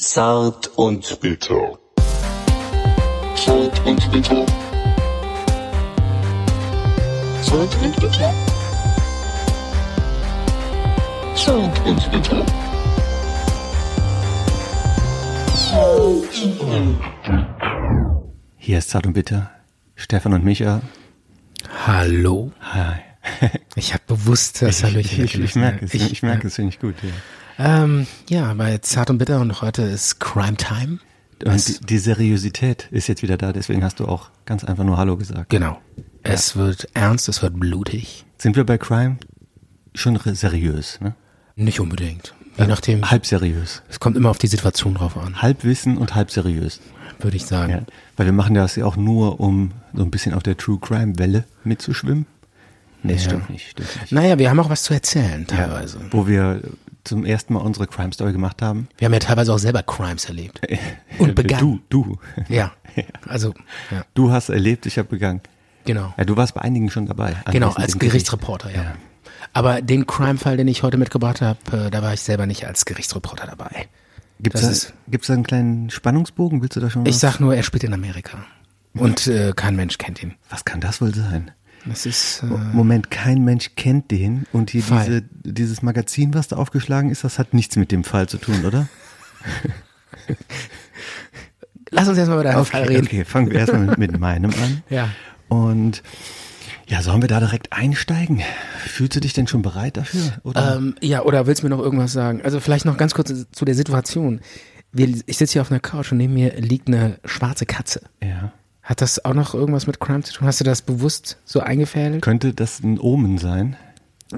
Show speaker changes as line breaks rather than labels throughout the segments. Zart und bitter.
Zart und bitter. Zart und bitter. Zart und bitter.
Hier ist Zart und Bitter. Stefan und Micha.
Hallo.
Hi.
Ich habe bewusst das
ich,
Hallöchen
ich, ich
weggelassen.
merke es. Ich, merke
äh,
es, finde ich gut. Ja.
Ähm, ja, bei Zart und Bitter und heute ist Crime Time.
Und die, die Seriosität ist jetzt wieder da, deswegen hast du auch ganz einfach nur Hallo gesagt.
Genau. Es wird ernst, es wird blutig.
Sind wir bei Crime schon re- seriös, ne?
Nicht unbedingt. Je nachdem,
Halb seriös.
es kommt immer auf die Situation drauf an,
Halbwissen und halb seriös.
würde ich sagen.
Ja. Weil wir machen das ja auch nur, um so ein bisschen auf der True Crime Welle mitzuschwimmen. Nee, stimmt nicht, stimmt nicht. also.
Naja, wir haben auch was zu erzählen teilweise.
Wo wir zum ersten Mal unsere Crime Story gemacht haben.
Wir haben ja teilweise auch selber Crimes erlebt. Und
Du,
begangen.
du.
Ja. Also, ja,
Du hast erlebt, ich habe begangen.
genau.
Ja, du warst bei einigen schon dabei.
Genau,
Anwesend
als
im
Gerichtsreporter, ja. Aber den Crime-Fall, den ich heute mitgebracht habe, äh, da war ich selber nicht als Gerichtsreporter dabei.
Gibt's
Das
da,
ist-
gibt's da einen kleinen Spannungsbogen? Willst du da schon
Ich
was?
sag nur, er spielt in Amerika. Und äh, kein Mensch kennt ihn.
was kann das wohl sein?
Das ist. Äh,
Mo- Moment, kein Mensch kennt den und hier
Fall.
diese, dieses Magazin, was da aufgeschlagen ist, das hat nichts mit dem Fall zu tun, oder?
lass uns erstmal über deinen Äh, Fall reden.
okay, fangen wir erstmal mit, mit meinem an.
Ja.
Und ja, sollen wir da direkt einsteigen? Fühlst du dich denn schon bereit dafür? Oder?
Ähm, ja, oder willst du mir noch irgendwas sagen? Also, vielleicht noch ganz kurz zu der Situation. Wir, ich sitze hier auf einer Couch und neben mir liegt eine schwarze Katze.
ja.
Hat das auch noch irgendwas mit Crime zu tun? Hast du das bewusst so eingefädelt?
Könnte das ein Omen sein?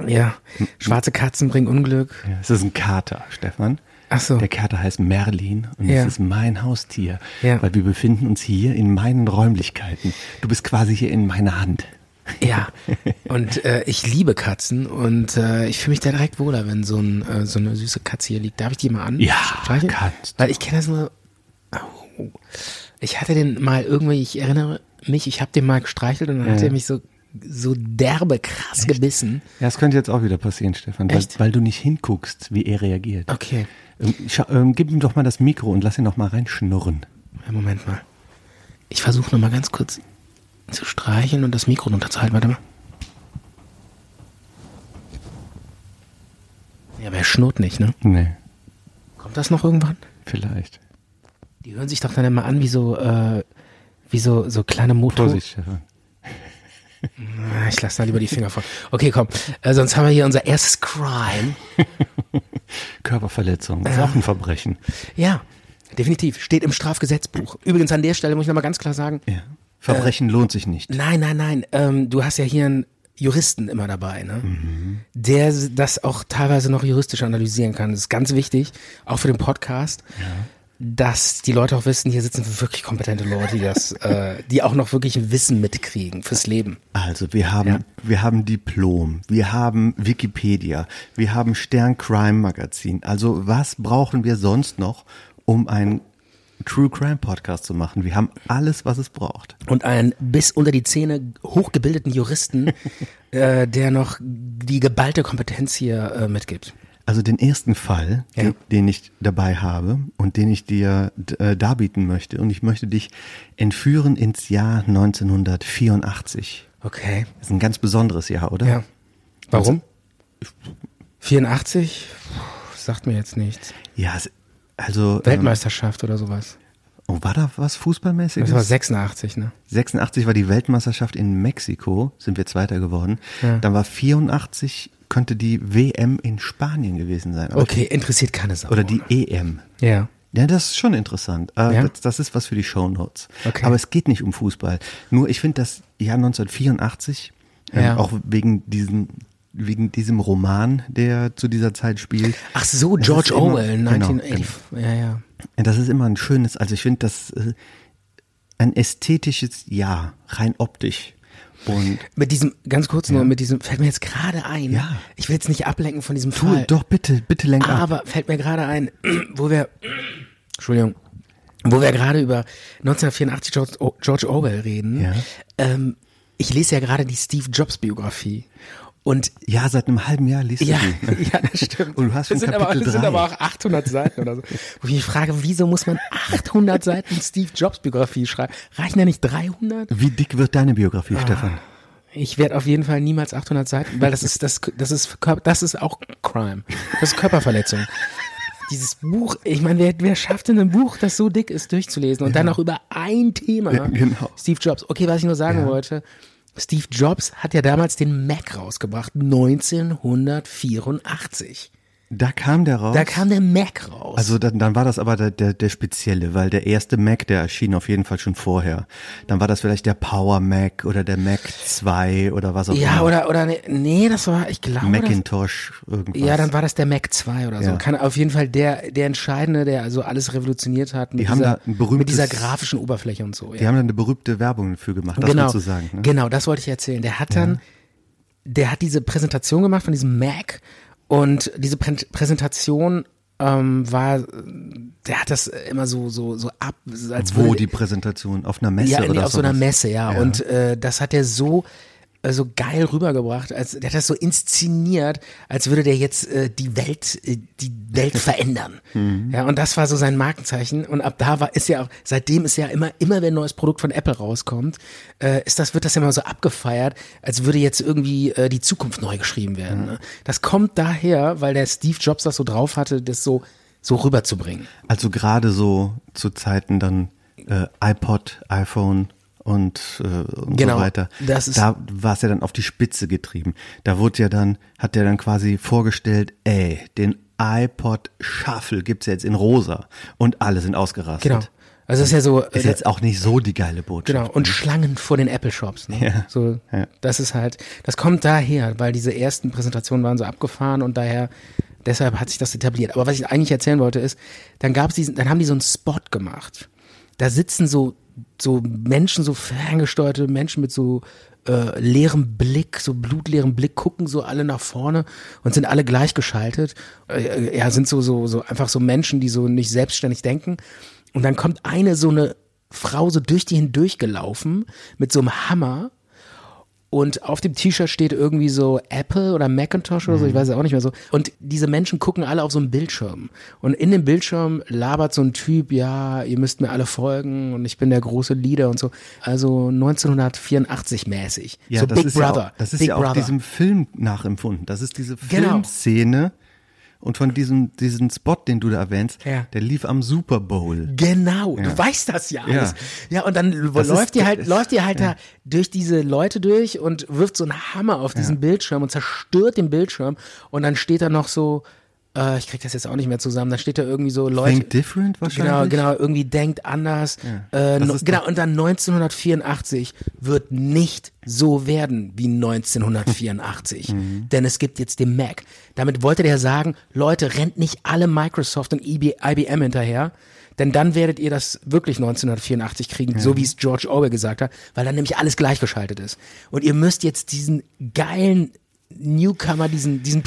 Ja. Schwarze Katzen bringen Unglück.
Ja, es ist ein Kater, Stefan.
Ach so.
Der Kater heißt Merlin und
Ja.
es ist mein Haustier,
Ja.
weil wir befinden uns hier in meinen Räumlichkeiten. Du bist quasi hier in meiner Hand.
Ja, und äh, ich liebe Katzen und äh, ich fühle mich da direkt wohler, wenn so, ein, äh, so eine süße Katze hier liegt. Darf ich die mal an?
Ja,
streicheln?
kannst
Weil ich kenne das nur. Au. Ich hatte den mal irgendwie, ich erinnere mich, ich habe den mal gestreichelt und dann hat er mich so, so derbe krass gebissen.
Ja, es könnte jetzt auch wieder passieren, Stefan, weil,
Echt?
weil du nicht hinguckst, wie er reagiert.
Okay,
Ähm, scha- ähm, gib ihm doch mal das Mikro und lass ihn noch mal reinschnurren.
ja, Moment mal. Ich versuche nochmal ganz kurz zu streicheln und das Mikro runterzuhalten. Warte mal. Ja, aber er schnurrt nicht, ne?
Nee,
Kommt das noch irgendwann?
vielleicht.
Die hören sich doch dann immer an wie so, äh, wie so, so kleine Motor.
Vorsicht, Stefan.
Ah, Ich lasse da lieber die Finger von. Okay, komm. Äh, sonst haben wir hier unser erstes Crime.
Körperverletzung, ist auch ein Verbrechen.
Ja, definitiv. Steht im Strafgesetzbuch. Übrigens an der Stelle muss ich nochmal ganz klar sagen,
Ja. Äh, Verbrechen lohnt sich nicht.
nein, nein, nein. Ähm, du hast ja hier einen Juristen immer dabei, ne? Der s- das auch teilweise noch juristisch analysieren kann. Das ist ganz wichtig, auch für den Podcast. Dass die Leute auch wissen, hier sitzen wirklich kompetente Leute, die das, äh, die auch noch wirklich ein Wissen mitkriegen fürs Leben.
Also wir haben, wir haben Diplom, wir haben Wikipedia, wir haben Stern Crime Magazin. Also was brauchen wir sonst noch, um einen True Crime Podcast zu machen? Wir haben alles, was es braucht.
und einen bis unter die Zähne hochgebildeten Juristen, äh, der noch die geballte Kompetenz hier äh, mitgibt.
Also den ersten Fall,
Ja.
den, den ich dabei habe und den ich dir d- äh, darbieten möchte, und ich möchte dich entführen ins Jahr 1984.
Okay.
Das ist ein ganz besonderes Jahr, oder?
Ja. Warum? 84? Puh, sagt mir jetzt nichts.
Ja, es- also ähm,
Weltmeisterschaft oder sowas.
oh, war da was Fußballmäßiges?
Das war 86, ne?
86 war die Weltmeisterschaft in Mexiko, sind wir Zweiter geworden.
Ja.
Dann war 84, könnte die WM in Spanien gewesen sein. Aber-
Okay, interessiert keine Sau.
Oder die EM.
Ja.
Ja, das ist schon interessant. Äh,
Ja?
das, das ist was für die Shownotes.
Okay.
Aber es geht nicht um Fußball. Nur ich finde das Jahr 1984, ähm,
Ja.
auch wegen diesem, wegen diesem Roman, der zu dieser Zeit spielt.
Ach so,
Es
George
ist immer-
Orwell,
genau,
1980. Ja, ja.
Das ist immer ein schönes, also ich finde das äh, ein ästhetisches Jahr, rein optisch. Und
Mit diesem, ganz kurz nur, mit diesem, fällt mir jetzt gerade ein.
Ja.
Ich will jetzt nicht ablenken von diesem
Du,
Fall.
doch bitte, bitte lenk ab.
Ah, Aber fällt mir gerade ein, wo wir, Entschuldigung, wo wir gerade über 1984 George, O- George Orwell reden.
Ja.
Ähm, ich lese ja gerade die Steve Jobs Biografie. Und
Ja, seit einem halben Jahr liest
ja,
du die.
ja, das stimmt.
Und du hast schon
das sind, aber,
Kapitel
das sind
drei.
aber auch 800 Seiten oder so. Wo ich mich frage, wieso muss man 800 Seiten Steve Jobs Biografie schreiben? Reichen da nicht 300?
Wie dick wird deine
Ah.
Biografie, Stefan?
Ich werde auf jeden Fall niemals 800 Seiten, weil das ist das das ist Kör- das ist auch Crime. Das ist Körperverletzung. Dieses Buch, ich meine, wer, wer schafft denn ein Buch, das so dick ist, durchzulesen und dann auch über ein Thema?
Ja, genau.
Steve Jobs. Okay, was ich nur sagen wollte, Steve Jobs hat ja damals den Mac rausgebracht, 1984.
Da kam der raus.
Da kam der Mac raus.
also dann, dann war das aber der, der, der spezielle, weil der erste Mac, der erschien auf jeden Fall schon vorher. Dann war das vielleicht der Power Mac oder der Mac 2 oder was auch
ja,
immer.
oder, oder, nee, nee, das war, ich glaube, das,
Macintosh irgendwas.
Ja, dann war das der Mac 2 oder so.
Ja.
Kann auf jeden Fall der, der Entscheidende, der also alles revolutioniert hat mit,
Die haben
dieser,
da ein berühmtes-
mit dieser grafischen Oberfläche und so.
Die
Ja.
haben dann eine berühmte Werbung dafür gemacht, das
genau,
sozusagen. Ne?
genau, das wollte ich erzählen. Der hat dann, der hat diese Präsentation gemacht von diesem Mac und diese Prä Präsentation ähm, war, der hat das immer so, so, so ab, als
Wo
würde-
die Präsentation? Auf einer Messe
ja,
oder
auf so einer
sowas?
Messe, ja.
Ja.
Und äh, das hat er so äh, so geil rübergebracht, als der hat das so inszeniert, als würde der jetzt äh, die Welt äh, die Welt verändern. Ja, und das war so sein Markenzeichen und ab da war ist ja auch seitdem ist ja immer immer wenn ein neues Produkt von Apple rauskommt, äh, ist das wird das ja immer so abgefeiert, als würde jetzt irgendwie äh, die Zukunft neu geschrieben werden. Ne? Das kommt daher, weil der Steve Jobs das so drauf hatte, das so so rüberzubringen.
Also gerade so zu Zeiten dann äh, iPod, iPhone und, äh, und
Genau,
so weiter.
das ist-
da war es ja dann auf die Spitze getrieben. Da wurde ja dann, hat der dann quasi vorgestellt, ey, den iPod Shuffle gibt's ja jetzt in rosa und alle sind ausgerastet.
Genau. Also das ist ja so
Ist
äh,
jetzt auch nicht so die geile Botschaft.
Genau, und Schlangen vor den Apple-Shops. Ne?
Ja,
So,
ja.
Das ist halt, das kommt daher, weil diese ersten Präsentationen waren so abgefahren und daher, deshalb hat sich das etabliert. Aber was ich eigentlich erzählen wollte ist, dann gab's diesen, dann haben die so einen Spot gemacht. Da sitzen so, so Menschen, so ferngesteuerte Menschen mit so äh, leerem Blick, so blutleerem Blick, gucken so alle nach vorne und sind alle gleichgeschaltet. Äh, ja, sind so, so, so einfach so Menschen, die so nicht selbstständig denken. Und dann kommt eine so eine Frau so durch die hindurch gelaufen mit so einem Hammer und auf dem T-Shirt steht irgendwie so Apple oder Macintosh oder so, ich
Mhm.
weiß es auch nicht mehr so. Und diese Menschen gucken alle auf so einen Bildschirm. Und in dem Bildschirm labert so ein Typ, ja, ihr müsst mir alle folgen und ich bin der große Leader und so. Also 1984 mäßig.
Ja,
so
das
Big
ist
Brother.
Ja auch, das ist
Big
ja auch
Brother.
diesem Film nachempfunden. Das ist diese
Genau.
Filmszene. Und von diesem diesen Spot, den du da erwähnst,
Ja.
der lief am Super Bowl.
Genau,
Ja.
du weißt das ja
Ja.
alles. Ja, und dann
Das
läuft
ist-
ihr halt,
ist-
läuft ihr halt da durch diese Leute durch und wirft so einen Hammer auf diesen Bildschirm und zerstört den Bildschirm und dann steht da noch so, äh, ich krieg das jetzt auch nicht mehr zusammen, dann steht da irgendwie so Leute.
Think different
Genau,
wahrscheinlich.
genau, irgendwie denkt anders. Äh,
das
no,
ist
genau,
doch-
und dann 1984 wird nicht so werden wie 1984.
Mhm.
Denn es gibt jetzt den Mac. Damit wollte der sagen, Leute, rennt nicht alle Microsoft und E IB, IBM hinterher, denn dann werdet ihr das wirklich 1984 kriegen, so wie es George Orwell gesagt hat, weil dann nämlich alles gleichgeschaltet ist. Und ihr müsst jetzt diesen geilen Newcomer, diesen, diesen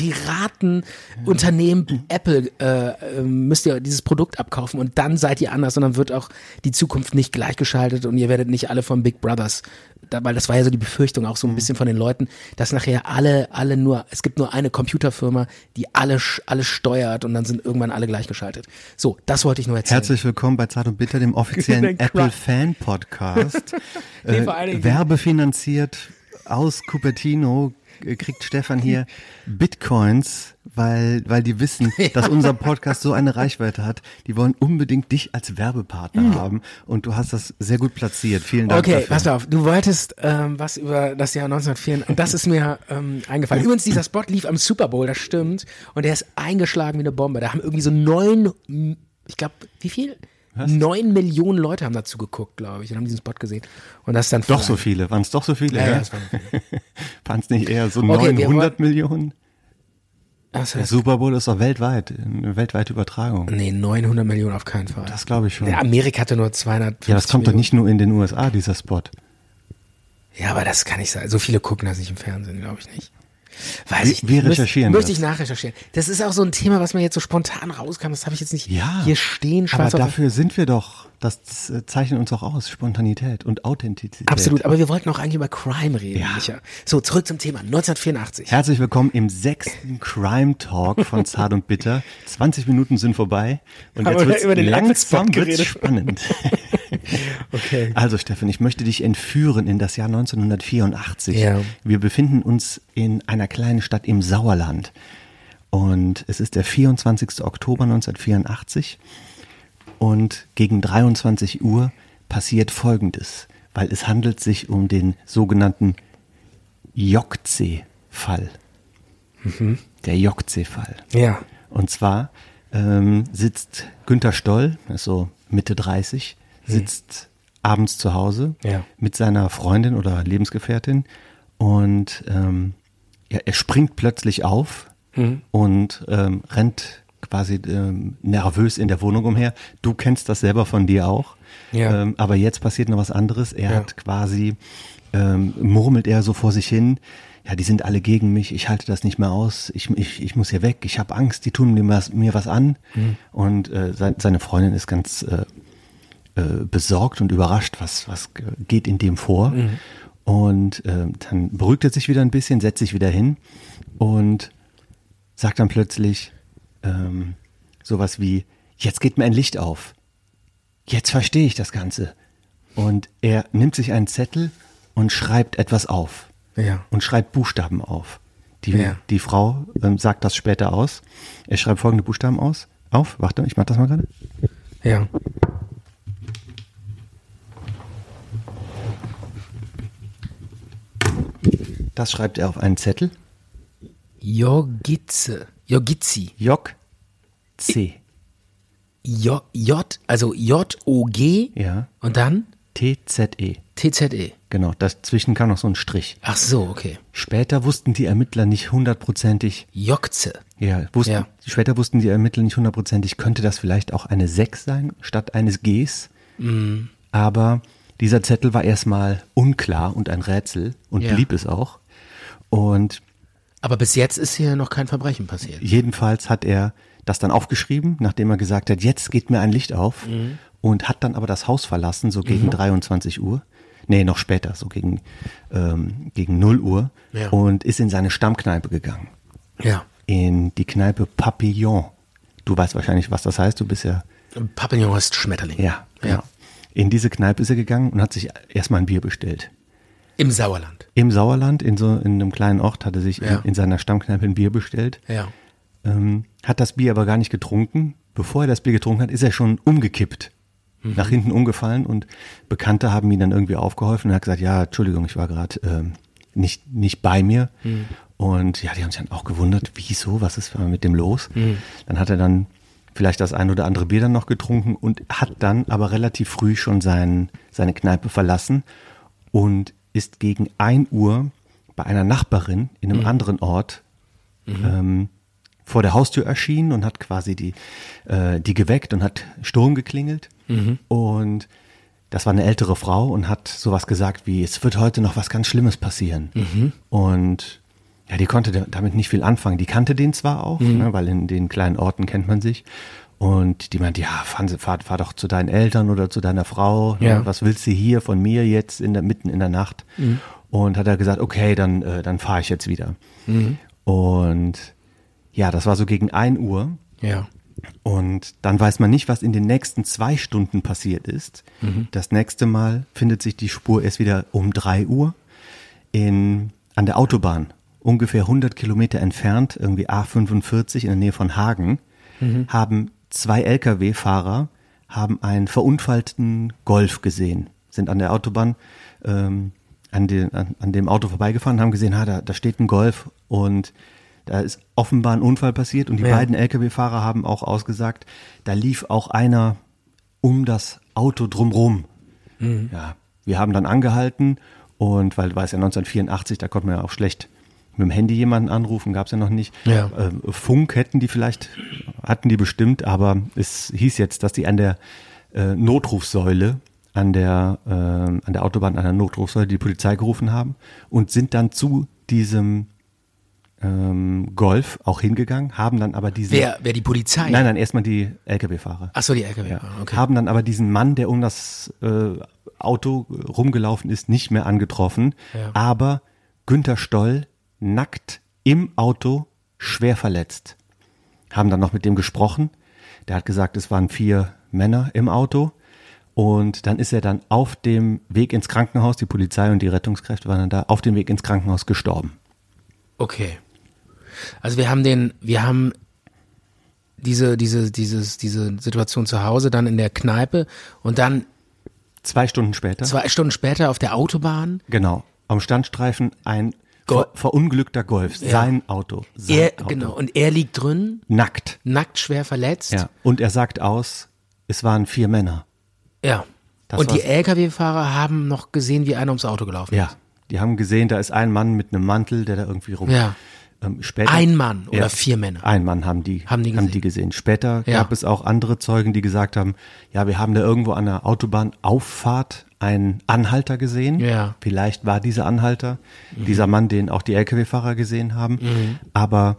Piratenunternehmen Apple, äh, äh, müsst ihr dieses Produkt abkaufen und dann seid ihr anders und dann wird auch die Zukunft nicht gleichgeschaltet und ihr werdet nicht alle von Big Brothers, da, weil das war ja so die Befürchtung auch so ein bisschen von den Leuten, dass nachher alle, alle nur, es gibt nur eine Computerfirma, die alle, sch- alles steuert und dann sind irgendwann alle gleichgeschaltet. So, das wollte ich nur erzählen.
Herzlich willkommen bei Zart und Bitter, dem offiziellen
Den Crush.
Apple Fan Podcast.
Nee,
Äh,
vor allen Dingen-
Werbefinanziert aus Cupertino äh, kriegt Stefan hier Bitcoins, weil, weil die wissen, dass unser Podcast so eine Reichweite hat. Die wollen unbedingt dich als Werbepartner haben und du hast das sehr gut platziert. Vielen Dank.
Hm. Okay,
dafür.
pass auf, du wolltest ähm, was über das Jahr 1904 und das ist mir ähm, eingefallen. Übrigens, dieser Spot lief am Super Bowl, das stimmt, und der ist eingeschlagen wie eine Bombe. Da haben irgendwie so neun, m, ich glaube, wie viel? Neun Millionen Leute haben dazu geguckt, glaube ich, und haben diesen Spot gesehen. Und das ist dann
Doch so
viel.
viele, waren es doch so viele?
Ja, ja,
ja?
das waren
Waren es nicht eher so
wir
900 Millionen?
Also,
Der
das,
Super Bowl ist doch weltweit, eine weltweite Übertragung.
nee, 900 Millionen auf keinen Fall.
Das glaube ich schon.
Ja,
Ja,
Amerika hatte nur 200.
das kommt doch nicht nur in den USA, dieser Spot.
Ja, aber das kann nicht sein. So viele gucken das nicht im Fernsehen, glaube ich nicht.
Wir-
Weiß ich nicht.
wir
Müsst-
recherchieren
Möchte ich
das.
nachrecherchieren. Das ist auch so ein Thema, was mir jetzt so spontan rauskam. Das habe ich jetzt nicht
Ja.
hier stehen,
Aber
schwarz auf
dafür sind wir doch. Das äh, zeichnet uns auch aus. Spontanität und Authentizität.
Absolut, aber wir wollten auch eigentlich über Crime reden,
Ja.
Micha. So, zurück zum Thema. 1984.
Herzlich willkommen im sechsten Crime Talk von Zart und Bitter. 20 Minuten sind vorbei und
Haben wir
jetzt wird's
über den
langsam
Angstbot
wird's
geredet?
spannend.
Okay.
Also Steffen, ich möchte dich entführen in das Jahr 1984.
Ja.
Wir befinden uns in einer kleinen Stadt im Sauerland und es ist der 24. Oktober 1984 und gegen 23 Uhr passiert Folgendes, weil es handelt sich um den sogenannten Jokze-Fall. Der Jokze-Fall.
Ja.
Und zwar ähm, sitzt Günter Stoll, ist so Mitte 30, sitzt abends zu Hause
Hm. Ja.
mit seiner Freundin oder Lebensgefährtin und ähm, ja, er springt plötzlich auf
Hm.
und ähm, rennt quasi ähm, nervös in der Wohnung umher. Du kennst das selber von dir auch.
Ja.
Ähm, aber jetzt passiert noch was anderes. Er
Ja.
hat quasi, ähm, murmelt er so vor sich hin, ja, die sind alle gegen mich, ich halte das nicht mehr aus, ich, ich, ich muss hier weg, ich habe Angst, die tun mir was, mir was an. Und äh, sein, seine Freundin ist ganz äh, äh, besorgt und überrascht, was, was ge- geht in dem vor. Und äh, dann beruhigt er sich wieder ein bisschen, setzt sich wieder hin und sagt dann plötzlich ähm, sowas wie, jetzt geht mir ein Licht auf. Jetzt verstehe ich das Ganze. Und er nimmt sich einen Zettel und schreibt etwas auf.
Ja.
Und schreibt Buchstaben auf. Die,
Ja.
die Frau ähm, sagt das später aus. Er schreibt folgende Buchstaben aus. Auf, warte, ich mach das mal gerade.
Ja.
Das schreibt er auf einen Zettel.
Jogitze. Jogitzi.
Jok C.
J, J, also J-O-G.
Ja.
Und dann
T Z E.
T-Z-E.
Genau, dazwischen kam noch so ein Strich.
Ach so, okay.
Später wussten die Ermittler nicht hundertprozentig,
Jogze.
ja, wussten,
Ja.
später wussten die Ermittler nicht hundertprozentig, könnte das vielleicht auch eine 6 sein, statt eines Gs.
Mm.
Aber dieser Zettel war erstmal unklar und ein Rätsel und
Ja.
blieb es auch. Und
Aber bis jetzt ist hier noch kein Verbrechen passiert.
Jedenfalls hat er das dann aufgeschrieben, nachdem er gesagt hat, jetzt geht mir ein Licht auf
Mm.
und hat dann aber das Haus verlassen, so
Mhm.
gegen 23 Uhr. Nee, noch später, so gegen, ähm, gegen 0 Uhr
Ja.
und ist in seine Stammkneipe gegangen,
Ja.
in die Kneipe Papillon. Du weißt wahrscheinlich, was das heißt, du bist ja,
Papillon heißt Schmetterling.
ja,
Ja.
genau. In diese Kneipe ist er gegangen und hat sich erstmal ein Bier bestellt.
Im Sauerland.
Im Sauerland, in so in einem kleinen Ort, hat er sich
Ja.
in, in seiner Stammkneipe ein Bier bestellt.
Ja.
ähm, hat das Bier aber gar nicht getrunken. Bevor er das Bier getrunken hat, ist er schon umgekippt, nach hinten umgefallen und Bekannte haben ihm dann irgendwie aufgeholfen und er hat gesagt, ja, Entschuldigung, ich war gerade ähm, nicht, nicht bei mir. Und ja, die haben sich dann auch gewundert, wieso, was ist mit dem los? Dann hat er dann vielleicht das ein oder andere Bier dann noch getrunken und hat dann aber relativ früh schon sein, seine Kneipe verlassen und ist gegen 1 Uhr bei einer Nachbarin in einem anderen Ort ähm, vor der Haustür erschienen und hat quasi die, äh, die geweckt und hat Sturm geklingelt. Und das war eine ältere Frau und hat sowas gesagt wie, es wird heute noch was ganz Schlimmes passieren. Und ja, die konnte da- damit nicht viel anfangen. Die kannte den zwar auch, ne, weil in den kleinen Orten kennt man sich. Und die meint, ja, fahren Sie, fahr, fahr doch zu deinen Eltern oder zu deiner Frau.
Ja.
Ne, was willst du hier von mir jetzt in der, mitten in der Nacht? Und hat er gesagt, okay, dann, äh, dann fahre ich jetzt wieder. Und ja, das war so gegen 1 Uhr.
Ja.
Und dann weiß man nicht, was in den nächsten zwei Stunden passiert ist. Das nächste Mal findet sich die Spur erst wieder um 3 Uhr in, an der Autobahn, ungefähr 100 Kilometer entfernt, irgendwie A45 in der Nähe von Hagen, haben zwei Lkw-Fahrer haben einen verunfallten Golf gesehen, sind an der Autobahn ähm, an, den, an, an dem Auto vorbeigefahren, haben gesehen, ha, da, da steht ein Golf und da ist offenbar ein Unfall passiert und die
Ja.
beiden Lkw-Fahrer haben auch ausgesagt, da lief auch einer um das Auto drumrum. Ja, wir haben dann angehalten und weil, weiß ja 1984, da konnte man ja auch schlecht mit dem Handy jemanden anrufen, gab es ja noch nicht.
Ja.
Ähm, Funk hätten die vielleicht, hatten die bestimmt, aber es hieß jetzt, dass die an der äh, Notrufsäule, an der, ähm, an der Autobahn, an der Notrufsäule die Polizei gerufen haben und sind dann zu diesem ähm, Golf auch hingegangen, haben dann aber diesen.
Wer, wer die Polizei?
Nein, nein, erstmal die Lkw-Fahrer.
Achso, die LKW. Ah, Okay.
Haben dann aber diesen Mann, der um das äh, Auto rumgelaufen ist, nicht mehr angetroffen.
Ja.
Aber Günther Stoll nackt im Auto, schwer verletzt. Haben dann noch mit dem gesprochen. Der hat gesagt, es waren vier Männer im Auto. Und dann ist er dann auf dem Weg ins Krankenhaus, die Polizei und die Rettungskräfte waren dann da, auf dem Weg ins Krankenhaus gestorben.
Okay. Also wir haben den, wir haben diese, diese, dieses, diese Situation zu Hause, dann in der Kneipe und dann
Zwei Stunden später,
zwei Stunden später auf der Autobahn.
genau, am Standstreifen ein
Gol-
ver verunglückter Golf, sein Auto, sein
Er,
Auto.
genau, und er liegt drin,
nackt.
nackt, schwer verletzt.
Ja. Und er sagt aus, es waren vier Männer.
ja.
Das
Und die
war's.
Lkw-Fahrer haben noch gesehen, wie einer ums Auto gelaufen
Ja.
ist.
Die haben gesehen, da ist ein Mann mit einem Mantel, der da irgendwie rum.
Ja.
Ähm, später,
Ein Mann oder vier Männer?
Ein Mann haben die,
Haben die gesehen.
Später
Ja.
gab es auch andere Zeugen, die gesagt haben, ja, wir haben da irgendwo an der Autobahnauffahrt einen Anhalter gesehen.
Ja. Mhm.
Vielleicht war dieser Anhalter dieser Mann, den auch die Lkw-Fahrer gesehen haben. Aber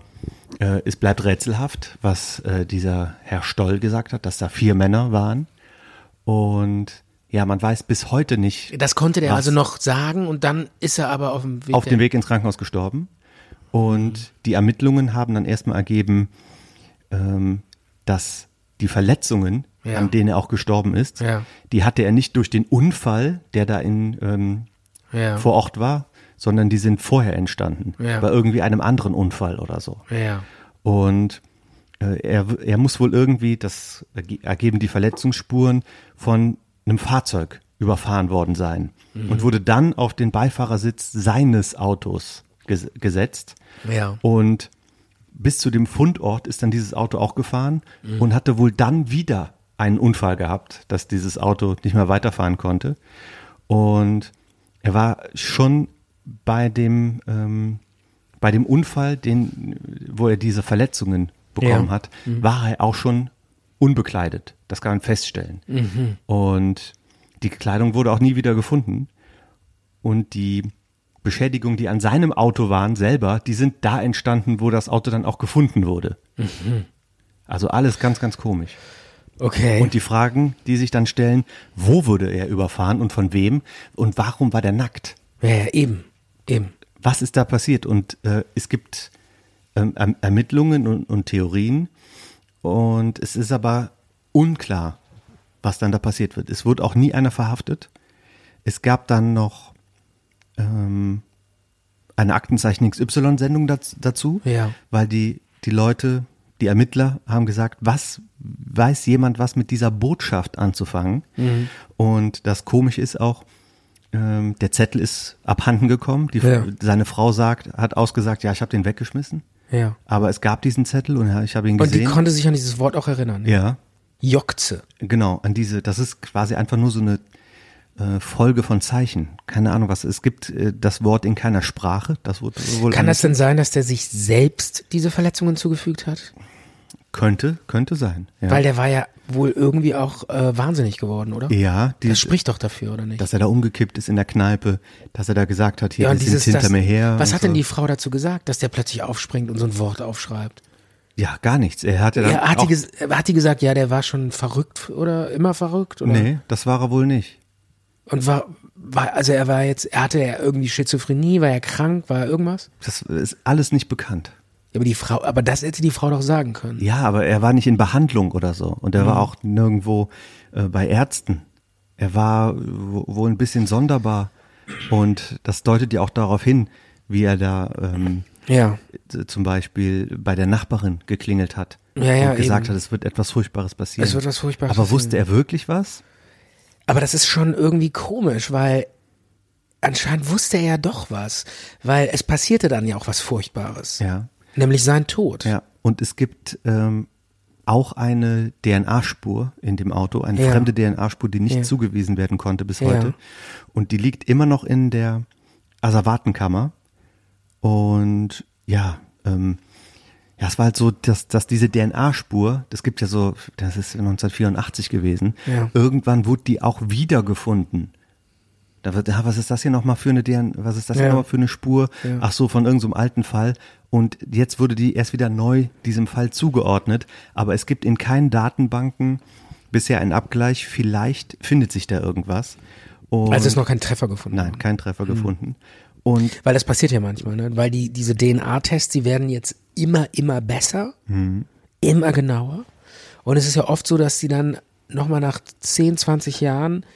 äh, es bleibt rätselhaft, was äh, dieser Herr Stoll gesagt hat, dass da vier Männer waren. Und ja, man weiß bis heute nicht,
Das konnte der
Was?
also noch sagen und dann ist er aber auf dem Weg.
auf dem Weg ins Krankenhaus gestorben. Und
Mhm.
die Ermittlungen haben dann erstmal ergeben, ähm, dass die Verletzungen,
Ja.
an denen er auch gestorben ist,
Ja.
die hatte er nicht durch den Unfall, der da in, ähm,
Ja.
vor Ort war, sondern die sind vorher entstanden.
Ja.
Bei irgendwie einem anderen Unfall oder so.
Ja.
Und äh, er, er muss wohl irgendwie, das erge- ergeben die Verletzungsspuren, von einem Fahrzeug überfahren worden sein und wurde dann auf den Beifahrersitz seines Autos ges gesetzt.
Ja.
Und bis zu dem Fundort ist dann dieses Auto auch gefahren und hatte wohl dann wieder einen Unfall gehabt, dass dieses Auto nicht mehr weiterfahren konnte. Und er war schon bei dem, ähm, bei dem Unfall, den, wo er diese Verletzungen bekommen
Ja.
hat, war er auch schon unbekleidet. Das kann man feststellen. Und die Kleidung wurde auch nie wieder gefunden. Und die Beschädigungen, die an seinem Auto waren, selber, die sind da entstanden, wo das Auto dann auch gefunden wurde. Also alles ganz, ganz komisch.
Okay.
Und die Fragen, die sich dann stellen, wo wurde er überfahren und von wem und warum war der nackt?
ja, ja, eben. Eben.
was ist da passiert? Und äh, es gibt ähm, Erm- Ermittlungen und, und Theorien und es ist aber unklar, was dann da passiert wird. Es wurde auch nie einer verhaftet. Es gab dann noch ähm, eine Aktenzeichen XY-Sendung daz- dazu,
Ja.
weil die, die Leute, die Ermittler haben gesagt, was weiß jemand, was mit dieser Botschaft anzufangen?
Mhm.
Und das komisch ist auch, ähm, der Zettel ist abhanden gekommen. Die,
Ja.
Seine Frau sagt, hat ausgesagt, ja, ich habe den weggeschmissen.
Ja.
Aber es gab diesen Zettel und ja, ich habe ihn
Und die
gesehen.
konnte sich an dieses Wort auch erinnern.
ja,
Jokze.
genau. An diese, das ist quasi einfach nur so eine äh, Folge von Zeichen. Keine Ahnung was. Es gibt äh, das Wort in keiner Sprache. Das wurde wohl
Kann das
ange-
denn sein, dass der sich selbst diese Verletzungen zugefügt hat?
könnte könnte sein. Ja,
Weil der war ja wohl irgendwie auch äh, wahnsinnig geworden, oder?
ja die,
Das spricht doch dafür, oder nicht?
dass er da umgekippt ist in der Kneipe, dass er da gesagt hat, hier
ja,
die
und dieses,
sind hinter
das,
mir her.
Was
und
hat denn
so.
die Frau dazu gesagt, dass der plötzlich aufspringt und so ein Wort aufschreibt?
Ja, gar nichts. Er hatte dann
Ja, hat,
auch,
die ges- hat die gesagt, ja, der war schon verrückt oder immer verrückt? Oder?
Nee, das war er wohl nicht.
Und war, war, also er war jetzt, er hatte ja irgendwie Schizophrenie, war er krank, war er irgendwas?
Das ist alles nicht bekannt.
Ja, aber die Frau, aber das hätte die Frau doch sagen können.
Ja, aber er war nicht in Behandlung oder so. Und er
Mhm.
war auch nirgendwo äh, bei Ärzten. Er war äh, wo- wohl ein bisschen sonderbar. Und das deutet ja auch darauf hin, wie er da ähm,
Ja.
z- zum Beispiel bei der Nachbarin geklingelt hat
Ja, ja,
und gesagt
eben.
hat, es wird etwas Furchtbares passieren.
Es wird was Furchtbares
Aber wusste er wirklich was?
Aber das ist schon irgendwie komisch, weil anscheinend wusste er ja doch was, weil es passierte dann ja auch was Furchtbares.
Ja.
Nämlich sein Tod.
Ja, und es gibt ähm, auch eine DNA-Spur in dem Auto, eine
Ja.
fremde DNA-Spur, die nicht
Ja.
zugewiesen werden konnte bis
Ja.
heute. Und die liegt immer noch in der Asservatenkammer. Und ja, ähm, ja, es war halt so, dass, dass diese DNA-Spur, das gibt ja so, das ist 1984 gewesen,
Ja.
irgendwann wurde die auch wiedergefunden Da wird, ah, was ist das hier nochmal für eine deren, was ist das genau? hier
Ja.
nochmal für eine Spur?
Ja.
Ach so, von irgendeinem alten Fall. Und jetzt wurde die erst wieder neu diesem Fall zugeordnet. Aber es gibt in keinen Datenbanken bisher einen Abgleich. Vielleicht findet sich da irgendwas. Und
Also ist noch Hm. kein Treffer gefunden. worden.
nein, kein Treffer gefunden. Und
Weil das passiert ja manchmal, ne? Weil die, diese DNA-Tests, die werden jetzt immer, immer besser,
Mhm.
immer genauer. Und es ist ja oft so, dass sie dann nochmal nach 10, 20 Jahren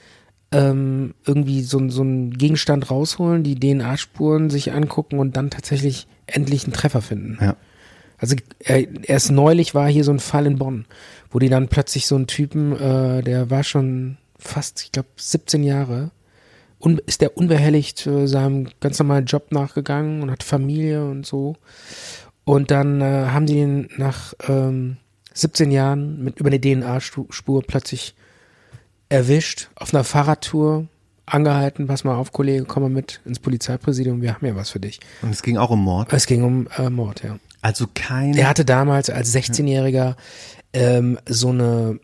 ähm, irgendwie so, ein- so einen Gegenstand rausholen, die DNA-Spuren sich angucken und dann tatsächlich endlich einen Treffer finden.
Ja.
Also äh, erst neulich war hier so ein Fall in Bonn, wo die dann plötzlich so einen Typen, äh, der war schon fast, ich glaube, 17 Jahre, un ist der unbehelligt äh, seinem ganz normalen Job nachgegangen und hat Familie und so. Und dann äh, haben die ihn nach ähm, 17 Jahren mit über eine DNA-Spur plötzlich erwischt, auf einer Fahrradtour angehalten, pass mal auf, Kollege, komm mal mit ins Polizeipräsidium, wir haben ja was für dich.
Und es ging auch um Mord.
Es ging um äh, Mord, ja.
Also kein.
Er hatte damals
Mhm.
als 16-Jähriger ähm, so eine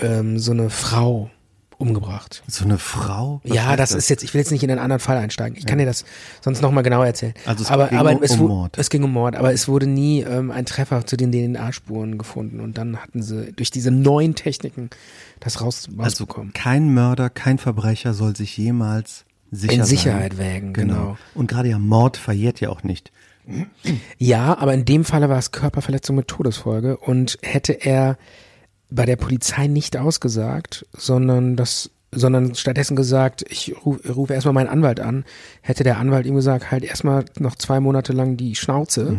ähm, so eine Frau umgebracht.
so eine Frau. Was
ja,
heißt
das, ist jetzt. Ich will jetzt nicht in einen anderen Fall einsteigen. Ich kann dir das sonst noch mal genauer erzählen.
Also es
aber,
ging
aber
um-
es,
um
wu-
Mord.
Es ging um Mord, aber es wurde nie ähm, ein Treffer zu den DNA-Spuren gefunden und dann hatten sie durch diese neuen Techniken das raus,
Also
rausbekommen.
kein Mörder, kein Verbrecher soll sich jemals Also sicher
in
sein.
Sicherheit wägen, genau.
Und gerade ja Mord verjährt ja auch nicht.
Ja, aber in dem Falle war es Körperverletzung mit Todesfolge und hätte er bei der Polizei nicht ausgesagt, sondern das, sondern stattdessen gesagt, ich ruf- rufe erstmal meinen Anwalt an, hätte der Anwalt ihm gesagt, halt erstmal noch zwei Monate lang die Schnauze,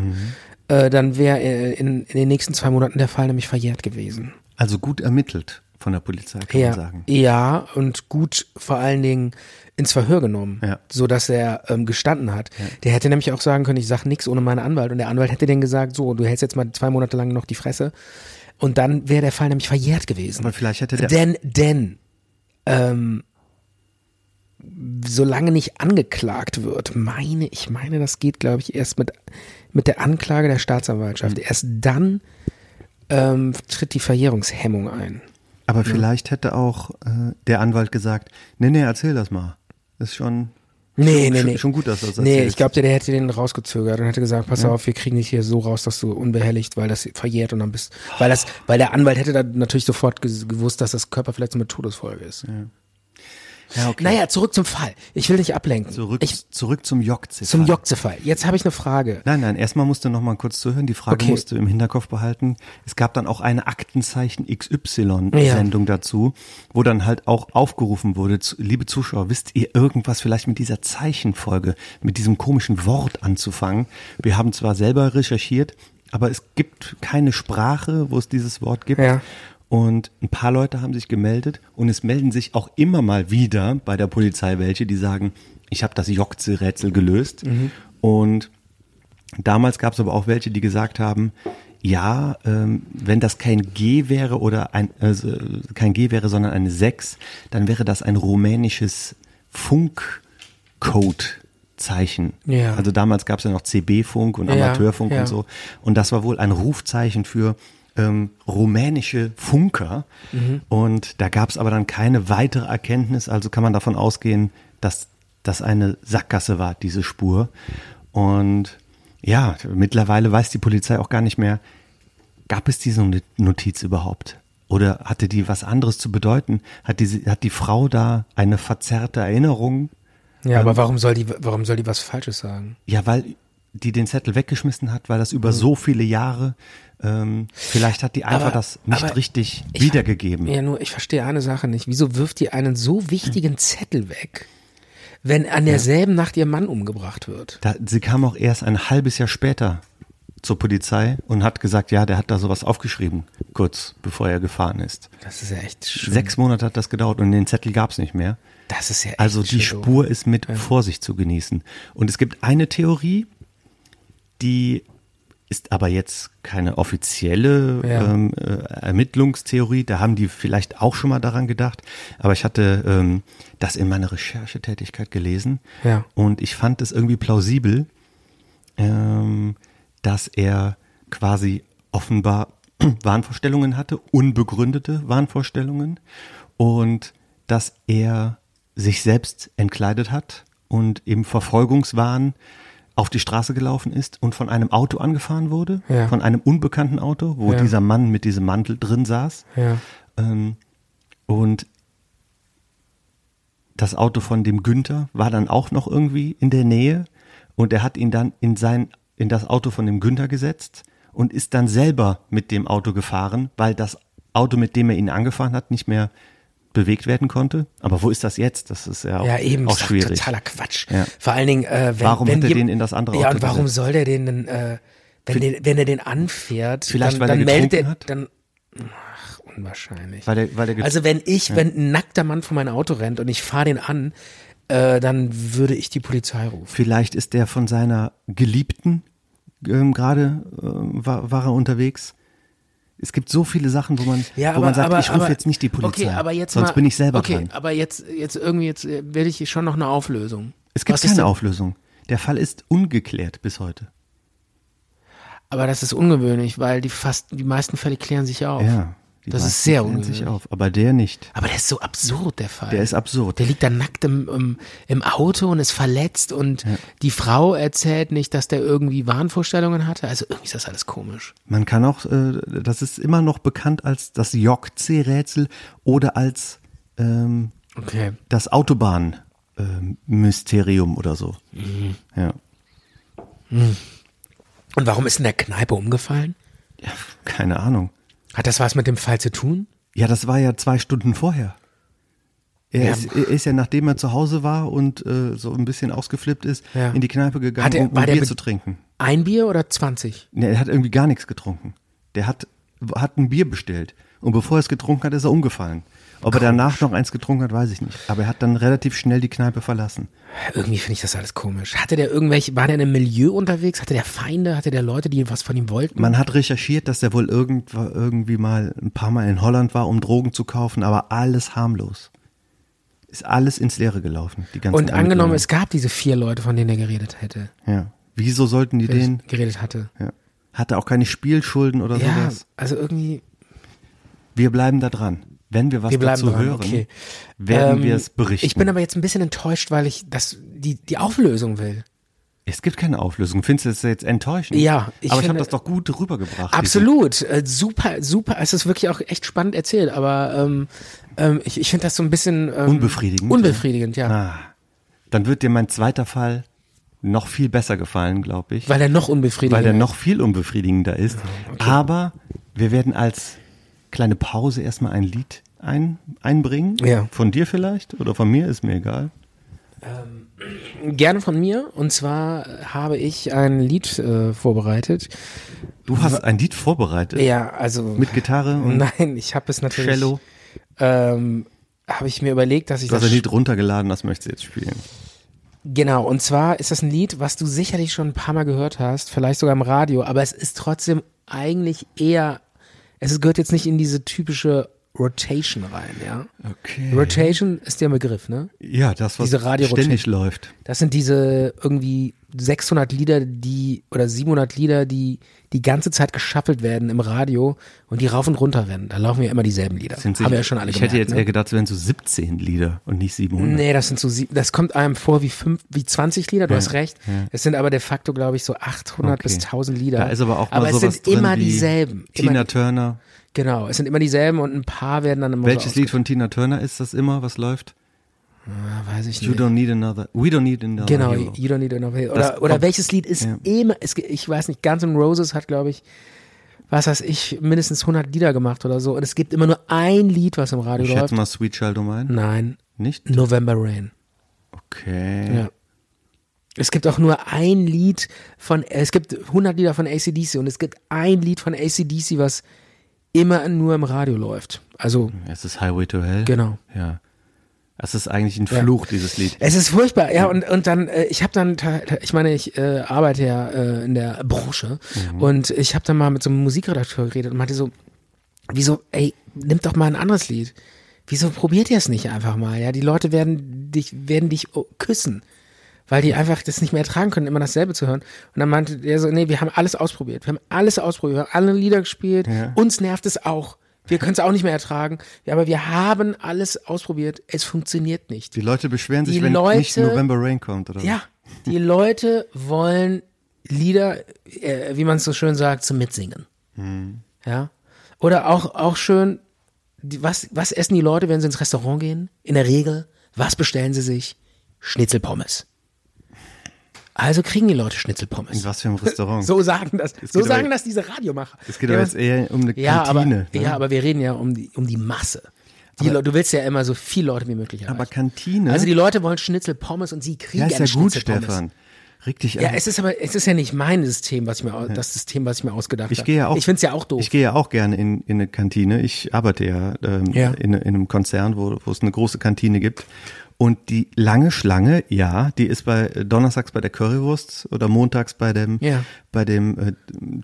äh, dann wäre äh, in, in den nächsten zwei Monaten der Fall nämlich verjährt gewesen.
Also gut ermittelt von der Polizei, kann
ja,
man sagen.
ja, und gut vor allen Dingen ins Verhör genommen,
Ja.
so dass er ähm, gestanden hat. Der hätte nämlich auch sagen können, ich sag nichts ohne meinen Anwalt. Und der Anwalt hätte dann gesagt, so, du hältst jetzt mal zwei Monate lang noch die Fresse. Und dann wäre der Fall nämlich verjährt gewesen.
Aber vielleicht hätte der-
Denn, denn, ähm, solange nicht angeklagt wird, meine, ich meine, das geht, glaube ich, erst mit, mit der Anklage der Staatsanwaltschaft.
Mhm.
Erst dann ähm, tritt die Verjährungshemmung ein.
Aber vielleicht hätte auch äh, der Anwalt gesagt, nee, nee, erzähl das mal. Ist schon,
Nee, nee,
schon,
nee.
schon gut, dass du das
Nee,
erzählst.
ich glaube, der, der hätte den rausgezögert und hätte gesagt, pass auf, wir kriegen dich hier so raus, dass du unbehelligt, weil das verjährt und dann bist,
Oh.
weil das, weil der Anwalt hätte dann natürlich sofort ges- gewusst, dass das Körperverletzung mit Todesfolge ist.
Ja, okay.
Naja, zurück zum Fall. Ich will nicht ablenken.
zurück,
ich,
zurück zum Jokziffer.
zum Jokze-Fall. Jetzt habe ich eine Frage.
Nein, nein, erstmal musst du noch mal kurz zuhören. Die Frage
Okay.
musst du im Hinterkopf behalten. Es gab dann auch eine Aktenzeichen XY-Sendung dazu, wo dann halt auch aufgerufen wurde, zu, liebe Zuschauer, wisst ihr irgendwas vielleicht mit dieser Zeichenfolge, mit diesem komischen Wort anzufangen? Wir haben zwar selber recherchiert, aber es gibt keine Sprache, wo es dieses Wort gibt.
Ja.
Und ein paar Leute haben sich gemeldet und es melden sich auch immer mal wieder bei der Polizei welche, die sagen, ich habe das Jokze-Rätsel gelöst.
Mhm.
Und Damals gab es aber auch welche, die gesagt haben, ja, ähm, wenn das kein G wäre oder ein, also kein G wäre, sondern eine 6, dann wäre das ein rumänisches Funkcode-Zeichen.
Ja.
Also damals gab es ja noch CB-Funk und
Ja,
Amateurfunk
ja.
und so. Und das war wohl ein Rufzeichen für ähm, rumänische Funker.
Mhm.
Und da gab es aber dann keine weitere Erkenntnis. Also kann man davon ausgehen, dass das eine Sackgasse war, diese Spur. Und ja, mittlerweile weiß die Polizei auch gar nicht mehr, gab es diese Not- Notiz überhaupt? Oder hatte die was anderes zu bedeuten? Hat, diese, hat die Frau da eine verzerrte Erinnerung?
Ja, aber warum soll die, warum soll die was Falsches sagen?
Ja, weil die den Zettel weggeschmissen hat, weil das über so viele Jahre, ähm, vielleicht hat die einfach
Mhm. Aber-
das nicht
aber
richtig
Ich-
wiedergegeben.
Ja, nur ich verstehe eine Sache nicht. Wieso wirft ihr einen so wichtigen Zettel weg, wenn an derselben Nacht ihr Mann umgebracht wird?
Da, sie kam auch erst ein halbes Jahr später zur Polizei und hat gesagt, ja, der hat da sowas aufgeschrieben, kurz bevor er gefahren ist.
Das ist ja echt schlimm.
Sechs Monate hat das gedauert und den Zettel gab's nicht mehr.
Das ist ja echt
Also die
schön doof.
Spur ist mit Vorsicht zu genießen. Und es gibt eine Theorie, die ist aber jetzt keine offizielle
Ja.
ähm, äh, Ermittlungstheorie. Da haben die vielleicht auch schon mal daran gedacht. Aber ich hatte ähm, das in meiner Recherchetätigkeit gelesen.
Ja.
Und ich fand es irgendwie plausibel, ähm, dass er quasi offenbar Wahnvorstellungen hatte, unbegründete Wahnvorstellungen und dass er sich selbst entkleidet hat und im Verfolgungswahn auf die Straße gelaufen ist und von einem Auto angefahren wurde,
Ja.
von einem unbekannten Auto, wo
Ja.
dieser Mann mit diesem Mantel drin saß.
Ja.
Ähm, und das Auto von dem Günther war dann auch noch irgendwie in der Nähe und er hat ihn dann in sein in das Auto von dem Günther gesetzt und ist dann selber mit dem Auto gefahren, weil das Auto, mit dem er ihn angefahren hat, nicht mehr bewegt werden konnte. Aber wo ist das jetzt? Das ist ja auch,
Ja, eben.
auch
ist doch
schwierig.
Totaler Quatsch.
Ja.
Vor allen Dingen, äh, wenn,
Warum
wenn
hat er
jem-
den in das andere
Ja,
Auto
und warum
gesetzt?
soll der den denn, äh, wenn, den, wenn er den anfährt,
Vielleicht,
dann,
weil er
dann meldet
getrunken
er,
hat?
dann, ach, unwahrscheinlich.
Weil er- weil er get-
also wenn ich, wenn ein nackter Mann vor mein Auto rennt und ich fahre den an, äh, dann würde ich die Polizei rufen.
Vielleicht ist der von seiner Geliebten ähm, gerade äh, war, war er unterwegs. Es gibt so viele Sachen, wo man, wo man sagt, ich rufe
aber-
jetzt nicht die Polizei,
Okay, aber jetzt
sonst
mal,
bin ich selber
okay,
dran.
aber jetzt, jetzt irgendwie, jetzt äh, will ich schon noch eine Auflösung.
Es gibt
Was ist
keine
denn-
Auflösung. Der Fall ist ungeklärt bis heute.
Aber das ist ungewöhnlich, weil die fast, die meisten Fälle klären sich auf.
Ja, die
das
meisten
ist sehr
klären
ungewöhnlich.
sich auf, aber der nicht.
Aber der ist so absurd, der Fall.
Der ist absurd.
Der liegt da nackt im, im, im Auto und ist verletzt und die Frau erzählt nicht, dass der irgendwie Wahnvorstellungen hatte. Also irgendwie ist das alles komisch.
Man kann auch, äh, das ist immer noch bekannt als das JC-Rätsel oder als ähm,
Okay.
das Autobahn-Mysterium oder so.
Mhm.
Ja.
Und warum ist in der Kneipe umgefallen?
ja, keine Ahnung.
Hat das was mit dem Fall zu tun?
Ja, das war ja zwei Stunden vorher. Er,
Ja.
ist, er ist ja, nachdem er zu Hause war und äh, so ein bisschen ausgeflippt ist,
Ja.
in die Kneipe gegangen,
Hat er-
um, um
war der
Bier
be-
zu trinken.
Ein Bier oder 20?
Nee, er hat irgendwie gar nichts getrunken. Der hat, hat ein Bier bestellt. Und bevor er es getrunken hat, ist er umgefallen. Ob er danach noch eins getrunken hat, weiß ich nicht. Aber er hat dann relativ schnell die Kneipe verlassen.
Irgendwie finde ich das alles komisch. Hatte der irgendwelche, war der in einem Milieu unterwegs? Hatte der Feinde? Hatte der Leute, die was von ihm wollten?
Man hat recherchiert, dass er wohl irgend, irgendwie mal ein paar Mal in Holland war, um Drogen zu kaufen, aber alles harmlos. Ist alles ins Leere gelaufen. Die ganzen
und angenommen,
Ermittlungen.
es gab diese vier Leute, von denen er geredet hätte.
Ja. Wieso sollten die den?
geredet hatte.
Ja. Hatte auch keine Spielschulden oder
Ja,
sowas.
also irgendwie.
Wir bleiben da dran. Wenn wir was
Wir bleiben
dazu
dran,
hören,
okay.
werden
Ähm,
wir es berichten.
Ich bin aber jetzt ein bisschen enttäuscht, weil ich das, die, die Auflösung will.
es gibt keine Auflösung. Findest du das jetzt enttäuschend?
Ja, ich
ich aber ich habe
finde-
das doch gut rübergebracht.
Absolut, äh, super, super. Es ist wirklich auch echt spannend erzählt, aber ähm, ähm, ich, ich finde das so ein bisschen ähm,
Unbefriedigend,
Unbefriedigend, ja.
Ah, dann wird dir mein zweiter Fall noch viel besser gefallen, glaube ich,
Weil er noch unbefriedigender.
weil der noch viel unbefriedigender ist. Aber wir werden als kleine Pause erstmal ein Lied ein, einbringen.
Ja.
Von dir vielleicht oder von mir, ist mir egal.
ist. gerne von mir. Und zwar habe ich ein Lied äh, vorbereitet.
Du hast ein Lied vorbereitet
Ja, also
mit Gitarre und
Nein, ich habe es natürlich.
Cello.
Ähm, habe ich mir überlegt, dass ich
Du hast
das
ein Lied runtergeladen, das möchtest du jetzt spielen.
Genau, und zwar ist das ein Lied, was du sicherlich schon ein paar Mal gehört hast, vielleicht sogar im Radio, aber es ist trotzdem eigentlich eher, es gehört jetzt nicht in diese typische Rotation rein, ja.
Okay.
Rotation ist der Begriff, ne?
Ja, das, was
Diese Radio-
ständig läuft.
Das sind diese irgendwie 600 Lieder, die, oder 700 Lieder, die die ganze Zeit geschaffelt werden im Radio und die rauf und runter rennen. Da laufen ja immer dieselben Lieder.
Sind
Haben
sicher-
wir ja schon alle
ich
gemerkt,
hätte jetzt
ne?
eher gedacht, es wären so 17 Lieder und nicht 700.
Nee, das sind so sieben, das kommt einem vor wie fünf, wie 20 Lieder, du hast recht. Es sind aber de facto, glaube ich, so 800
Okay.
bis 1000 Lieder.
Da ist aber auch mal
aber es
sowas
sind
drin
immer
wie
dieselben.
Tina
Immer,
Turner.
genau, es sind immer dieselben und ein paar werden dann im Motto
Welches Lied von Tina Turner ist das immer, was läuft?
ausge- Weiß ich
You
nicht.
don't need another, we don't need another
Genau,
hero.
You Don't Need Another Hero.
Das
Oder, oder
kommt-
welches Lied ist
ja.
immer, es, ge- ich weiß nicht, Guns N' Roses hat, glaube ich, was weiß ich, mindestens 100 Lieder gemacht oder so. Und es gibt immer nur ein Lied, was im Radio
Ich
läuft. Mhm.
schätze mal Sweet Child O' Mine.
Nein,
Nicht?
November Rain.
Okay.
Ja. Es gibt auch nur ein Lied von, es gibt 100 Lieder von ACDC und es gibt ein Lied von ACDC, was immer nur im Radio läuft. Also,
Es ist Highway to Hell.
Genau.
Ja. Es ist eigentlich ein Fluch, dieses Lied.
es ist furchtbar. Ja, und, und dann, äh, ich habe dann, ta- ta- ich meine, ich äh, arbeite ja äh, in der Branche und ich habe dann mal mit so einem Musikredakteur geredet und meinte so, wieso, ey, nimmt doch mal ein anderes Lied. Wieso probiert ihr es nicht einfach mal? Ja, die Leute werden dich, werden dich oh, küssen. weil die einfach das nicht mehr ertragen können, immer dasselbe zu hören. Und dann meinte der so, nee, wir haben alles ausprobiert. Wir haben alles ausprobiert, wir haben alle Lieder gespielt. Uns nervt es auch. Wir können es auch nicht mehr ertragen. Ja, Aber wir haben alles ausprobiert. Es funktioniert nicht.
Die Leute beschweren sich,
Die
wenn
Leute-
nicht November Rain kommt, oder?
Ja, die Leute wollen Lieder, äh, wie man es so schön sagt, zum Mitsingen.
Hm.
Ja. Oder auch, auch schön, die, was, was essen die Leute, wenn sie ins Restaurant gehen? In der Regel, was bestellen sie sich? Schnitzelpommes. Also kriegen die Leute Schnitzelpommes.
In was für einem Restaurant?
So sagen das, so
geht aber-
sagen das diese Radiomacher.
Es geht aber jetzt eher um eine
ja, aber,
Kantine. ne?
ja, aber wir reden ja um die, um die Masse. Die Leute, du willst ja immer so viele Leute wie möglich erreichen.
aber Kantine.
Also die Leute wollen Schnitzelpommes und sie
ja,
kriegen
ist ja gut,
Schnitzelpommes.
Stefan. Reg dich
Ja,
an.
es ist aber es ist ja nicht mein System, was ich mir au- das System, was ich mir ausgedacht habe.
Ich gehe ja auch.
Ich finde es ja auch doof.
Ich gehe ja auch gerne in, in eine Kantine. Ich arbeite ja, ähm,
Ja.
In, in einem Konzern, wo, wo es eine große Kantine gibt. Und die lange Schlange, ja, die ist bei äh, donnerstags bei der Currywurst oder montags bei dem
Ja.
bei dem äh,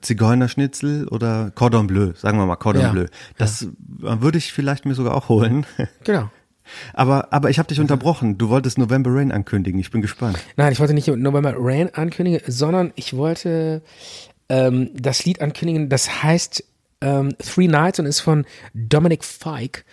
Zigeunerschnitzel oder Cordon Bleu, sagen wir mal Cordon
Ja.
Bleu. Das äh, würde ich vielleicht mir sogar auch holen.
genau.
aber aber ich habe dich unterbrochen. Du wolltest November Rain ankündigen. Ich bin gespannt.
Nein, ich wollte nicht November Rain ankündigen, sondern ich wollte ähm, das Lied ankündigen, das heißt ähm, Three Nights und ist von Dominic Fike.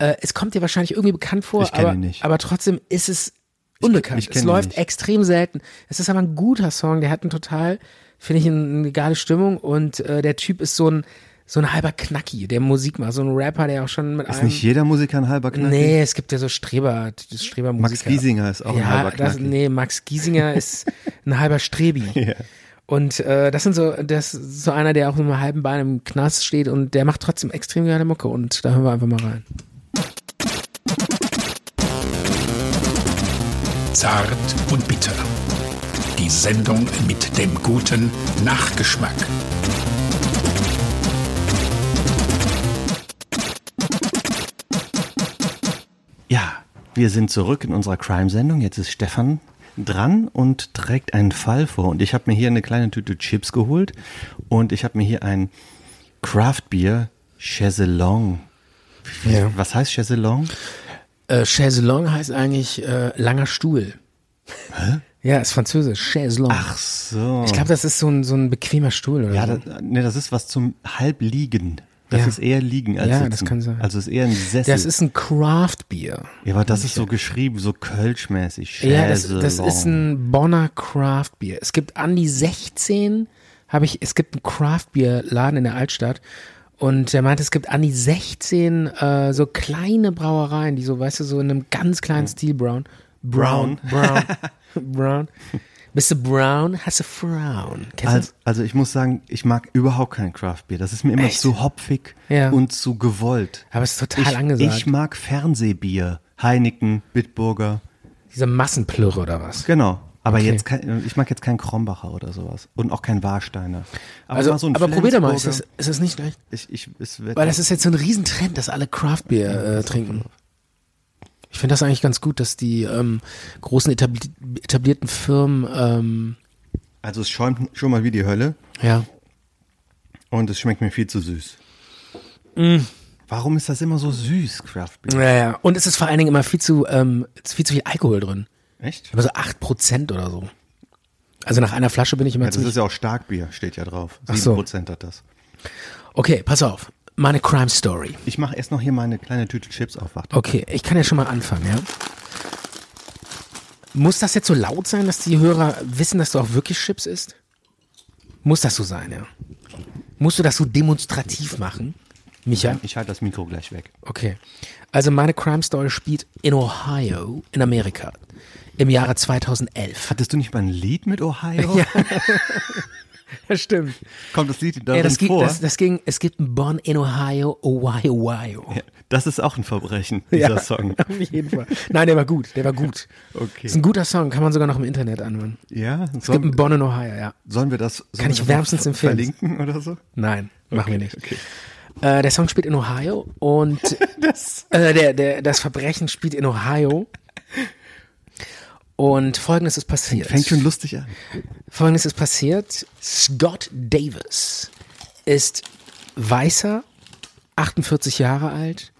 Äh, es kommt dir wahrscheinlich irgendwie bekannt vor,
Ich kenne
aber,
ihn nicht.
aber trotzdem ist es unbekannt.
ich kenne
es
ihn
läuft
nicht.
extrem selten. Es ist aber ein guter Song, der hat einen total, finde ich, eine, eine geile Stimmung und äh, der Typ ist so ein so ein halber Knacki, der Musik macht, so ein Rapper, der auch schon mit
Ist
einem
nicht jeder Musiker ein halber Knacki?
Ähm, Nee, es gibt ja so Streber, das Strebermusiker.
Max Giesinger ist auch ein
ja,
halber
das,
Knacki.
Nee, Max Giesinger ist ein halber Strebi. Und äh, das sind so, das ist so einer, der auch mit einem halben Bein im Knast steht und der macht trotzdem extrem geile Mucke und da hören wir einfach mal rein.
Zart und bitter. Die Sendung mit dem guten Nachgeschmack.
Ja, wir sind zurück in unserer Crime-Sendung. Jetzt ist Stefan dran und trägt einen Fall vor. Und ich habe mir hier eine kleine Tüte Chips geholt und ich habe mir hier ein Craft Beer Chaiselong.
Ja.
Was heißt Chaiselong?
Äh, Chaiselong heißt eigentlich äh, langer Stuhl. Hä? Ja, ist französisch. Chaiselong.
Ach so.
Ich glaube, das ist so ein, so ein bequemer Stuhl, oder?
ja,
so.
das, nee, das ist was zum Halbliegen. Das
Ja.
ist eher liegen als
Ja,
sitzen.
das kann sein.
Also es ist eher ein Sessel.
das ist ein Craft Bier.
ja, aber das ist so geschrieben, so kölschmäßig.
Ja, das, das
Chaiselong.
ist ein Bonner Craft Beer. Es gibt an die 16, habe ich, es gibt einen Craft Beer Laden in der Altstadt und der meinte, es gibt an die 16 äh, so kleine Brauereien, die so, weißt du, so in einem ganz kleinen Stil brown. Brown. Brown. brown. Bist du brown, hast du Frauen. Kennst du
Also, also ich muss sagen, ich mag überhaupt kein Craft Beer. Das ist mir immer
Echt?
zu hopfig
Ja.
und zu gewollt.
Aber es ist total
ich,
angesagt.
Ich mag Fernsehbier, Heineken, Bitburger,
das? Diese Massenplürre oder was?
genau. Aber
Okay.
jetzt kein, ich mag jetzt keinen Krombacher oder sowas und auch keinen Warsteiner. Aber,
Also,
mal so ein
aber probier doch mal, ist das,
Flensburger.
ist das nicht leicht?
Ich, ich, es wird
Weil das ist jetzt so ein Riesentrend, dass alle Craft Beer äh, trinken. Ich finde das eigentlich ganz gut, dass die ähm, großen etabli etablierten Firmen, ähm,
also es schäumt schon mal wie die Hölle
ja,
und es schmeckt mir viel zu süß.
Mm.
Warum ist das immer so süß, Craft Beer?
ja, ja. Und es ist vor allen Dingen immer viel zu, ähm, viel zu viel Alkohol drin.
Echt?
Immer so 8% oder so. Also nach einer Flasche bin ich immer
Ja, das
ziemlich.
ist ja auch Starkbier, steht ja drauf.
Ach so.
7% hat das.
Okay, pass auf. Meine Crime Story.
Ich mache erst noch hier meine kleine Tüte Chips auf. Warte.
Okay, ich kann ja schon mal anfangen, ja? Muss das jetzt so laut sein, dass die Hörer wissen, dass du auch wirklich Chips isst? Muss das so sein, ja? Musst du das so demonstrativ machen, Micha?
Ich halte das Mikro gleich weg.
Okay. Also meine Crime Story spielt in Ohio, in Amerika, im Jahre 2011.
Hattest du nicht mal ein Lied mit Ohio?
Ja. Das stimmt.
Kommt das Lied da
Ja, das, ging,
vor?
das, das ging, es gibt ein Bonn in Ohio, Ohio, Ohio.
Ja, das ist auch ein Verbrechen, dieser Song.
Auf jeden Fall. Nein, der war gut, der war gut.
Okay.
Ist ein guter Song, kann man sogar noch im Internet anhören.
Ja,
Es gibt
sollen,
einen Bonn in Ohio, ja.
sollen wir das sollen
Kann
wir
ich
das
wärmstens
ver-
empfehlen.
Verlinken oder so?
Nein, machen wir nicht. Äh, der Song spielt in Ohio und äh, der, der, das Verbrechen spielt in Ohio. Und folgendes ist passiert.
Fängt schon lustig an.
Folgendes ist passiert. Scott Davis ist weißer, 48 Jahre alt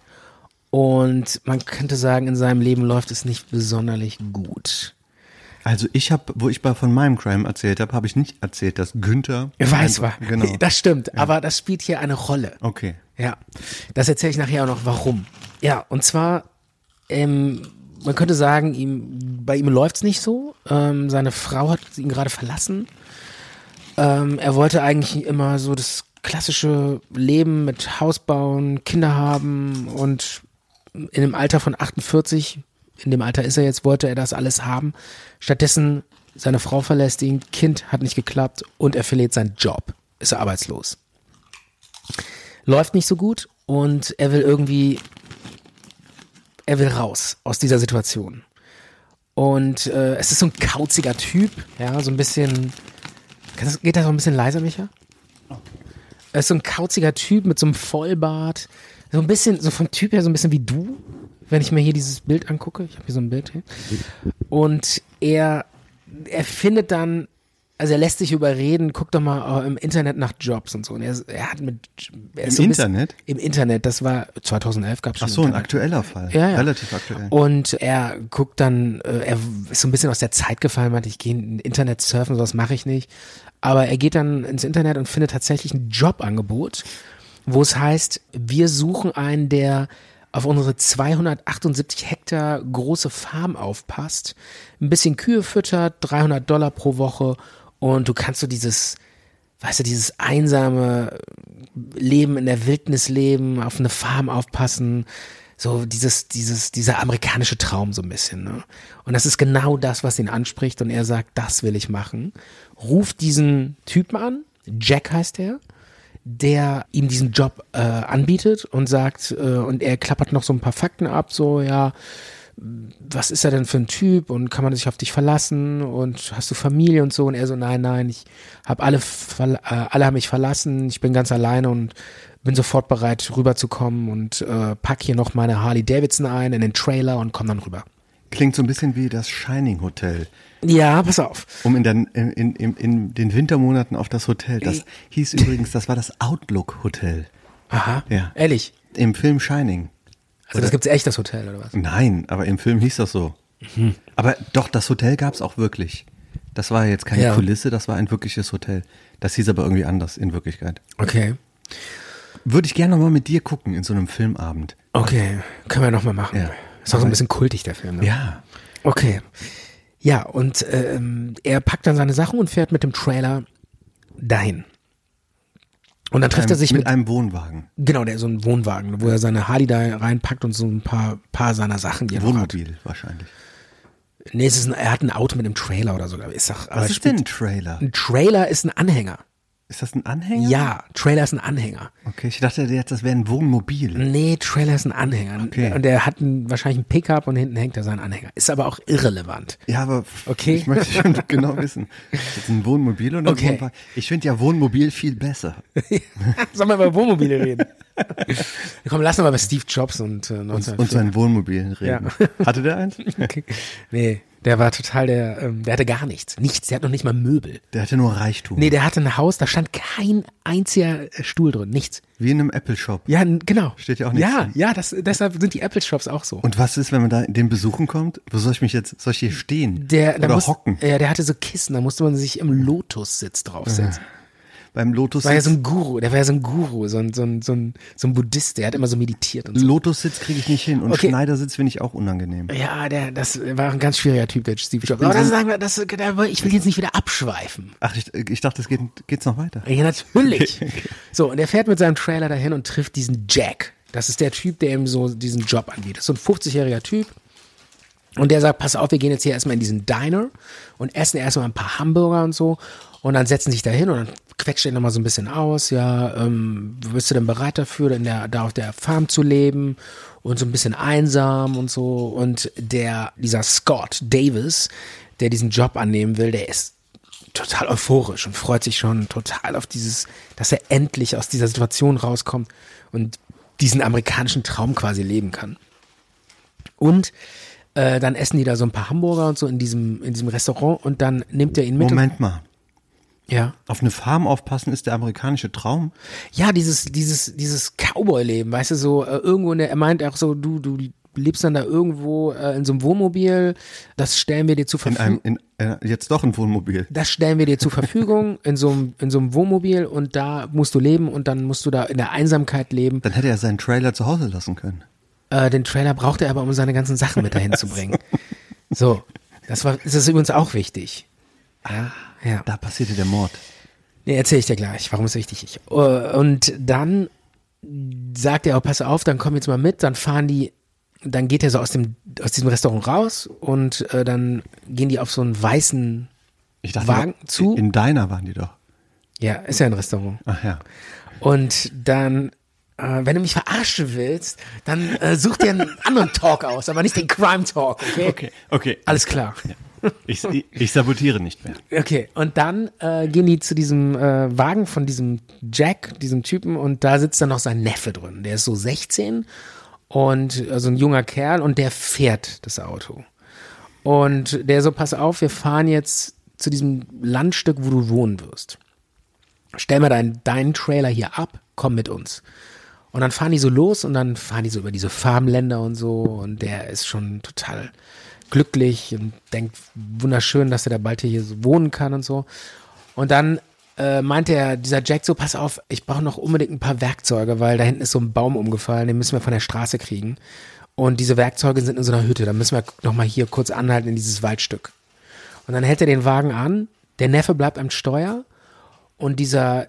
und man könnte sagen, in seinem Leben läuft es nicht besonders gut.
Also ich habe, wo ich bei von meinem Crime erzählt habe, habe ich nicht erzählt, dass Günther
Weiß war.
Genau.
Das stimmt, aber das spielt hier eine Rolle.
okay.
Ja, das erzähle ich nachher auch noch, warum. Ja, und zwar, ähm, man könnte sagen, ihm, bei ihm läuft's nicht so. Ähm, seine Frau hat ihn gerade verlassen. Ähm, er wollte eigentlich immer so das klassische Leben mit Haus bauen, Kinder haben und in dem Alter von 48, in dem Alter ist er jetzt, wollte er das alles haben. Stattdessen, seine Frau verlässt ihn, Kind hat nicht geklappt und er verliert seinen Job, ist er arbeitslos läuft nicht so gut und er will irgendwie, er will raus aus dieser Situation. Und äh, es ist so ein kauziger Typ, ja, so ein bisschen, kannst, geht das noch ein bisschen leiser, Micha? Er ist so ein kauziger Typ mit so einem Vollbart, so ein bisschen, so vom Typ her so ein bisschen wie du, wenn ich mir hier dieses Bild angucke. Ich habe hier so ein Bild hier. Und er, er findet dann also er lässt sich überreden, guck doch mal äh, im Internet nach Jobs und so. Und er, er hat mit
Im
er ein bisschen-
Internet?
Im Internet, das war 2011 gab es schon.
Ach so, ein
Internet.
aktueller Fall.
Ja, Oh. ja.
Relativ aktuell.
Und er guckt dann, äh, er ist so ein bisschen aus der Zeit gefallen, meinte, ich gehe in Internet surfen, sowas mache ich nicht. Aber er geht dann ins Internet und findet tatsächlich ein Jobangebot, wo es heißt, wir suchen einen, der auf unsere 278 Hektar große Farm aufpasst, ein bisschen Kühe füttert, 300 Dollar pro Woche und du kannst so dieses, weißt du, dieses einsame Leben in der Wildnis leben, auf eine Farm aufpassen, so dieses, dieses, dieser amerikanische Traum so ein bisschen. Ne? Und das ist genau das, was ihn anspricht und er sagt, das will ich machen. Ruft diesen Typen an, Jack heißt er, der ihm diesen Job äh, anbietet und sagt, äh, und er klappert noch so ein paar Fakten ab, so ja, was ist er denn für ein Typ und kann man sich auf dich verlassen und hast du Familie und so und er so nein nein ich habe alle verla- äh, alle haben mich verlassen ich bin ganz alleine und bin sofort bereit rüberzukommen und äh, pack hier noch meine Harley Davidson ein in den Trailer und komm dann rüber
Klingt so ein bisschen wie das Shining Hotel.
ja pass auf
Um in, den, in, in, in- in den Wintermonaten auf das Hotel. Das hieß übrigens, das war das Outlook Hotel
aha
Ja.
ehrlich
im Film Shining.
also das gibt's echt das Hotel oder was
Nein, aber im Film hieß das so.
Mhm.
Aber doch, das Hotel gab es auch wirklich. Das war jetzt keine
Ja.
Kulisse, das war ein wirkliches Hotel. Das hieß aber irgendwie anders in Wirklichkeit.
okay
Würde ich gerne nochmal mit dir gucken in so einem Filmabend.
okay können wir noch mal machen
Ja.
ist auch so ein bisschen kultig der Film ne?
Ja.
Okay. Ja, und ähm, er packt dann seine Sachen und fährt mit dem Trailer dahin. Und dann trifft er sich
Ähm,
mit,
mit einem Wohnwagen.
genau, der so ein Wohnwagen, wo er seine Harley da reinpackt und so ein paar, paar seiner Sachen. Die er noch hat.
Wohnmobil wahrscheinlich.
Nee, es ist ein, er hat ein Auto mit einem Trailer oder so. glaub ich. Ist doch, aber
Was
es
ist denn ein
spielt-
Trailer?
Ein Trailer ist ein Anhänger.
Ist das ein Anhänger?
Ja, Trailer ist ein Anhänger.
Okay, ich dachte jetzt, das wäre ein Wohnmobil.
Nee, Trailer ist ein Anhänger.
Okay.
Und er hat einen, wahrscheinlich einen Pickup und hinten hängt er seinen Anhänger. Ist aber auch irrelevant.
Ja, aber
Okay.
okay. ich möchte schon genau wissen. Ist das ein Wohnmobil oder ein
Okay.
Wohnwagen? Ich finde ja Wohnmobil viel besser.
Sollen wir über Wohnmobile reden? Komm, lass mal über Steve Jobs und äh,
Und
1940.
sein Wohnmobil reden. Hatte der eins?
Okay. Nee, der war total der, ähm, der hatte gar nichts. Nichts, der hat noch nicht mal Möbel.
Der hatte nur Reichtum.
Nee, der hatte ein Haus, da stand kein einziger äh, Stuhl drin, nichts.
Wie in einem Apple-Shop.
Ja, n- genau.
Steht ja auch nichts
Ja,
drin.
ja, das, deshalb sind die Apple Shops auch so.
Und was ist, wenn man da den besuchen kommt? Wo soll ich mich jetzt, soll ich hier stehen?
der, da
Oder
muss, äh,
hocken?
Ja, der hatte so Kissen, da musste man sich im Lotus-Sitz draufsetzen.
Beim Lotus
War ja so ein Guru, der war ja so ein Guru, so ein, so ein, so ein, so ein Buddhist, der hat immer so meditiert und so.
Lotus-Sitz kriege ich nicht hin. Und
Okay. Äh.
Schneidersitz finde ich auch unangenehm.
Ja, der, das war ein ganz schwieriger Typ, der Steve Jobs. Aber das sagen wir, das, da- ich will jetzt nicht wieder abschweifen.
Ach, ich, äh, ich dachte, es geht, geht's noch weiter.
Ja, natürlich. So, und er fährt mit seinem Trailer dahin und trifft diesen Jack. Das ist der Typ, der ihm so diesen Job anbietet. So ein 50-jähriger Typ. Und der sagt, pass auf, wir gehen jetzt hier erstmal in diesen Diner und essen erstmal ein paar Hamburger und so. Und dann setzen sich da hin und dann quetscht er nochmal so ein bisschen aus. Ja, ähm, bist du denn bereit dafür, denn da, da auf der Farm zu leben und so ein bisschen einsam und so. Und der, dieser Scott Davis, der diesen Job annehmen will, der ist total euphorisch und freut sich schon total auf dieses, dass er endlich aus dieser Situation rauskommt und diesen amerikanischen Traum quasi leben kann. Und äh, dann essen die da so ein paar Hamburger und so in diesem, in diesem Restaurant und dann nimmt er ihn mit.
Moment mal.
Und, ja.
Auf eine Farm aufpassen ist der amerikanische Traum.
Ja, dieses, dieses, dieses Cowboy-Leben, weißt du, so äh, irgendwo in der, er meint auch so, du, du lebst dann da irgendwo äh, in so einem Wohnmobil. Das stellen wir dir zur
In einem,
Verfügung.
in, äh, jetzt doch ein Wohnmobil.
Das stellen wir dir zur Verfügung in so einem, in so einem Wohnmobil und da musst du leben und dann musst du da in der Einsamkeit leben.
Dann hätte er seinen Trailer zu Hause lassen können.
Äh, den Trailer brauchte er aber, um seine ganzen Sachen mit dahin zu bringen. So, das war, das ist übrigens auch wichtig. Ja, ja.
Da passierte der Mord.
Nee, erzähl ich dir gleich, warum es wichtig ist. Äh, Und dann sagt er, oh, pass auf, dann komm jetzt mal mit, dann fahren die, dann geht er so aus, dem, aus diesem Restaurant raus und äh, dann gehen die auf so einen weißen,
Ich dachte,
Wagen
doch,
zu?
in deiner waren die doch.
ja, ist ja ein Restaurant.
Ach ja.
Und dann, äh, wenn du mich verarschen willst, dann äh, such dir einen anderen Talk aus, aber nicht den Crime Talk, okay?
okay.
Alles klar.
Ich, ich, ich sabotiere nicht mehr.
Okay, und dann äh, gehen die zu diesem äh, Wagen von diesem Jack, diesem Typen, und da sitzt dann noch sein Neffe drin. Der ist so 16 und also ein junger Kerl und der fährt das Auto. Und der so, pass auf, wir fahren jetzt zu diesem Landstück, wo du wohnen wirst. Stell mal deinen deinen Trailer hier ab, komm mit uns. Und dann fahren die so los und dann fahren die so über diese Farmländer und so. Und der ist schon total glücklich und denkt, wunderschön, dass er da bald hier so wohnen kann und so. Und dann äh, meinte er, dieser Jack so, pass auf, ich brauche noch unbedingt ein paar Werkzeuge, weil da hinten ist so ein Baum umgefallen, den müssen wir von der Straße kriegen. Und diese Werkzeuge sind in so einer Hütte, da müssen wir nochmal hier kurz anhalten in dieses Waldstück. Und dann hält er den Wagen an, der Neffe bleibt am Steuer und dieser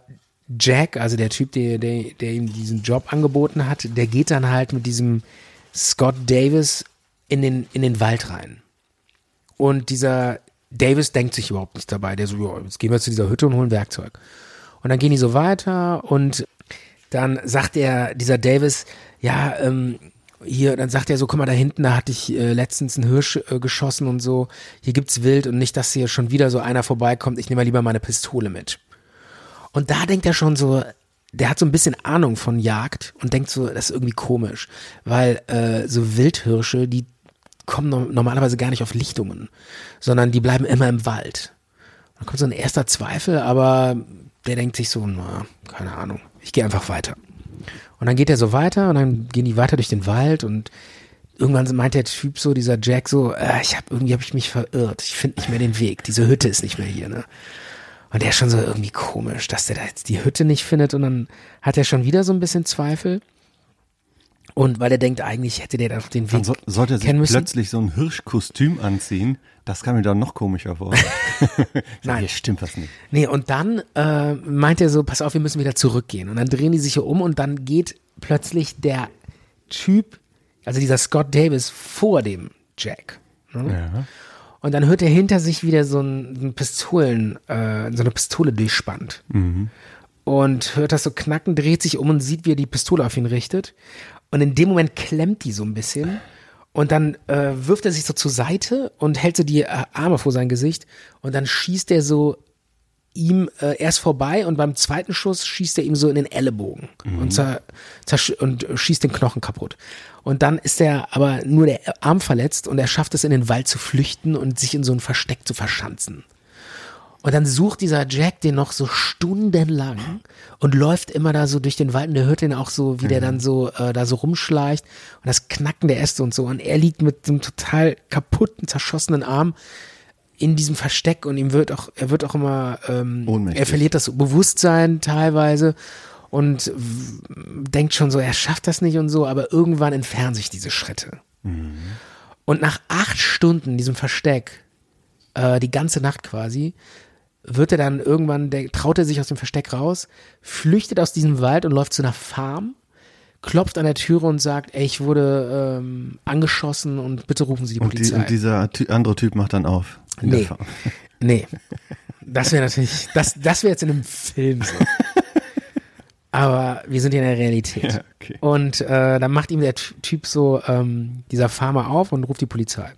Jack, also der Typ, der, der, der ihm diesen Job angeboten hat, der geht dann halt mit diesem Scott Davis in den, in den Wald rein. Und dieser Davis denkt sich überhaupt nichts dabei. Der so, ja, jetzt gehen wir zu dieser Hütte und holen Werkzeug. Und dann gehen die so weiter und dann sagt er, dieser Davis, ja, ähm, hier, dann sagt er so, guck mal, da hinten, da hatte ich äh, letztens einen Hirsch äh, geschossen und so, hier gibt's Wild und nicht, dass hier schon wieder so einer vorbeikommt, ich nehme mal lieber meine Pistole mit. Und da denkt er schon so, der hat so ein bisschen Ahnung von Jagd und denkt so, das ist irgendwie komisch, weil äh, so Wildhirsche, die kommen no normalerweise gar nicht auf Lichtungen, sondern die bleiben immer im Wald. Dann kommt so ein erster Zweifel, aber der denkt sich so, na, keine Ahnung, ich gehe einfach weiter. Und dann geht er so weiter und dann gehen die weiter durch den Wald und irgendwann meint der Typ so, dieser Jack so, äh, ich habe irgendwie habe ich mich verirrt, ich finde nicht mehr den Weg, diese Hütte ist nicht mehr hier, ne? Und der ist schon so irgendwie komisch, dass der da jetzt die Hütte nicht findet und dann hat er schon wieder so ein bisschen Zweifel. Und weil er denkt, eigentlich hätte der da auf den Weg
Dann so, sollte er sich
kennen müssen.
plötzlich so ein Hirschkostüm anziehen. Das kam mir dann noch komischer vor.
Nein.
Hier stimmt was nicht.
Nee, und dann äh, meint er so, pass auf, wir müssen wieder zurückgehen. Und dann drehen die sich hier um und dann geht plötzlich der Typ, also dieser Scott Davis, vor dem Jack. Ne? Und dann hört er hinter sich wieder so ein, ein Pistolen, äh, so eine Pistole durchspannt. Und hört das so knacken, dreht sich um und sieht, wie er die Pistole auf ihn richtet. Und in dem Moment klemmt die so ein bisschen. Und dann äh, wirft er sich so zur Seite und hält so die äh, Arme vor sein Gesicht. Und dann schießt er so ihm äh, erst vorbei und beim zweiten Schuss schießt er ihm so in den Ellenbogen und, zer, zersch- und äh, schießt den Knochen kaputt. Und dann ist er aber nur der Arm verletzt und er schafft es in den Wald zu flüchten und sich in so ein Versteck zu verschanzen. Und dann sucht dieser Jack den noch so stundenlang und läuft immer da so durch den Wald und der hört den auch so, wie der dann so äh, da so rumschleicht und das Knacken der Äste und so. Und er liegt mit so einem total kaputten, zerschossenen Arm in diesem Versteck und ihm wird auch, er wird auch immer, ähm,
Ohnmächtig.
er verliert das Bewusstsein teilweise und w- denkt schon so, er schafft das nicht und so, aber irgendwann entfernen sich diese Schritte. Und nach acht Stunden in diesem Versteck, äh, die ganze Nacht quasi, wird er dann irgendwann, der, traut er sich aus dem Versteck raus, flüchtet aus diesem Wald und läuft zu einer Farm, klopft an der Türe und sagt, ey, ich wurde ähm, angeschossen und bitte rufen Sie die
Und, die,
Polizei.
und dieser Ty andere Typ macht dann auf. In der
Nee.
Farm.
Nee. Das wäre natürlich, das, das wäre jetzt in einem Film so. Aber wir sind ja in der Realität.
Ja, okay.
Und äh, dann macht ihm der Ty- Typ so, ähm, dieser Farmer auf und ruft die Polizei.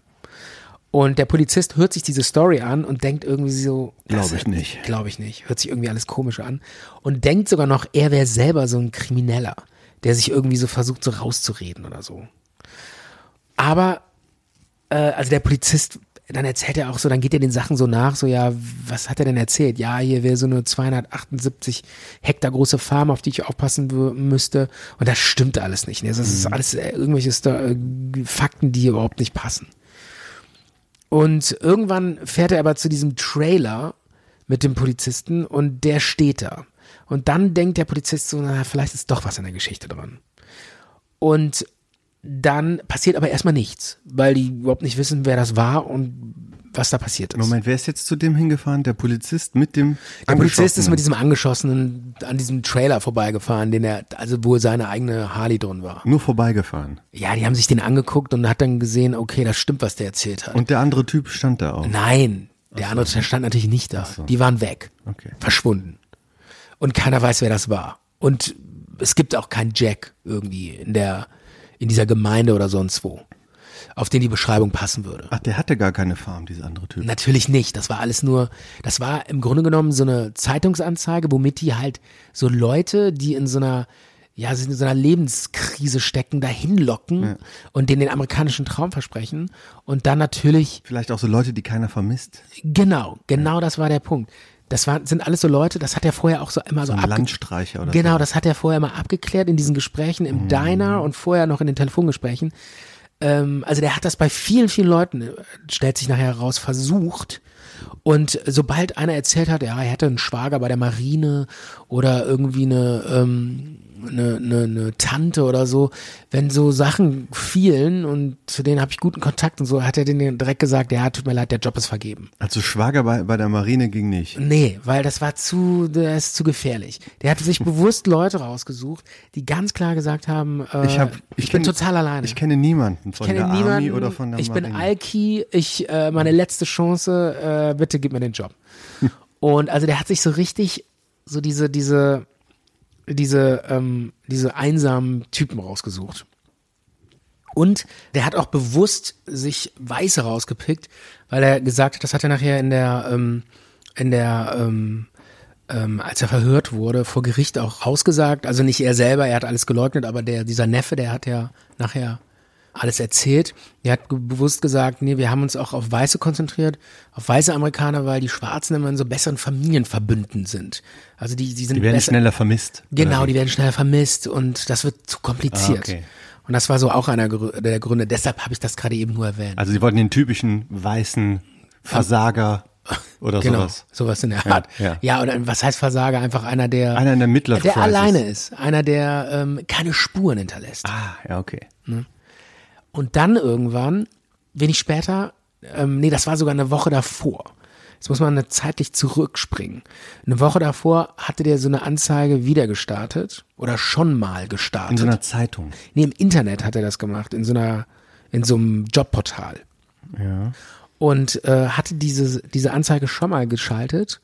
Und der Polizist hört sich diese Story an und denkt irgendwie so.
Glaub
das
ich
hört-
nicht.
Glaube ich nicht. Hört sich irgendwie alles komisch an. Und denkt sogar noch, er wäre selber so ein Krimineller, der sich irgendwie so versucht, so rauszureden oder so. Aber, äh, also der Polizist dann erzählt er auch so, dann geht er den Sachen so nach, so, ja, was hat er denn erzählt? Ja, hier wäre so eine 278 Hektar große Farm, auf die ich aufpassen wü- müsste. Und das stimmt alles nicht. Ne? Das ist
Mhm.
alles äh, irgendwelche Sto äh, Fakten, die überhaupt nicht passen. Und irgendwann fährt er aber zu diesem Trailer mit dem Polizisten und der steht da. Und dann denkt der Polizist so, na, vielleicht ist doch was in der Geschichte dran. Und dann passiert aber erstmal nichts, weil die überhaupt nicht wissen, wer das war und was da passiert ist.
Moment, wer ist jetzt zu dem hingefahren? Der Polizist mit dem
Der Polizist ist
Angeschossenen.
mit diesem angeschossenen, an diesem Trailer vorbeigefahren, den er, also wo seine eigene Harley drin war.
nur vorbeigefahren.
Ja, die haben sich den angeguckt und hat dann gesehen, okay, das stimmt, was der erzählt hat.
Und der andere Typ stand da auch.
Nein, der andere stand natürlich nicht da. Die waren weg.
Okay.
Verschwunden. Und keiner weiß, wer das war. Und es gibt auch keinen Jack irgendwie in der, in dieser Gemeinde oder sonst wo, auf den die Beschreibung passen würde.
Ach, der hatte gar keine Farm, dieser andere Typ.
Natürlich nicht. Das war alles nur, das war im Grunde genommen so eine Zeitungsanzeige, womit die halt so Leute, die in so einer, ja, in so einer Lebenskrise stecken, dahin locken und denen den amerikanischen Traum versprechen und dann natürlich
Vielleicht auch so Leute, die keiner vermisst.
Genau, genau das war der Punkt. Das war, sind alles so Leute, das hat er vorher auch so immer so,
ein
abge-
Landstreicher oder
Genau,
so.
das hat er vorher immer abgeklärt in diesen Gesprächen im Diner und vorher noch in den Telefongesprächen. Ähm, also der hat das bei vielen, vielen Leuten, äh, stellt sich nachher heraus, versucht. Und sobald einer erzählt hat, ja, er hätte einen Schwager bei der Marine oder irgendwie eine, ähm, eine, eine, eine Tante oder so, wenn so Sachen fielen und zu denen habe ich guten Kontakt und so, hat er denen direkt gesagt, ja, tut mir leid, der Job ist vergeben.
Also Schwager bei, bei der Marine ging nicht.
Nee, weil das war zu, das ist zu gefährlich. Der hat sich bewusst Leute rausgesucht, die ganz klar gesagt haben, äh,
Ich, hab,
ich, bin
kenn-
total alleine.
Ich kenne niemanden von
Ich kenne
der Army
niemanden,
oder von der
ich
Marine.
bin Alki, ich, äh, meine letzte Chance, äh, bitte gib mir den Job. Und also der hat sich so richtig, so diese, diese, diese, ähm, diese einsamen Typen rausgesucht. Und der hat auch bewusst sich Weiße rausgepickt, weil er gesagt hat, das hat er nachher in der, ähm, in der, ähm, ähm, als er verhört wurde, vor Gericht auch ausgesagt. Also nicht er selber, er hat alles geleugnet, aber der, dieser Neffe, der hat ja nachher alles erzählt. Der hat ge- bewusst gesagt, nee, wir haben uns auch auf Weiße konzentriert, auf weiße Amerikaner, weil die Schwarzen immer in so besseren Familienverbünden sind. Also die, die sind
Die werden
besser,
schneller vermisst.
Genau,
Oder wie?
die werden schneller vermisst und das wird zu kompliziert.
Ah, okay.
Und das war so auch einer Grü- der Gründe. Deshalb habe ich das gerade eben nur erwähnt.
Also sie wollten den typischen weißen Versager oder
genau,
Also sowas.
in der Art.
ja.
ja oder was heißt Versager? Einfach einer, der,
Einer in der Midlife
der
Crisis.
alleine ist. Einer, der ähm, keine Spuren hinterlässt.
Ah, ja, okay.
Und dann irgendwann, wenig später, ähm, nee, das war sogar eine Woche davor. Jetzt muss man zeitlich zurückspringen. Eine Woche davor hatte der so eine Anzeige wieder gestartet oder schon mal gestartet.
In so einer Zeitung.
Nee, im Internet hat er das gemacht, in so einer, in so einem Jobportal. Ja. Und äh, hatte diese, diese Anzeige schon mal geschaltet.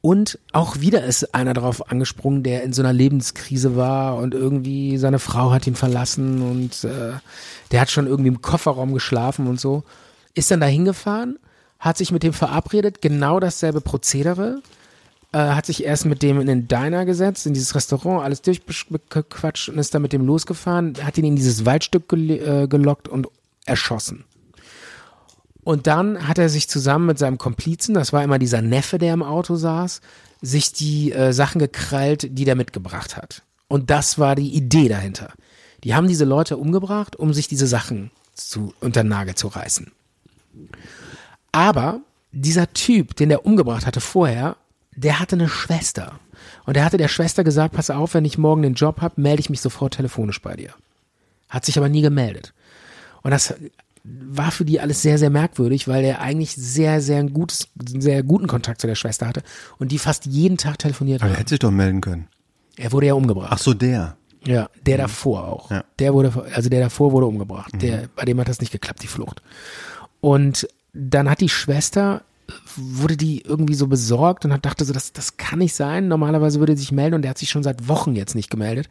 Und auch wieder ist einer drauf angesprungen, der in so einer Lebenskrise war und irgendwie seine Frau hat ihn verlassen und äh, der hat schon irgendwie im Kofferraum geschlafen und so. Ist dann da hingefahren, hat sich mit dem verabredet, genau dasselbe Prozedere äh, hat sich erst mit dem in den Diner gesetzt, in dieses Restaurant, alles durchgequatscht und ist dann mit dem losgefahren, hat ihn in dieses Waldstück gele- äh, gelockt und erschossen. Und dann hat er sich zusammen mit seinem Komplizen, das war immer dieser Neffe, der im Auto saß, sich die äh, Sachen gekrallt, die der mitgebracht hat. Und das war die Idee dahinter. Die haben diese Leute umgebracht, um sich diese Sachen zu, unter den Nagel zu reißen. Aber dieser Typ, den der umgebracht hatte vorher, der hatte eine Schwester. Und er hatte der Schwester gesagt, pass auf, wenn ich morgen den Job habe, melde ich mich sofort telefonisch bei dir. Hat sich aber nie gemeldet. Und das war für die alles sehr, sehr merkwürdig, weil er eigentlich sehr, sehr, ein gutes, sehr guten Kontakt zu der Schwester hatte und die fast jeden Tag telefoniert
Aber er
haben.
hätte sich doch melden können.
Er wurde ja umgebracht.
Ach so, der.
Ja, der davor auch.
Ja.
Der wurde, also der davor wurde umgebracht. Der, bei dem hat das nicht geklappt, die Flucht. Und dann hat die Schwester, wurde die irgendwie so besorgt und hat dachte so, das, das kann nicht sein. Normalerweise würde sie sich melden und der hat sich schon seit Wochen jetzt nicht gemeldet.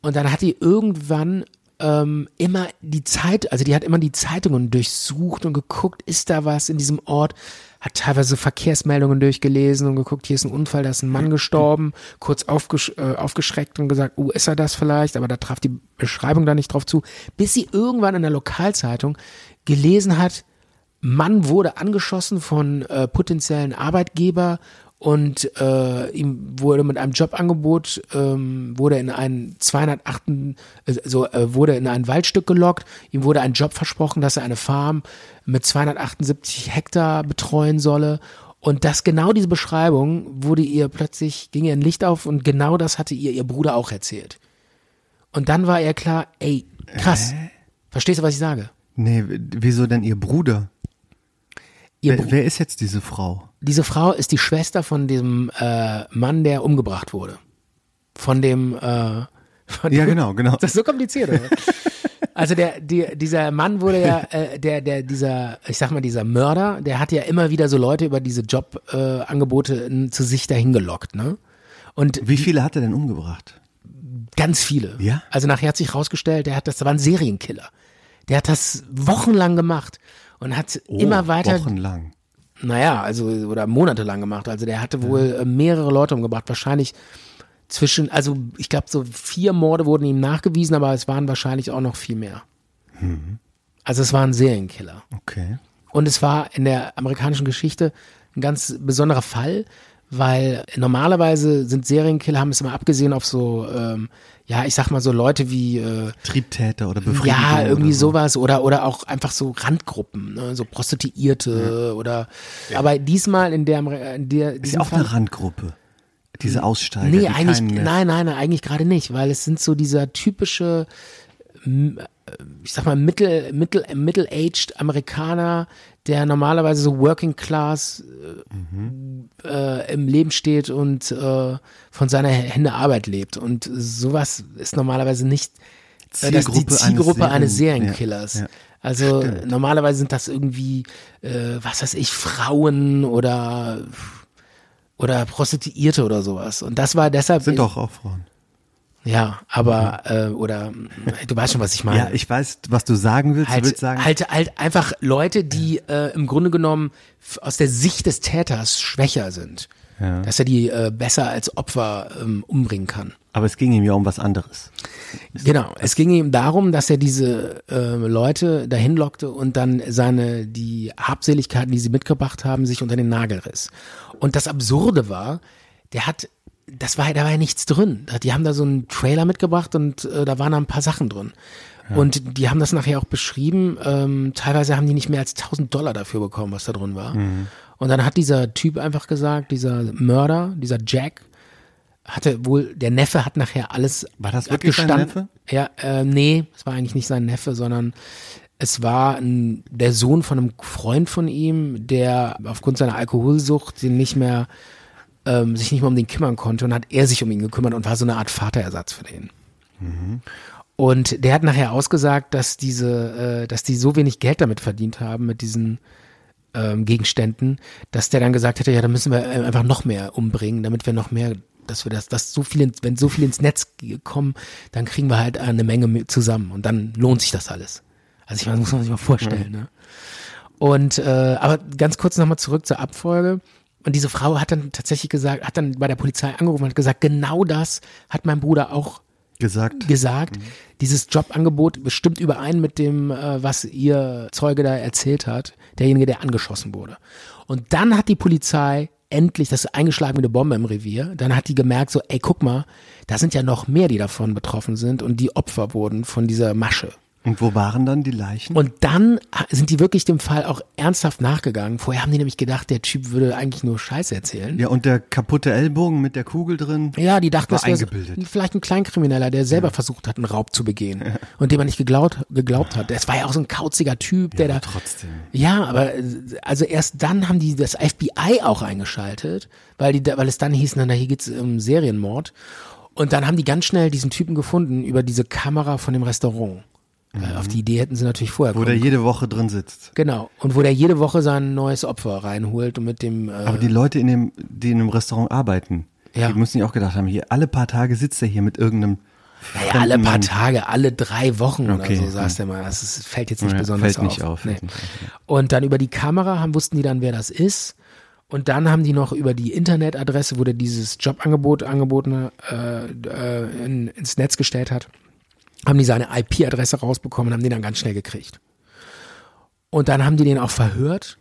Und dann hat die irgendwann ähm, immer die Zeit, also die hat immer die Zeitungen durchsucht und geguckt, ist da was in diesem Ort, hat teilweise Verkehrsmeldungen durchgelesen und geguckt, hier ist ein Unfall, da ist ein Mann gestorben, kurz aufgesch äh, aufgeschreckt und gesagt, oh, ist er das vielleicht, aber da traf die Beschreibung da nicht drauf zu, bis sie irgendwann in der Lokalzeitung gelesen hat, Mann wurde angeschossen von äh, potenziellen Arbeitgeber und äh, ihm wurde mit einem Jobangebot ähm, wurde in ein 208 äh, so äh, wurde in ein Waldstück gelockt ihm wurde ein Job versprochen dass er eine Farm mit 278 Hektar betreuen solle und das genau diese Beschreibung wurde ihr plötzlich ging ihr ein Licht auf und genau das hatte ihr ihr Bruder auch erzählt und dann war ihr klar ey krass verstehst du was ich sage
Nee, w- wieso denn ihr Bruder?
ihr
wer,
Bru-
wer ist jetzt diese Frau?
diese Frau ist die Schwester von dem äh, Mann, der umgebracht wurde. Von dem. Äh, von
Ja,
dem-
genau, genau.
Das ist so kompliziert. Oder? also der, die, dieser Mann wurde ja, äh, der, der, dieser, ich sag mal, dieser Mörder, der hat ja immer wieder so Leute über diese Jobangebote äh, Angebote zu sich dahin gelockt, ne? Und
Wie viele hat er denn umgebracht?
ganz viele.
Ja?
Also nachher hat sich rausgestellt, der hat das, das war ein Serienkiller. Der hat das wochenlang gemacht und hat immer weiter
Oh, Wochenlang.
naja, also oder monatelang gemacht. Also der hatte wohl äh, mehrere Leute umgebracht. Wahrscheinlich zwischen, also ich glaube, so vier Morde wurden ihm nachgewiesen, aber es waren wahrscheinlich auch noch viel mehr. Also es war ein Serienkiller.
Okay.
Und es war in der amerikanischen Geschichte ein ganz besonderer Fall, weil normalerweise sind Serienkiller, haben es immer abgesehen auf so, ähm, ja, ich sag mal so Leute wie äh,
Triebtäter oder Befriedigung.
ja, irgendwie
oder so.
sowas oder oder auch einfach so Randgruppen, ne? so Prostituierte oder. Aber diesmal in der Ameri- in der
Ist ja auch eine Randgruppe. Diese Aussteiger.
Nee,
die
eigentlich
keinen mehr-
nein, nein, nein, eigentlich gerade nicht, weil es sind so dieser typische m, äh, ich sag mal mittel mittel middle-aged Amerikaner, der normalerweise so working class
Mhm.
äh, im Leben steht und äh, von seiner Hände Arbeit lebt und sowas ist normalerweise nicht äh, das ist
Zielgruppe
die
eines
Zielgruppe eines
Serien-
Serienkillers.
Ja, ja.
Also normalerweise sind das irgendwie, äh, was weiß ich, Frauen oder oder Prostituierte oder sowas. Und das war deshalb
Sind doch auch Frauen.
ja, aber äh, oder äh, du weißt schon, was ich meine.
Ja, ich weiß, was du sagen willst.
halt,
du willst sagen,
halt, halt einfach Leute, die äh, im Grunde genommen f- aus der Sicht des Täters schwächer sind,
Ja.
dass er die äh, besser als Opfer ähm, umbringen kann.
aber es ging ihm ja um was anderes.
Genau, es ging ihm darum, dass er diese äh, Leute dahin lockte und dann seine, die Habseligkeiten, die sie mitgebracht haben, sich unter den Nagel riss. Und das Absurde war, der hat, das war, da war ja nichts drin. Die haben da so einen Trailer mitgebracht und äh, da waren da ein paar Sachen drin. Und die haben das nachher auch beschrieben. Ähm, teilweise haben die nicht mehr als 1000 Dollar dafür bekommen, was da drin war. Und dann hat dieser Typ einfach gesagt, dieser Mörder, dieser Jack, hatte wohl, der Neffe hat nachher alles.
War das
hat
wirklich sein
gestan-
Neffe?
Ja, äh, nee, es war eigentlich nicht sein Neffe, sondern es war ein, der Sohn von einem Freund von ihm, der aufgrund seiner Alkoholsucht den nicht mehr, ähm, sich nicht mehr um den kümmern konnte und hat er sich um ihn gekümmert und war so eine Art Vaterersatz für den.
Mhm.
Und der hat nachher ausgesagt, dass diese, äh, dass die so wenig Geld damit verdient haben, mit diesen ähm, Gegenständen, dass der dann gesagt hätte, ja, dann müssen wir äh, einfach noch mehr umbringen, damit wir noch mehr, dass wir das, dass so viel, ins, wenn so viel ins Netz ge- kommen, dann kriegen wir halt eine Menge mit zusammen und dann lohnt sich das alles. Also ich meine, das muss man sich mal vorstellen, ne? Und äh, aber ganz kurz nochmal zurück zur Abfolge. Und diese Frau hat dann tatsächlich gesagt, hat dann bei der Polizei angerufen und hat gesagt, genau das hat mein Bruder auch
Gesagt.
gesagt, dieses Jobangebot bestimmt überein mit dem, äh, was ihr Zeuge da erzählt hat, derjenige, der angeschossen wurde. Und dann hat die Polizei endlich, das ist eingeschlagen wie eine Bombe im Revier, dann hat die gemerkt, so, ey, guck mal, da sind ja noch mehr, die davon betroffen sind und die Opfer wurden von dieser Masche.
Und wo waren dann die Leichen?
Und dann sind die wirklich dem Fall auch ernsthaft nachgegangen. Vorher haben die nämlich gedacht, der Typ würde eigentlich nur Scheiße erzählen.
ja, und der kaputte Ellbogen mit der Kugel drin.
Ja, die dachten,
War
das wäre
eingebildet.
vielleicht ein Kleinkrimineller, der selber versucht hat, einen Raub zu begehen und dem man nicht geglaubt, geglaubt hat. Das war ja auch so ein kauziger Typ, der
aber
da.
trotzdem.
Ja, aber äh, also erst dann haben die das FBI auch eingeschaltet, weil die, da- weil es dann hieß, na, na, hier geht's um Serienmord. Und dann haben die ganz schnell diesen Typen gefunden über diese Kamera von dem Restaurant. Äh, Auf die Idee hätten sie natürlich vorher
Mhm. Wo der
kommen.
jede Woche drin sitzt.
Genau. Und wo der jede Woche sein neues Opfer reinholt und mit dem.
Aber
Äh,
die Leute, in dem, die in einem Restaurant arbeiten,
Ja.
die müssen ja auch gedacht haben, hier alle paar Tage sitzt er hier mit irgendeinem.
Ja, alle
fremden
paar
Mann.
Tage, alle drei Wochen
Okay,
oder so saß der mal. Das ist, fällt jetzt nicht
Ja,
besonders
fällt nicht
auf.
auf, fällt nicht auf,
Und dann über die Kamera haben, wussten die dann, wer das ist. Und dann haben die noch über die Internetadresse, wo der dieses Jobangebot angeboten äh, äh, in, ins Netz gestellt hat, haben die seine IP-Adresse rausbekommen und haben den dann ganz schnell gekriegt. Und dann haben die den auch verhört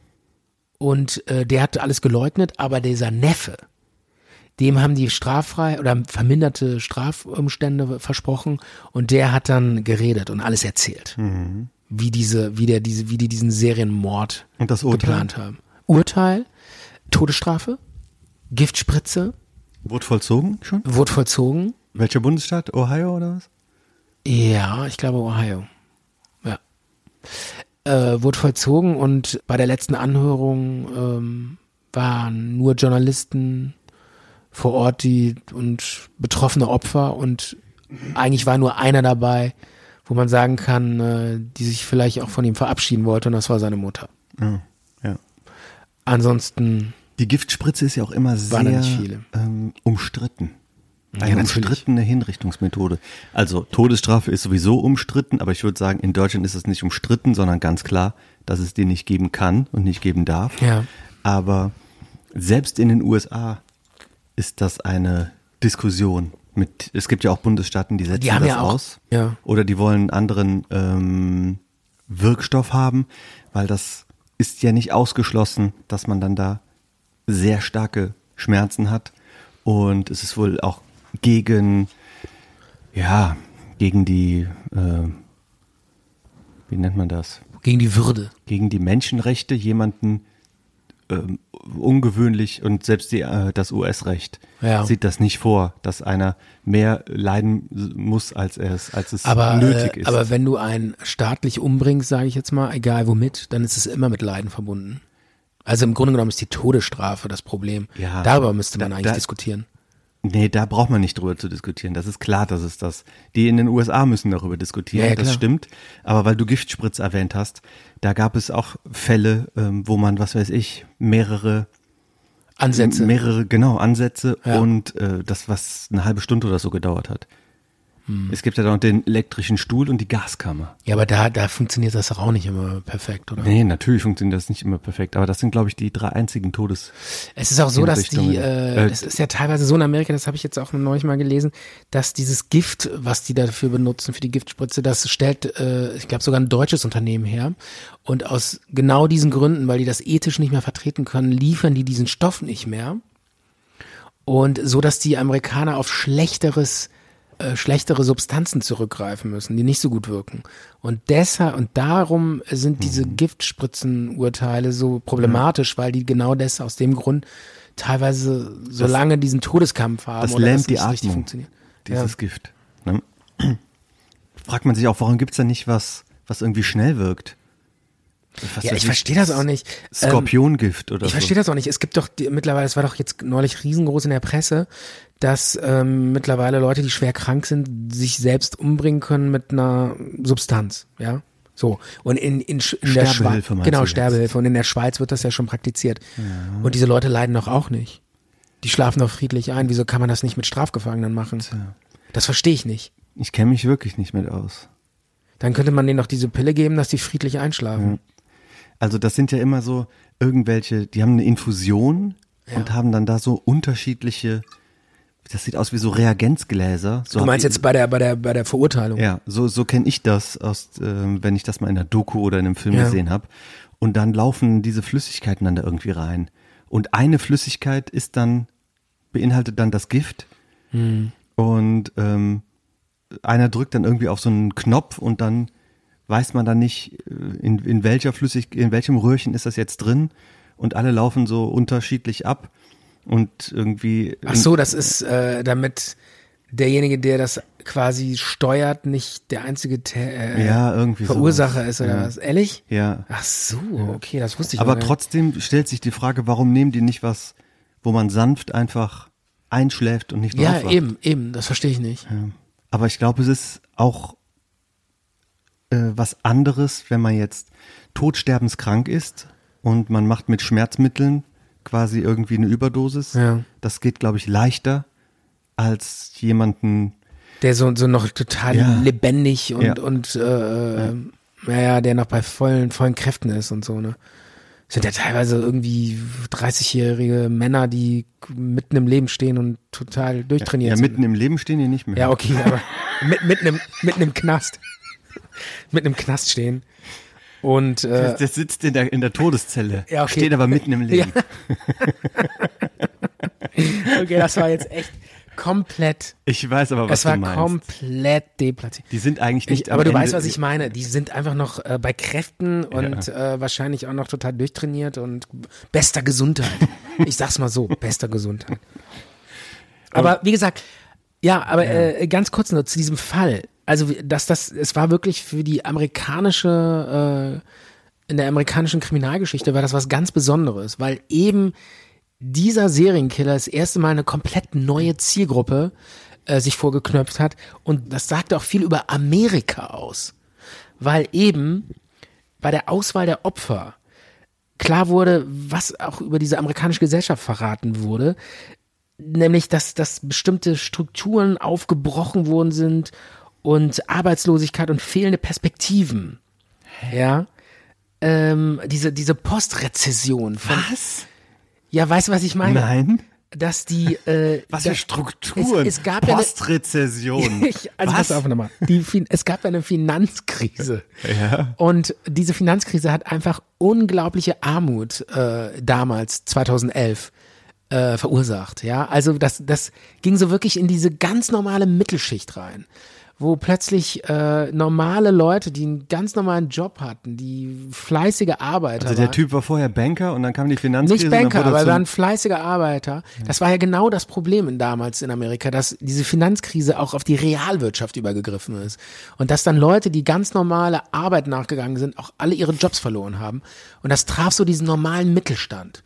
und äh, der hat alles geleugnet, aber dieser Neffe, dem haben die straffrei oder verminderte Strafumstände versprochen und der hat dann geredet und alles erzählt.
Mhm.
Wie diese, wie der, diese, wie die diesen Serienmord
Und das Urteil?
geplant haben. Urteil, Todesstrafe, Giftspritze,
Wurde vollzogen schon?
wurde vollzogen.
Welcher Bundesstaat? Ohio oder was?
Ja, ich glaube Ohio. Ja. Äh, wurde vollzogen und bei der letzten Anhörung ähm, waren nur Journalisten vor Ort die und betroffene Opfer und eigentlich war nur einer dabei, wo man sagen kann, äh, die sich vielleicht auch von ihm verabschieden wollte und das war seine Mutter.
Ja. ja.
Ansonsten
Die Giftspritze ist ja auch immer
Waren da
sehr
nicht viele.
ähm, umstritten. Eine
natürlich.
umstrittene Hinrichtungsmethode. Also Todesstrafe ist sowieso umstritten, aber ich würde sagen, in Deutschland ist es nicht umstritten, sondern ganz klar, dass es die nicht geben kann und nicht geben darf.
Ja.
Aber selbst in den USA ist das eine Diskussion. Mit, es gibt ja auch Bundesstaaten, die setzen
Die haben
das
ja auch-
aus.
ja.
Oder die wollen einen anderen ähm, Wirkstoff haben, weil das ist ja nicht ausgeschlossen, dass man dann da sehr starke Schmerzen hat. Und es ist wohl auch gegen, ja, gegen die, äh, wie nennt man das?
gegen die Würde.
Gegen die Menschenrechte jemanden ähm, ungewöhnlich und selbst die, äh, das US-Recht
Ja.
sieht das nicht vor, dass einer mehr leiden muss, als, er es, als es
Aber,
nötig
äh,
ist.
aber wenn du einen staatlich umbringst, sage ich jetzt mal, egal womit, dann ist es immer mit Leiden verbunden. Also im Grunde genommen ist die Todesstrafe das Problem.
Ja.
Darüber müsste man
Da-
eigentlich
da-
diskutieren.
Nee, da braucht man nicht drüber zu diskutieren. Das ist klar, dass es das. Die in den USA müssen darüber diskutieren,
Ja, ja,
das
klar.
stimmt. Aber weil du Giftspritz erwähnt hast, da gab es auch Fälle, ähm, wo man, was weiß ich, mehrere,
Ansätze.
mehrere, genau, Ansätze
Ja.
und äh, das, was eine halbe Stunde oder so gedauert hat.
Hm.
Es gibt ja dann den elektrischen Stuhl und die Gaskammer.
ja, aber da, da funktioniert das doch auch nicht immer perfekt, oder?
Nee, natürlich funktioniert das nicht immer perfekt, aber das sind, glaube ich, die drei einzigen Todes.
Es ist auch so, dass die,
Hinrichtungen.
äh,
Äh,
das ist ja teilweise so in Amerika, das habe ich jetzt auch neulich mal gelesen, dass dieses Gift, was die dafür benutzen, für die Giftspritze, das stellt, äh, ich glaube, sogar ein deutsches Unternehmen her. Und aus genau diesen Gründen, weil die das ethisch nicht mehr vertreten können, liefern die diesen Stoff nicht mehr. Und so, dass die Amerikaner auf schlechteres, äh, schlechtere Substanzen zurückgreifen müssen, die nicht so gut wirken. Und deshalb, und darum sind diese
Mhm.
Giftspritzenurteile so problematisch, weil die genau das aus dem Grund teilweise so lange diesen Todeskampf haben.
Das
oder
lähmt
dass
die
es richtig
Atmung,
funktioniert.
dieses
Ja.
Gift. Ne? Fragt man sich auch, warum gibt's da nicht was, was irgendwie schnell wirkt? Was
Ja,
weiß
ich verstehe das auch nicht. Ähm,
Skorpiongift oder
Ich
so.
verstehe das auch nicht. Es gibt doch die, mittlerweile, es war doch jetzt neulich riesengroß in der Presse, dass ähm, mittlerweile Leute, die schwer krank sind, sich selbst umbringen können mit einer Substanz, ja. So. Und in, in, Sch- in der Schweiz.
Sterbehilfe meinst du
Genau,
jetzt?
Sterbehilfe. Und in der Schweiz wird das ja schon praktiziert. Und diese Leute leiden doch auch nicht. Die schlafen doch friedlich ein. Wieso kann man das nicht mit Strafgefangenen machen? Das verstehe ich nicht.
Ich kenne mich wirklich nicht mit aus.
Dann könnte man denen doch diese Pille geben, dass die friedlich einschlafen.
Also das sind ja immer so irgendwelche, die haben eine Infusion und haben dann da so unterschiedliche, das sieht aus wie so Reagenzgläser. So
Du
hab
meinst
ich-
jetzt bei der, bei der, bei der Verurteilung.
Ja, so, so kenne ich das, aus, ähm, wenn ich das mal in einer Doku oder in einem Film
Ja.
gesehen habe. Und dann laufen diese Flüssigkeiten dann da irgendwie rein. Und eine Flüssigkeit ist dann, beinhaltet dann das Gift.
Hm.
Und ähm, einer drückt dann irgendwie auf so einen Knopf und dann weiß man dann nicht, äh, in, in welcher Flüssig, in welchem Röhrchen ist das jetzt drin. Und alle laufen so unterschiedlich ab. Und irgendwie.
Ach so, das ist, äh, damit derjenige, der das quasi steuert, nicht der einzige Tä- äh,
Ja, irgendwie sowas.
Verursacher ist oder
Ja.
was. Ehrlich?
Ja.
Ach so, okay, das wusste ich
Aber
noch gar
trotzdem stellt sich die Frage, warum nehmen die nicht was, wo man sanft einfach einschläft und nicht
nicht. Ja,
aufwacht?
eben, eben, das verstehe ich nicht.
Ja. Aber ich glaube, es ist auch äh, was anderes, wenn man jetzt todsterbenskrank ist und man macht mit Schmerzmitteln quasi irgendwie eine Überdosis.
Ja.
Das geht, glaube ich, leichter als jemanden,
Der so, so noch total
Ja.
lebendig und,
Ja.
und äh, äh, naja, der noch bei vollen, vollen Kräften ist und so, ne? Sind ja teilweise irgendwie 30-jährige Männer, die mitten im Leben stehen und total durchtrainiert
ja
sind.
mitten im Leben stehen, die nicht mehr.
Ja, okay, aber mit, mit, einem, mit einem Knast. Mit einem Knast stehen. Und äh,
Der, der sitzt in der, in der Todeszelle,
Ja, okay.
steht aber mitten im Leben.
okay, das war jetzt echt komplett.
Ich weiß aber, was
es war
du meinst.
komplett deplatziert.
Die sind eigentlich nicht
Ich,
am
aber du
Ende-
weißt, was ich meine. Die sind einfach noch äh, bei Kräften und äh, wahrscheinlich auch noch total durchtrainiert und bester Gesundheit. ich sag's mal so, bester Gesundheit. Aber wie gesagt, ja, aber Äh, ganz kurz nur zu diesem Fall. Also, wie- dass das, es war wirklich für die amerikanische, äh, in der amerikanischen Kriminalgeschichte war das was ganz Besonderes, weil eben dieser Serienkiller das erste Mal eine komplett neue Zielgruppe äh, sich vorgeknöpft hat. Und das sagt auch viel über Amerika aus. Weil eben bei der Auswahl der Opfer klar wurde, was auch über diese amerikanische Gesellschaft verraten wurde, nämlich dass, dass bestimmte Strukturen aufgebrochen worden sind und Arbeitslosigkeit und fehlende Perspektiven. Ja. Ähm, diese, diese Postrezession von.
Was?
Ja, weißt du, was ich meine?
Ah. Nein.
Dass die. Äh,
Was
da-
für Strukturen?
Es, es gab ja eine-
Postrezession.
ich, also pass auf nochmal. Die, Fin- es gab ja eine Finanzkrise.
Ja.
Und diese Finanzkrise hat einfach unglaubliche Armut äh, damals, 2011, äh, verursacht. Ja, also das, das ging so wirklich in diese ganz normale Mittelschicht rein, wo plötzlich äh, normale Leute, die einen ganz normalen Job hatten, die fleißige Arbeiter
Also der
waren,
Typ war vorher Banker und dann kam die Finanzkrise.
nicht Banker,
und dann
aber
wurde
er
er
war
zum-
ein fleißiger Arbeiter. Das war ja genau das Problem in damals in Amerika, dass diese Finanzkrise auch auf die Realwirtschaft übergegriffen ist. Und dass dann Leute, die ganz normale Arbeit nachgegangen sind, auch alle ihre Jobs verloren haben. Und das traf so diesen normalen Mittelstand.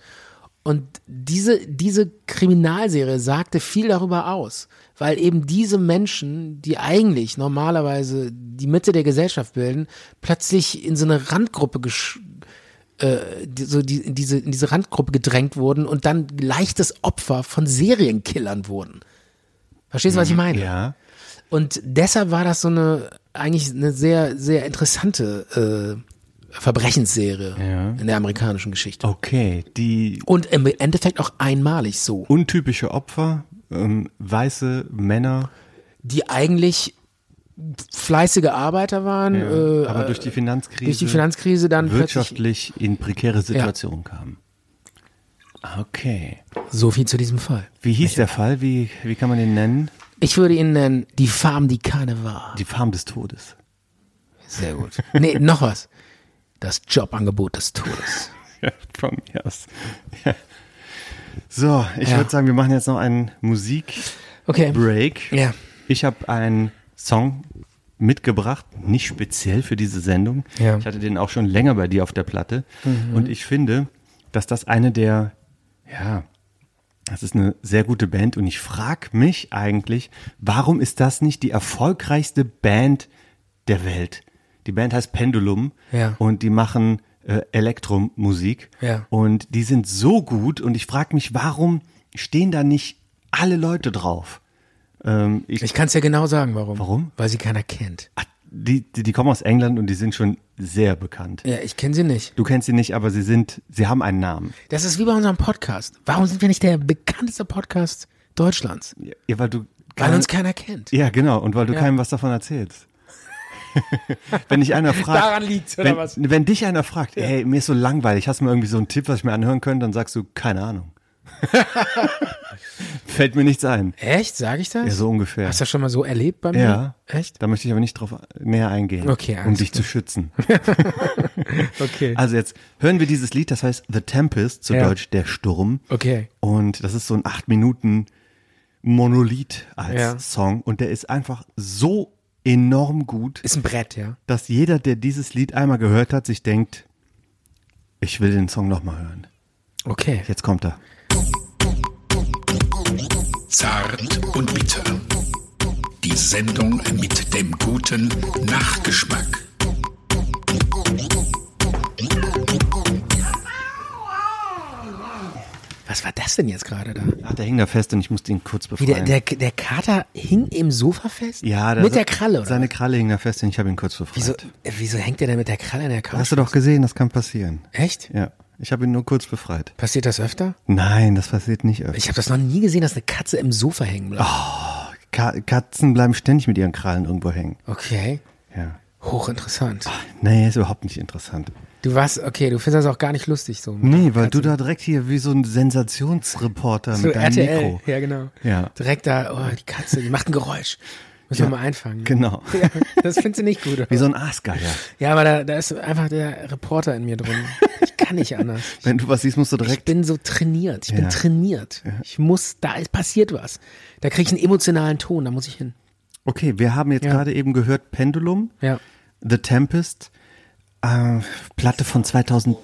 Und diese, diese Kriminalserie sagte viel darüber aus, weil eben diese Menschen, die eigentlich normalerweise die Mitte der Gesellschaft bilden, plötzlich in so eine Randgruppe gesch die, so die, in, diese, in diese Randgruppe gedrängt wurden und dann leichtes Opfer von Serienkillern wurden. Verstehst du, was ich meine?
Mhm, ja.
Und deshalb war das so eine eigentlich eine sehr, sehr interessante äh, Verbrechensserie
Ja.
in der amerikanischen Geschichte.
Okay, die
Und im Endeffekt auch einmalig so.
untypische Opfer, ähm, weiße Männer,
Die eigentlich fleißige Arbeiter waren, äh,
aber durch die Finanzkrise,
durch die Finanzkrise dann plötzlich.
wirtschaftlich in prekäre Situationen kamen. Ah, Okay.
So viel zu diesem Fall.
Wie hieß der Fall? Wie, wie kann man den nennen?
Ich würde ihn nennen, die Farm, die keine war.
Die Farm des Todes.
Sehr gut. Nee, noch was. Das Jobangebot des Todes.
Ja, von mir aus. Ja. So, ich
Ja.
würde sagen, wir machen jetzt noch einen Musikbreak.
Okay. Ja.
Ich habe einen Song mitgebracht, nicht speziell für diese Sendung.
Ja. Mhm.
Ich hatte den auch schon länger bei dir auf der Platte. Und ich finde, dass das eine der, ja, das ist eine sehr gute Band. Und ich frage mich eigentlich, warum ist das nicht die erfolgreichste Band der Welt? Die Band heißt Pendulum
Ja.
und die machen äh, Elektromusik.
Ja.
Und die sind so gut und ich frage mich, warum stehen da nicht alle Leute drauf? Ähm, ich,
Ich kann es ja genau sagen, warum.
Warum?
Weil sie keiner kennt.
ach, die, die, die kommen aus England und die sind schon sehr bekannt.
Ja, ich kenne sie nicht.
Du kennst sie nicht, aber sie sind, sie haben einen Namen.
Das ist wie bei unserem Podcast. Warum sind wir nicht der bekannteste Podcast Deutschlands?
Ja, weil du
Weil
kein-
uns keiner kennt.
Ja, genau. Und weil du
Ja.
keinem was davon erzählst. wenn dich einer fragt.
Daran liegt's, oder
wenn,
was?
Wenn dich einer fragt, hey, mir ist so langweilig, hast du mir irgendwie so einen Tipp, was ich mir anhören könnte, dann sagst du, keine Ahnung. Fällt mir nichts ein.
Echt? Sage ich das?
Ja, so ungefähr.
Hast du das schon mal so erlebt bei mir?
Ja.
Echt?
Da möchte ich aber nicht drauf näher eingehen,
Okay,
um
alles
dich zu schützen.
Okay.
Also jetzt hören wir dieses Lied, das heißt The Tempest, zu
Ja.
Deutsch der Sturm.
Okay.
Und das ist so ein acht Minuten Monolith als
Ja.
Song und der ist einfach so enorm gut,
Ist ein Brett, ja.
dass jeder, der dieses Lied einmal gehört hat, sich denkt, ich will den Song nochmal hören.
Okay.
Jetzt kommt er.
Zart und bitter. Die Sendung mit dem guten Nachgeschmack.
Was war das denn jetzt gerade da?
Ach, der hing da fest und ich musste ihn kurz
Wie der,
befreien.
der, der Kater hing im Sofa fest?
ja, da-
Mit der Kralle, oder?
Seine Kralle hing da fest und ich habe ihn kurz befreit.
wieso, äh, wieso hängt der denn mit der Kralle in der Couch?
Hast du doch gesehen, das kann passieren.
Echt?
Ja, ich habe ihn nur kurz befreit.
Passiert das öfter?
Nein, das passiert nicht öfter.
Ich habe das noch nie gesehen, dass eine Katze im Sofa
Ah.
hängen bleibt.
Ka Katzen bleiben ständig mit ihren Krallen irgendwo hängen.
Okay.
Ja.
Hochinteressant.
Nee, ist überhaupt nicht interessant.
Du warst, okay, du findest das auch gar nicht lustig so.
Nee, weil du da direkt hier wie so ein Sensationsreporter
so
mit deinem
RTL.
Mikro.
Ja, genau.
Ja.
Direkt da, oh, die Katze, die macht ein Geräusch. Müssen wir mal einfangen.
Genau.
Ja, das findest du nicht gut. Oder?
Wie so ein Aasgeier.
Ja, aber da, da ist einfach der Reporter in mir drin. Ich kann nicht anders.
Wenn du was siehst, musst du
Ich
direkt.
bin so trainiert. Ich
Ja.
bin trainiert. Ich muss, da ist passiert was. Da kriege ich einen emotionalen Ton, da muss ich hin.
Okay, wir haben jetzt
Ja.
gerade eben gehört Pendulum,
Ja.
The Tempest, äh, Platte von 2000,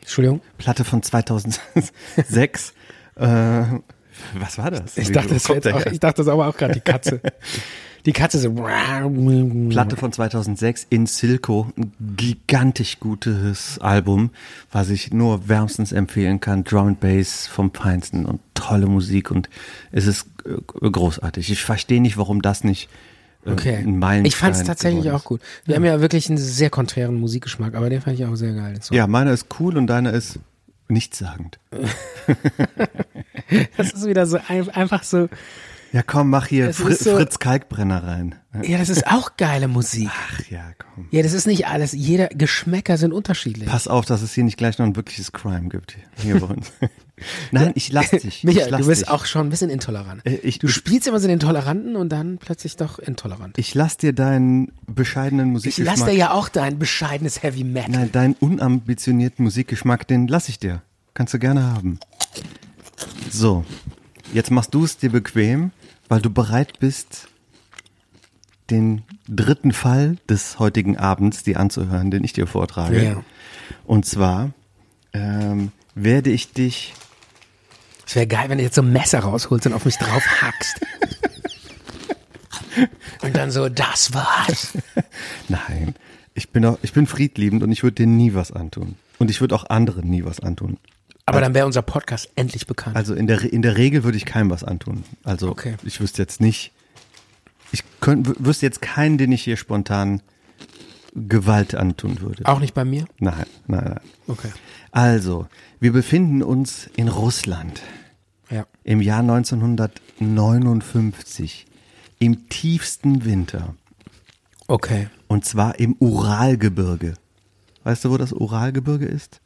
Entschuldigung.
Platte von 2006. äh, was war das?
Ich
Wie-
dachte,
wo
das
kommt
wär jetzt
der
auch,
her?
ich dachte das aber auch gerade, die Katze. Die Katze so. Platte.
Platte von 2006 in Silco, ein gigantisch gutes Album, was ich nur wärmstens empfehlen kann. Drum and Bass vom Feinsten und tolle Musik und es ist äh, großartig. Ich verstehe nicht, warum das nicht äh,
Okay.
ein Meilenstein
Ich fand es tatsächlich
geworden ist.
auch gut. Wir haben ja wirklich einen sehr konträren Musikgeschmack, aber den fand ich auch sehr geil. den Song.
Ja, meiner ist cool und deiner ist nichtssagend.
Das ist wieder so ein, einfach so.
Ja, komm, mach hier
Es
Fri
ist so-
Fritz Kalkbrenner rein.
Ja, das ist auch geile Musik.
Ach ja, komm.
Ja, das ist nicht alles. Jeder Geschmäcker sind unterschiedlich.
Pass auf, dass es hier nicht gleich noch ein wirkliches Crime gibt. Hier bei uns. Nein, ich lass dich. ich
Äh, Michael,
lass
du bist
dich.
auch schon ein bisschen intolerant.
Äh, ich-
du
ich-
spielst immer so den Toleranten und dann plötzlich doch intolerant.
Ich lass dir deinen bescheidenen
Ich lass
Musikgeschmack.
dir ja auch dein bescheidenes Heavy Metal.
Nein, deinen unambitionierten Musikgeschmack, den lass ich dir. Kannst du gerne haben. So, jetzt machst du es dir bequem, weil du bereit bist, den dritten Fall des heutigen Abends dir anzuhören, den ich dir vortrage.
Ja.
Und zwar ähm, werde ich dich
Es wäre geil, wenn du jetzt so ein Messer rausholst und auf mich drauf hackst. und dann so, das war's.
Nein, ich bin, auch, ich bin friedliebend und ich würde dir nie was antun. Und ich würde auch anderen nie was antun.
Aber dann wäre unser Podcast endlich bekannt.
Also in der, Re- in der Regel würde ich keinem was antun. Also
Okay.
ich wüsste jetzt nicht, ich könnt, wü- wüsste jetzt keinen, den ich hier spontan Gewalt antun würde.
auch nicht bei mir?
Nein, nein, nein.
Okay.
Also, wir befinden uns in Russland
Ja.
im Jahr 1959, im tiefsten Winter.
Okay.
Und zwar im Uralgebirge. Weißt du, wo das Uralgebirge ist?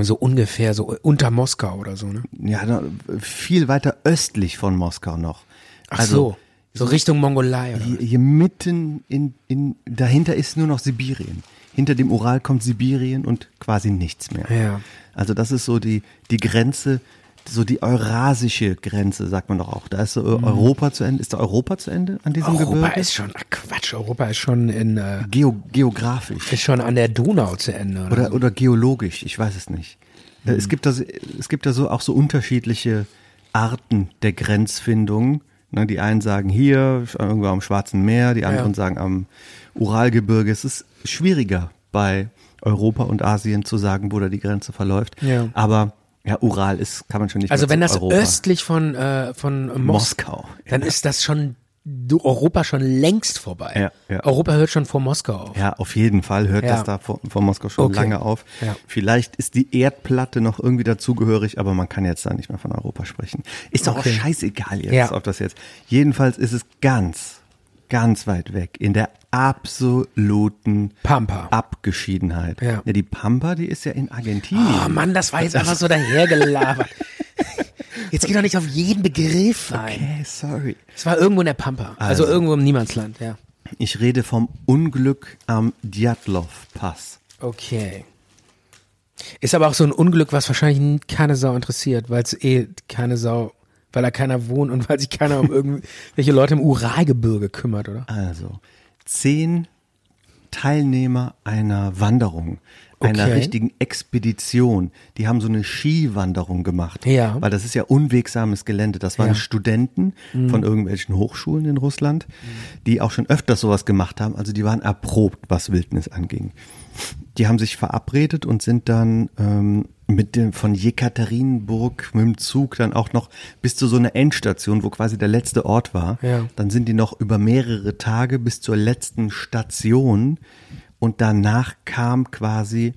So ungefähr, so unter Moskau oder so, ne?
Ja, da- viel weiter östlich von Moskau noch. Also,
Ach so. So Richtung Mongolei. Oder?
Hier, hier mitten in, in, dahinter ist nur noch Sibirien. Hinter dem Ural kommt Sibirien und quasi nichts mehr.
Ja.
Also das ist so die, die Grenze, so die eurasische Grenze, sagt man doch auch. Da ist so Europa zu Ende. Ist da Mhm. Europa zu Ende an diesem
Europa
Gebirge?
ist schon, ach Quatsch, Europa ist schon in, äh,
Geo, geografisch.
ist schon an der Donau zu Ende. Oder? Mhm.
Oder, oder geologisch, ich weiß es nicht. Äh, Es gibt da, so- es gibt da so auch so unterschiedliche Arten der Grenzfindung. Ne, die einen sagen hier, irgendwo am Schwarzen Meer, die anderen
Ja.
sagen am Uralgebirge. Es ist schwieriger bei Europa und Asien zu sagen, wo da die Grenze verläuft.
Ja.
Aber ja, Ural ist, kann man schon nicht
Also
mehr
wenn
zu
das
Europa.
östlich von, äh, von Mos
Moskau.
dann ist das schon, Europa schon längst vorbei.
Ja, ja.
Europa hört schon vor Moskau auf.
Ja, auf jeden Fall hört
Ja.
das da von, von Moskau schon
Okay.
lange auf.
Ja.
Vielleicht ist die Erdplatte noch irgendwie dazugehörig, aber man kann jetzt da nicht mehr von Europa sprechen. Ist doch
Okay.
auch scheißegal jetzt,
Ja.
ob das jetzt. Jedenfalls ist es ganz, ganz weit weg in der absoluten
Pampa.
Abgeschiedenheit.
Ja.
die Pampa, die ist ja in Argentinien.
Oh Mann, das war jetzt einfach so dahergelabert. Jetzt geh doch nicht auf jeden Begriff ein.
Okay, Äh, sorry.
Es war irgendwo in der Pampa. Also, irgendwo im Niemandsland, ja.
Ich rede vom Unglück am Djatlov-Pass.
Okay. Ist aber auch so ein Unglück, was wahrscheinlich n- keine Sau interessiert, weil es eh keine Sau, weil da keiner wohnt und weil sich keiner um irgendwelche Leute im Uralgebirge kümmert, oder?
Also, zehn Teilnehmer einer Wanderung, einer
Okay.
richtigen Expedition. Die haben so eine Skiwanderung gemacht.
Ja.
Weil das ist ja unwegsames Gelände. Das waren
Ja. Mhm.
Studenten von irgendwelchen Hochschulen in Russland, die auch schon öfters sowas gemacht haben. Also die waren erprobt, was Wildnis anging. Die haben sich verabredet und sind dann ähm, mit dem von Jekaterinburg mit dem Zug dann auch noch bis zu so einer Endstation, wo quasi der letzte Ort war.
Ja.
Dann sind die noch über mehrere Tage bis zur letzten Station und danach kam quasi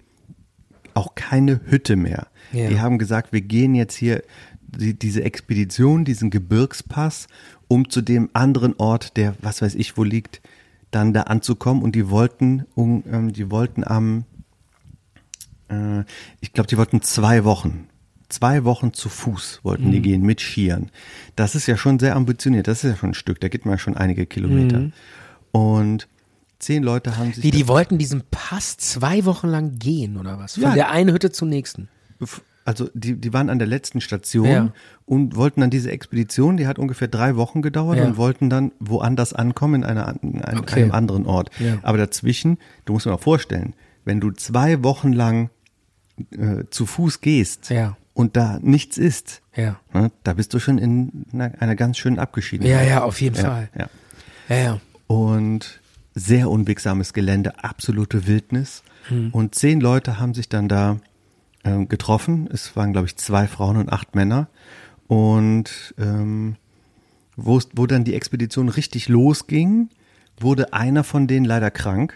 auch keine Hütte mehr.
Ja.
Die haben gesagt, wir gehen jetzt hier die, diese Expedition, diesen Gebirgspass, um zu dem anderen Ort, der was weiß ich wo liegt, dann da anzukommen und die wollten, um, ähm, die wollten am, äh, ich glaube, die wollten zwei Wochen, zwei Wochen zu Fuß wollten die gehen mit Skiern. Das ist ja schon sehr ambitioniert, das ist ja schon ein Stück, da geht man ja schon einige Kilometer. Und zehn Leute haben sich
Wie, die wollten diesen Pass zwei Wochen lang gehen, oder was? Von
Ja.
der einen Hütte zur nächsten.
Bef- Also die, die waren an der letzten Station
Ja.
und wollten dann diese Expedition, die hat ungefähr drei Wochen gedauert
Ja.
und wollten dann woanders ankommen, in, einer, an- in einem,
Okay.
einem anderen Ort.
Ja.
Aber dazwischen, du musst dir mal vorstellen, wenn du zwei Wochen lang äh, zu Fuß gehst
Ja.
und da nichts isst,
Ja.
ne, da bist du schon in einer, einer ganz schönen
Ja,
Abgeschiedenheit.
ja, auf jeden Fall.
ja.
Ja, ja.
Und sehr unwegsames Gelände, absolute Wildnis. Und zehn Leute haben sich dann da ähm, getroffen. Es waren, glaube ich, zwei Frauen und acht Männer. Und ähm, wo, es- wo dann die Expedition richtig losging, wurde einer von denen leider krank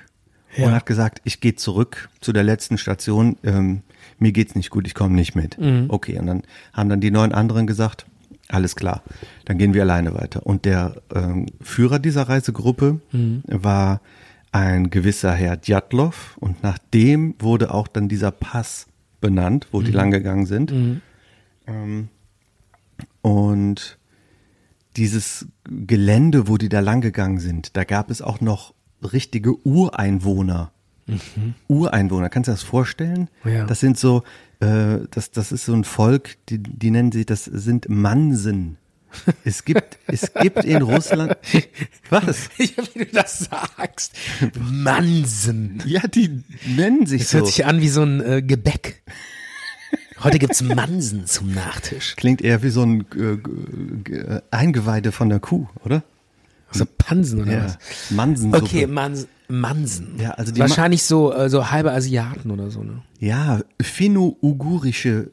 und hat gesagt, ich gehe zurück zu der letzten Station, ähm, mir geht's nicht gut, ich komme nicht mit. Okay, und dann haben dann die neun anderen gesagt, alles klar, dann gehen wir alleine weiter. Und der ähm, Führer dieser Reisegruppe war ein gewisser Herr Djatlov und nach dem wurde auch dann dieser Pass benannt, wo die langgegangen sind. Ähm, und dieses Gelände, wo die da lang gegangen sind, da gab es auch noch richtige Ureinwohner. Ureinwohner, kannst du dir das vorstellen?
Mhm. Oh Ja.
Das sind so, äh, das, das ist so ein Volk, die, die nennen sie, das sind Mansen. Es gibt, es gibt in Russland. Was?
Wie du das sagst. Mansen.
Ja, die nennen sich
Das
so.
hört sich an wie so ein äh, Gebäck. Heute gibt's Mansen zum Nachtisch.
Klingt eher wie so ein äh, g- g- Eingeweide von der Kuh, oder?
So Also Pansen oder was?
Mansensuppe.
Okay, Mans Mansen.
Ja, also die
Wahrscheinlich so, äh, so halbe Asiaten oder so, ne?
Ja, finno-ugurische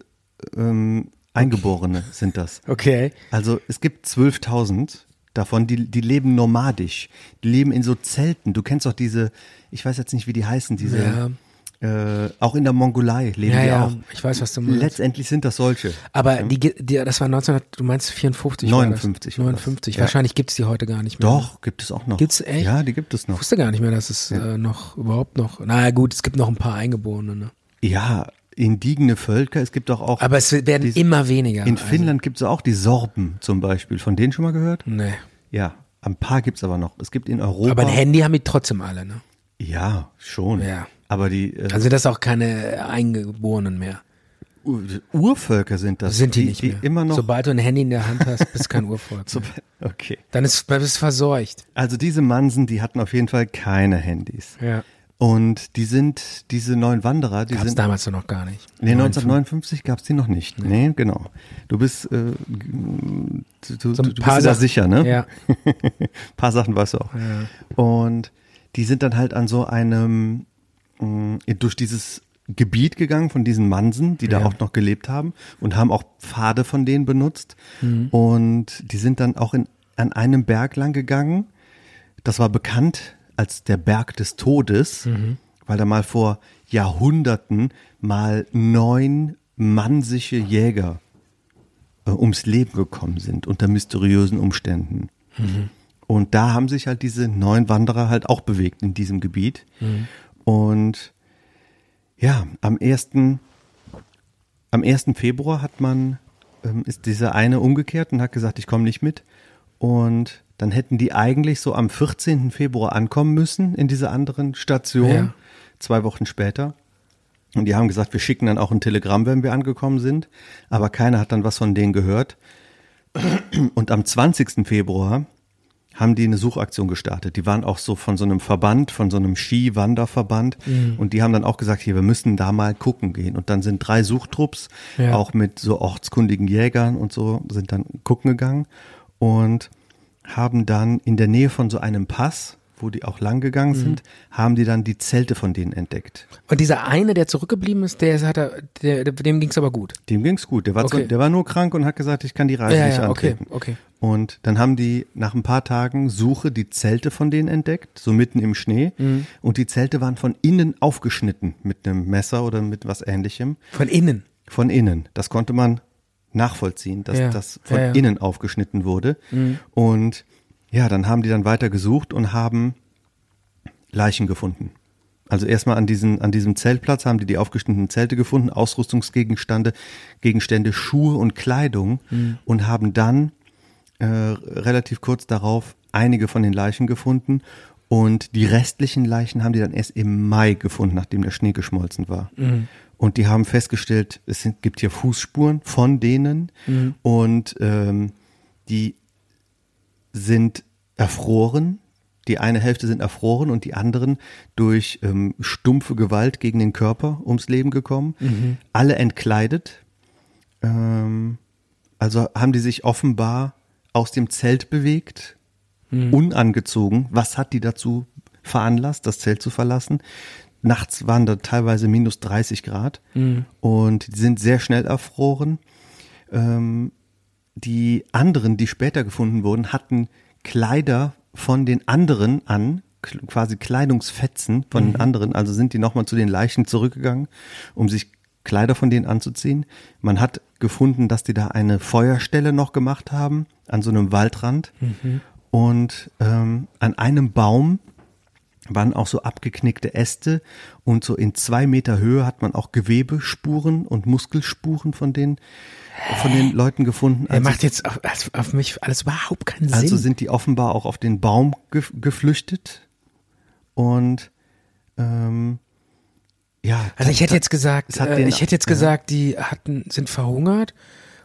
ähm, Eingeborene sind das.
Okay.
Also es gibt 12.000 davon, die, die leben nomadisch. Die leben in so Zelten. Du kennst doch diese, ich weiß jetzt nicht, wie die heißen, diese. Äh, auch in der Mongolei leben
Ja,
die
ja,
auch.
ich weiß, was du meinst.
Letztendlich sind das solche.
Aber die, ge- die, das war 1900, du meinst 54?
59
War
war
das.
das.
59.
Ja.
Wahrscheinlich gibt's die heute gar nicht mehr.
Doch, gibt es auch noch.
Gibt's echt?
Ja, die gibt es
Ich
noch.
wusste gar nicht mehr, dass es äh, noch überhaupt noch. Naja, gut, es gibt noch ein paar Eingeborene, ne?
Ja, indigene Völker, es gibt doch auch.
Aber es werden
diese-
immer weniger.
In
Also,
Finnland gibt es auch die Sorben zum Beispiel. Von denen schon mal gehört?
Nee.
Ja, ein paar gibt es aber noch. Es gibt in Europa.
Hm. Aber ein Handy haben die trotzdem alle, ne?
Ja, schon.
Ja.
Aber die äh,
Also sind das auch keine Eingeborenen mehr.
Ur- Urvölker sind das.
Sind die, nicht
die
mehr.
immer noch.
Sobald du ein Handy in der Hand hast, bist du kein Urvolk. mehr.
okay.
Dann ist es verseucht.
Also diese Mansen, die hatten auf jeden Fall keine Handys.
Ja.
Und die sind, diese neuen Wanderer, die
Gab es
sind.
damals doch noch gar nicht.
Nee, 1959 gab es die noch nicht. Nee, genau. Du bist, äh, g- du, du, du bist dir da
Sachen-
sicher, ne?
Ja.
Ein paar Sachen weißt du auch. Und die sind dann halt an so einem, mh, durch dieses Gebiet gegangen von diesen Mansen, die da auch noch gelebt haben und haben auch Pfade von denen benutzt.
Mhm.
Und die sind dann auch in, an einem Berg lang gegangen. Das war bekannt als der Berg des Todes,
Mhm.
weil da mal vor Jahrhunderten mal neun mansische Jäger äh, ums Leben gekommen sind unter mysteriösen Umständen. Und da haben sich halt diese neun Wanderer halt auch bewegt in diesem Gebiet. Und ja, am 1. Am 1. Februar hat man, ähm, ist dieser eine umgekehrt und hat gesagt, ich komme nicht mit. Und dann hätten die eigentlich so am 14. Februar ankommen müssen in dieser anderen Station,
Ja.
zwei Wochen später. Und die haben gesagt, wir schicken dann auch ein Telegramm, wenn wir angekommen sind. Aber keiner hat dann was von denen gehört. Und am 20. Februar haben die eine Suchaktion gestartet. Die waren auch so von so einem Verband, von so einem Skiwanderverband. Und die haben dann auch gesagt, hier, wir müssen da mal gucken gehen. Und dann sind drei Suchtrupps,
Ja.
auch mit so ortskundigen Jägern und so, sind dann gucken gegangen und haben dann in der Nähe von so einem Pass, wo die auch lang gegangen sind, haben die dann die Zelte von denen entdeckt.
Und dieser eine, der zurückgeblieben ist, der hat er, der, dem ging's aber gut.
Dem ging's gut. Der war,
Okay.
zu, der war nur krank und hat gesagt, ich kann die Reise
Ja,
nicht
ja, okay,
antreten.
okay.
Und dann haben die nach ein paar Tagen Suche die Zelte von denen entdeckt, so mitten im Schnee.
Mhm.
Und die Zelte waren von innen aufgeschnitten mit einem Messer oder mit was ähnlichem.
Von innen.
Von innen. Das konnte man nachvollziehen, dass
Ja,
das von
ja, Mhm. ja.
innen aufgeschnitten wurde. Und ja, dann haben die dann weiter gesucht und haben Leichen gefunden. Also erstmal an, diesen, an diesem Zeltplatz haben die die aufgeschnittenen Zelte gefunden, Ausrüstungsgegenstände, Gegenstände, Schuhe und Kleidung
Mhm.
und haben dann äh, relativ kurz darauf einige von den Leichen gefunden und die restlichen Leichen haben die dann erst im Mai gefunden, nachdem der Schnee geschmolzen war. Und die haben festgestellt, es sind, gibt hier Fußspuren von denen und ähm, die sind erfroren. Die eine Hälfte sind erfroren und die anderen durch ähm, stumpfe Gewalt gegen den Körper ums Leben gekommen. Alle entkleidet. Ähm, also haben die sich offenbar aus dem Zelt bewegt, unangezogen. Was hat die dazu veranlasst, das Zelt zu verlassen? Nachts waren da teilweise minus 30 Grad und die sind sehr schnell erfroren die anderen, die später gefunden wurden, hatten Kleider von den anderen an, kl- quasi Kleidungsfetzen von den anderen. Also sind die nochmal zu den Leichen zurückgegangen, um sich Kleider von denen anzuziehen. Man hat gefunden, dass die da eine Feuerstelle noch gemacht haben, an so einem Waldrand. Und ähm, an einem Baum waren auch so abgeknickte Äste und so in zwei Meter Höhe hat man auch Gewebespuren und Muskelspuren von den, von den Leuten gefunden.
Er macht jetzt auf, also auf mich alles überhaupt keinen Sinn.
Also sind die offenbar auch auf den Baum ge geflüchtet und ähm, ja.
Also ich hätte jetzt gesagt,
Es hat
äh,
den-
ich hätte jetzt
ja.
gesagt, die hatten, sind verhungert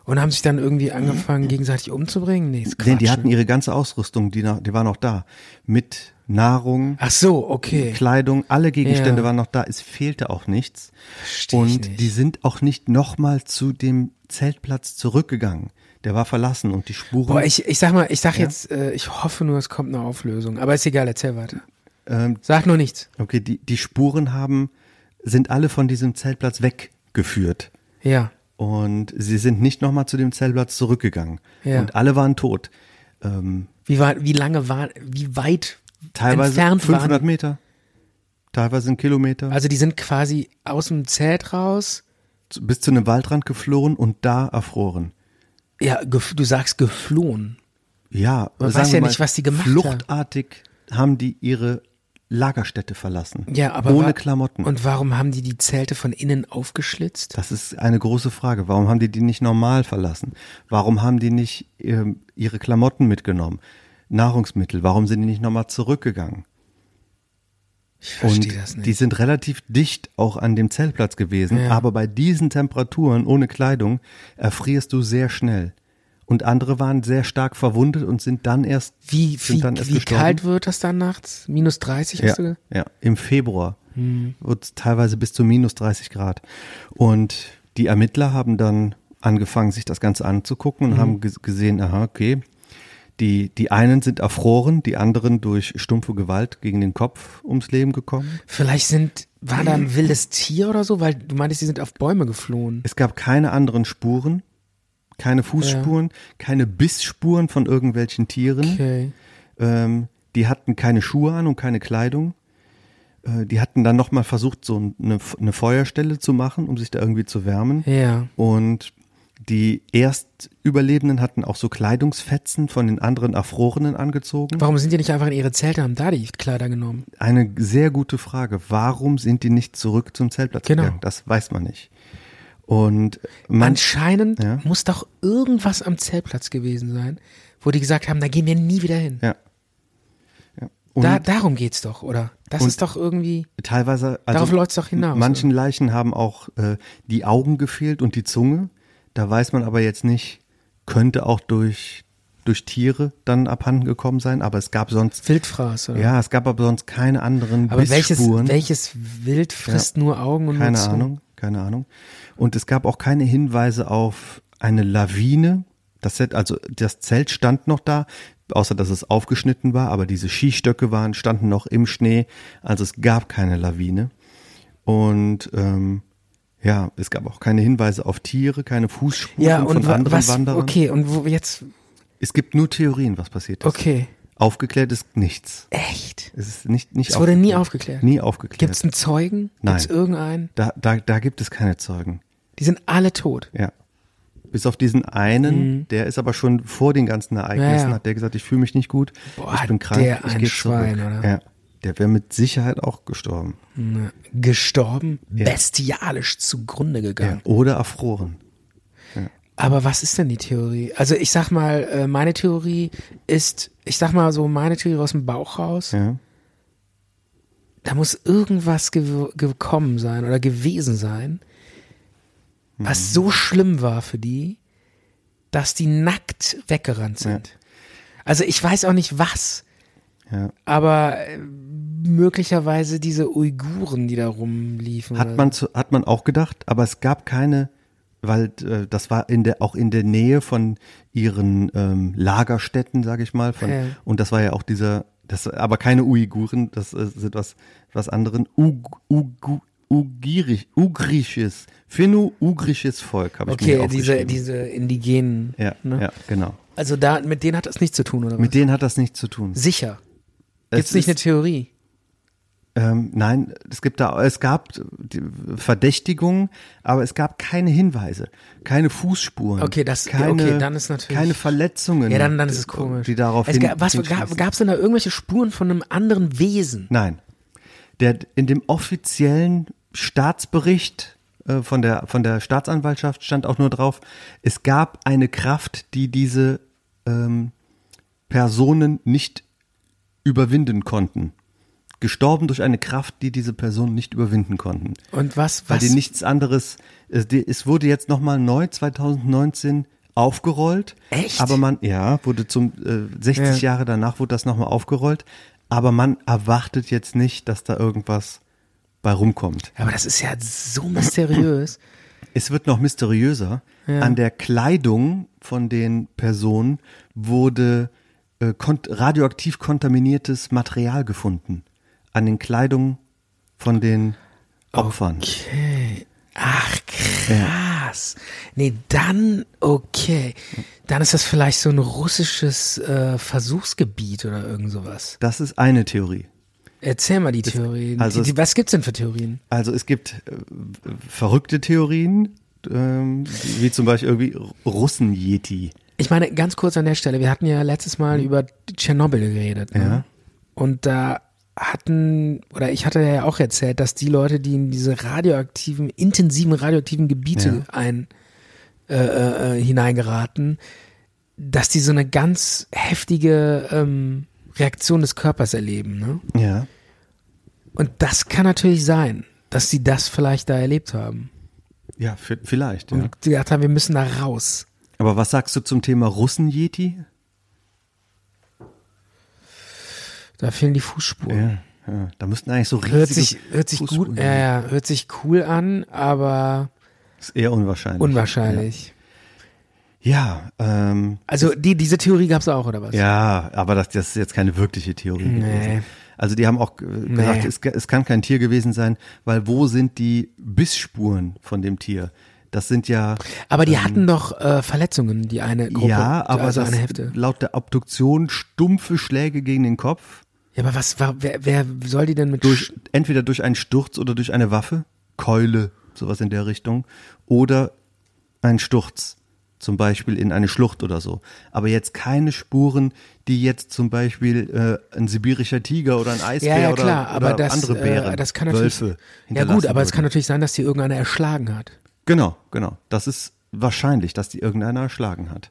und haben sich dann irgendwie angefangen, gegenseitig umzubringen. Nee, ist Quatsch.
Nee, die hatten
ne?
ihre ganze Ausrüstung, die, noch- die war noch da. Mit Nahrung,
Ach so, Ah, okay.
Kleidung, alle Gegenstände
Ja.
waren noch da. Es fehlte auch nichts.
Versteh ich
und
nicht.
die sind auch nicht nochmal zu dem Zeltplatz zurückgegangen. Der war verlassen und die Spuren.
Boah, ich, ich sag mal, ich sag jetzt, äh, ich hoffe nur, es kommt eine Auflösung. Aber ist egal, erzähl weiter. sag nur nichts.
ähm, okay, die, die Spuren haben, sind alle von diesem Zeltplatz weggeführt.
Ja.
Und sie sind nicht nochmal zu dem Zeltplatz zurückgegangen.
Ja.
Und alle waren tot. Ähm,
Wie, war, wie lange war, wie weit
teilweise
entfernt
500
waren?
Meter, teilweise ein Kilometer,
Also die sind quasi aus dem Zelt raus.
zu- bis zu einem Waldrand geflohen und da erfroren.
Ja, gef- du sagst geflohen.
Ja,
Man
sagen
weiß
wir
ja
mal,
nicht, was die gemacht haben.
Fluchtartig haben die ihre Lagerstätte verlassen.
Ja, aber
ohne
wa-
Klamotten.
Und warum haben die die Zelte von innen aufgeschlitzt?
Das ist eine große Frage. Warum haben die die nicht normal verlassen? Warum haben die nicht ähm, ihre Klamotten mitgenommen? Nahrungsmittel? Warum sind die nicht nochmal zurückgegangen?
Ich
Und
verstehe das nicht.
die sind relativ dicht auch an dem Zeltplatz gewesen.
Ja.
Aber bei diesen Temperaturen ohne Kleidung erfrierst du sehr schnell. Und andere waren sehr stark verwundet und sind dann erst
Wie,
sind
wie,
dann erst
wie
gestorben.
kalt wird das dann nachts? Minus 30 hast du
ja,
gesagt?
ja, im Februar wird es teilweise bis zu minus 30 Grad. Und die Ermittler haben dann angefangen, sich das Ganze anzugucken und haben ges- gesehen, aha, okay, die, die einen sind erfroren, die anderen durch stumpfe Gewalt gegen den Kopf ums Leben gekommen.
Vielleicht sind, war da ein wildes Tier oder so, weil du meintest, die sind auf Bäume geflohen.
Es gab keine anderen Spuren, keine Fußspuren, keine Bissspuren von irgendwelchen Tieren.
Okay.
Ähm, die hatten keine Schuhe an und keine Kleidung. Äh, die hatten dann nochmal versucht, so eine, eine Feuerstelle zu machen, um sich da irgendwie zu wärmen.
Ja.
Und die Erstüberlebenden hatten auch so Kleidungsfetzen von den anderen Erfrorenen angezogen.
Warum sind die nicht einfach in ihre Zelte, haben da die Kleider genommen?
Eine sehr gute Frage. Warum sind die nicht zurück zum Zeltplatz
Genau.
gegangen? Das weiß man nicht. Und man,
Anscheinend
Ja.
muss doch irgendwas am Zeltplatz gewesen sein, wo die gesagt haben, da gehen wir nie wieder hin.
ja. ja. Und
da, darum geht's doch, oder? Das
Und-
ist doch irgendwie.
teilweise, also
Darauf läuft's doch hinaus,
Manchen Leichen haben auch äh, die Augen gefehlt und die Zunge. Da weiß man aber jetzt nicht, könnte auch durch durch Tiere dann abhanden gekommen sein, aber es gab sonst
Wildfraß, oder?
ja, es gab aber sonst keine anderen
Aber welches,
Bissspuren.
welches Wild frisst nur Augen und
keine
nur Zungen?
Ahnung, keine Ahnung. Und es gab auch keine Hinweise auf eine Lawine. Das Zelt, also das Zelt stand noch da, außer dass es aufgeschnitten war, aber diese Skistöcke waren, standen noch im Schnee, also es gab keine Lawine. Und ähm, ja, es gab auch keine Hinweise auf Tiere, keine Fußspuren
Ja,
von
und wa-
anderen
was?
Wanderern.
Okay, und wo jetzt.
Es gibt nur Theorien, was passiert ist.
Okay.
Aufgeklärt ist nichts.
Echt?
Es ist nicht, nicht
Es wurde nie aufgeklärt.
Nie aufgeklärt.
Gibt's einen Zeugen?
Nein.
Gibt's irgendeinen?
da, da, da gibt es keine Zeugen.
Die sind alle tot.
Ja. Bis auf diesen einen, der ist aber schon vor den ganzen Ereignissen,
Mhm. Ja, ja.
hat der gesagt, ich fühle mich nicht gut,
Boah,
ich bin
hat
krank,
der
ich
ein
gehe
Schwein,
zurück.
oder?
Ja. Der wäre mit Sicherheit auch gestorben. Mhm.
Gestorben, bestialisch zugrunde gegangen.
Oder erfroren.
Aber was ist denn die Theorie? Also ich sag mal, äh, meine Theorie ist, ich sag mal so, meine Theorie aus dem Bauch raus,
Ja.
da muss irgendwas gew- gekommen sein oder gewesen sein, was
Mhm.
so schlimm war für die, dass die nackt weggerannt sind. Also ich weiß auch nicht was,
Ja.
aber äh, möglicherweise diese Uiguren, die da rumliefen. oder
Hat man, zu, hat man auch gedacht, aber es gab keine, weil äh, das war in der, auch in der Nähe von ihren ähm, Lagerstätten, sage ich mal. Von,
Ja.
Und das war ja auch dieser, das, aber keine Uiguren, das äh, sind was, was anderen. Ug, Ugu- Ugirisch, ugrisches, finno-ugrisches Volk, habe ich mir
Okay, diese,
aufgeschrieben.
diese Indigenen.
ja,
ne?
ja, genau.
Also da, mit denen hat das nichts zu tun, oder was?
Mit denen hat das nichts zu tun.
Sicher. Gibt es
Es
nicht eine
ist-
Theorie?
Ähm, nein, es gibt da, es gab die Verdächtigungen, aber es gab keine Hinweise, keine Fußspuren,
Okay, das-
keine,
okay, dann ist natürlich-
keine Verletzungen,
Ja, dann, dann ist es komisch.
die darauf
es
hin,
gab, was,
hinschließen.
gab, gab's denn da irgendwelche Spuren von einem anderen Wesen?
Nein, der in dem offiziellen Staatsbericht äh, von der von der Staatsanwaltschaft stand auch nur drauf, es gab eine Kraft, die diese ähm, Personen nicht überwinden konnten. Gestorben durch eine Kraft, die diese Personen nicht überwinden konnten.
Und was,
weil
was?
die nichts anderes. Es, die, es wurde jetzt nochmal neu 2019 aufgerollt.
Echt?
Aber man, ja, wurde zum äh, 60 Jahre danach wurde das nochmal aufgerollt. Aber man erwartet jetzt nicht, dass da irgendwas bei rumkommt.
Aber das ist ja so mysteriös.
Es wird noch mysteriöser. An der Kleidung von den Personen wurde äh, kont radioaktiv kontaminiertes Material gefunden. An den Kleidungen von den Opfern.
Ach, krass. Nee, dann, okay. Dann ist das vielleicht so ein russisches äh, Versuchsgebiet oder irgend sowas.
Das ist eine Theorie.
Erzähl mal die Theorien.
also
die,
es-
die, was gibt's denn für Theorien?
Also es gibt äh, w- verrückte Theorien, ähm, die- wie zum Beispiel irgendwie R- Russen-Yeti.
Ich meine, ganz kurz an der Stelle, wir hatten ja letztes Mal über Tschernobyl geredet. Ne? Und da hatten, oder ich hatte ja auch erzählt, dass die Leute, die in diese radioaktiven, intensiven radioaktiven Gebiete ein, äh, äh, äh, hineingeraten, dass die so eine ganz heftige ähm, Reaktion des Körpers erleben. Ne?
Ja.
Und das kann natürlich sein, dass sie das vielleicht da erlebt haben.
Ja, vi- vielleicht. Ja.
Und die gedacht haben, wir müssen da raus.
Aber was sagst du zum Thema Russen-Yeti?
Da fehlen die Fußspuren.
ja. Da müssten eigentlich so riesige
Hört sich, hört sich
Fußspuren
gut, ja,
sein.
ja, hört sich cool an, aber
Ist eher unwahrscheinlich.
unwahrscheinlich.
Ja, ähm,
Also die, diese Theorie gab's auch, oder was?
ja aber das, das ist jetzt keine wirkliche Theorie gewesen. Also die haben auch äh, gesagt, es, es kann kein Tier gewesen sein, weil wo sind die Bissspuren von dem Tier? Das sind ja
Aber die hatten doch äh, Verletzungen, die eine Gruppe.
Ähm, Ja,
die-
aber
also
das
eine Hälfte.
laut der Abduktion stumpfe Schläge gegen den Kopf
Ja, aber was war, wer, wer soll die denn mit
durch entweder durch einen Sturz oder durch eine Waffe, Keule, sowas in der Richtung, oder ein Sturz, zum Beispiel in eine Schlucht oder so. Aber jetzt keine Spuren, die jetzt zum Beispiel äh, ein sibirischer Tiger oder ein
ja,
Eisbär
ja,
oder,
klar, aber
oder
das,
andere Bären,
äh, das kann natürlich.
Wölfe
ja, gut, aber es kann
hinterlassen würden.
natürlich sein, dass die irgendeiner erschlagen hat.
genau, genau. Das ist wahrscheinlich, dass die irgendeiner erschlagen hat.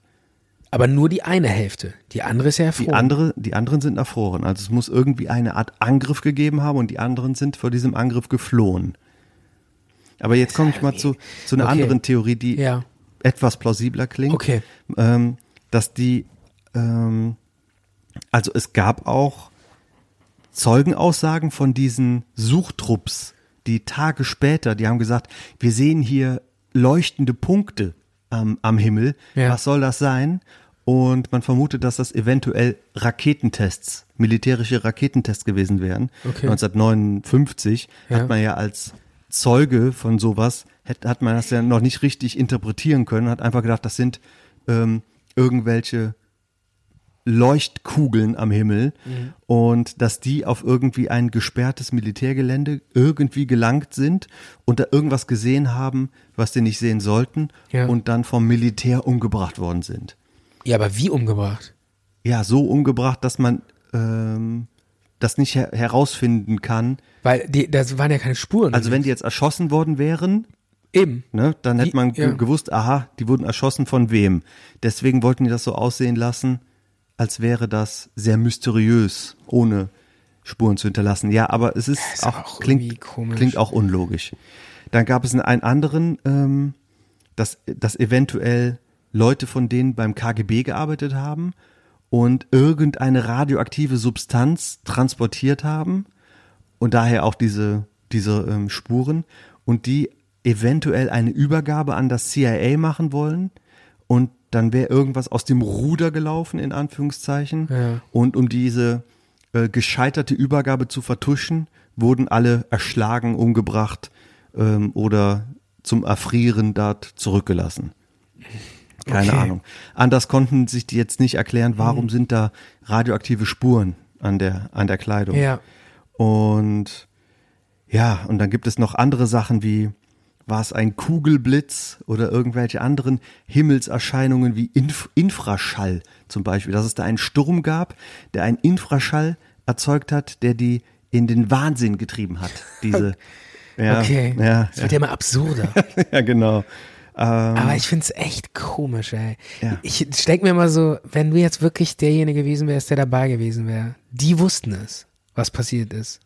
Aber nur die eine Hälfte. Die andere ist ja
Die,
erfroren.
andere, die anderen sind erfroren. Also es muss irgendwie eine Art Angriff gegeben haben und die anderen sind vor diesem Angriff geflohen. Aber jetzt komme ich mal zu, zu einer
Okay.
anderen Theorie, die
Ja.
etwas plausibler klingt.
Okay.
Ähm, dass die, ähm, also es gab auch Zeugenaussagen von diesen Suchtrupps, die Tage später, die haben gesagt, wir sehen hier leuchtende Punkte am, am Himmel.
Ja.
Was soll das sein? Und man vermutet, dass das eventuell Raketentests, militärische Raketentests gewesen wären.
Okay.
1959
Ja.
hat man ja als Zeuge von sowas, hat, hat man das ja noch nicht richtig interpretieren können, hat einfach gedacht, das sind ähm, irgendwelche Leuchtkugeln am Himmel und dass die auf irgendwie ein gesperrtes Militärgelände irgendwie gelangt sind und da irgendwas gesehen haben, was sie nicht sehen sollten
Ja.
und dann vom Militär umgebracht worden sind.
ja, aber wie umgebracht?
Ja, so umgebracht, dass man ähm, das nicht her herausfinden kann.
Weil die, das waren ja keine Spuren.
Also wenn die jetzt erschossen worden wären,
Eben.
ne, dann hätte
Die-
man ge-
ja.
gewusst, aha, die wurden erschossen von wem. Deswegen wollten die das so aussehen lassen, als wäre das sehr mysteriös, ohne Spuren zu hinterlassen. Ja, aber es ist,
ist
auch,
auch irgendwie
klingt,
komisch.
klingt auch unlogisch. Dann gab es einen anderen, ähm, dass, dass eventuell Leute von denen beim KGB gearbeitet haben und irgendeine radioaktive Substanz transportiert haben und daher auch diese, diese ähm, Spuren und die eventuell eine Übergabe an das CIA machen wollen und dann wäre irgendwas aus dem Ruder gelaufen, in Anführungszeichen. Und um diese äh, gescheiterte Übergabe zu vertuschen, wurden alle erschlagen, umgebracht ähm, oder zum Erfrieren dort zurückgelassen. Keine
Okay.
Ahnung. Anders konnten sich die jetzt nicht erklären, warum sind da radioaktive Spuren an der, an der Kleidung.
Ja.
Und ja, und dann gibt es noch andere Sachen wie, war es ein Kugelblitz oder irgendwelche anderen Himmelserscheinungen wie Inf Infraschall zum Beispiel, dass es da einen Sturm gab, der einen Infraschall erzeugt hat, der die in den Wahnsinn getrieben hat. Diese. Ja,
okay.
Ja,
es wird ja immer absurder.
ja, ja, genau.
Aber ich find's echt komisch, ey.
Ah. Ja.
Ich denk mir mal so, wenn du jetzt wirklich derjenige gewesen wärst, der dabei gewesen wäre, die wussten es, was passiert ist.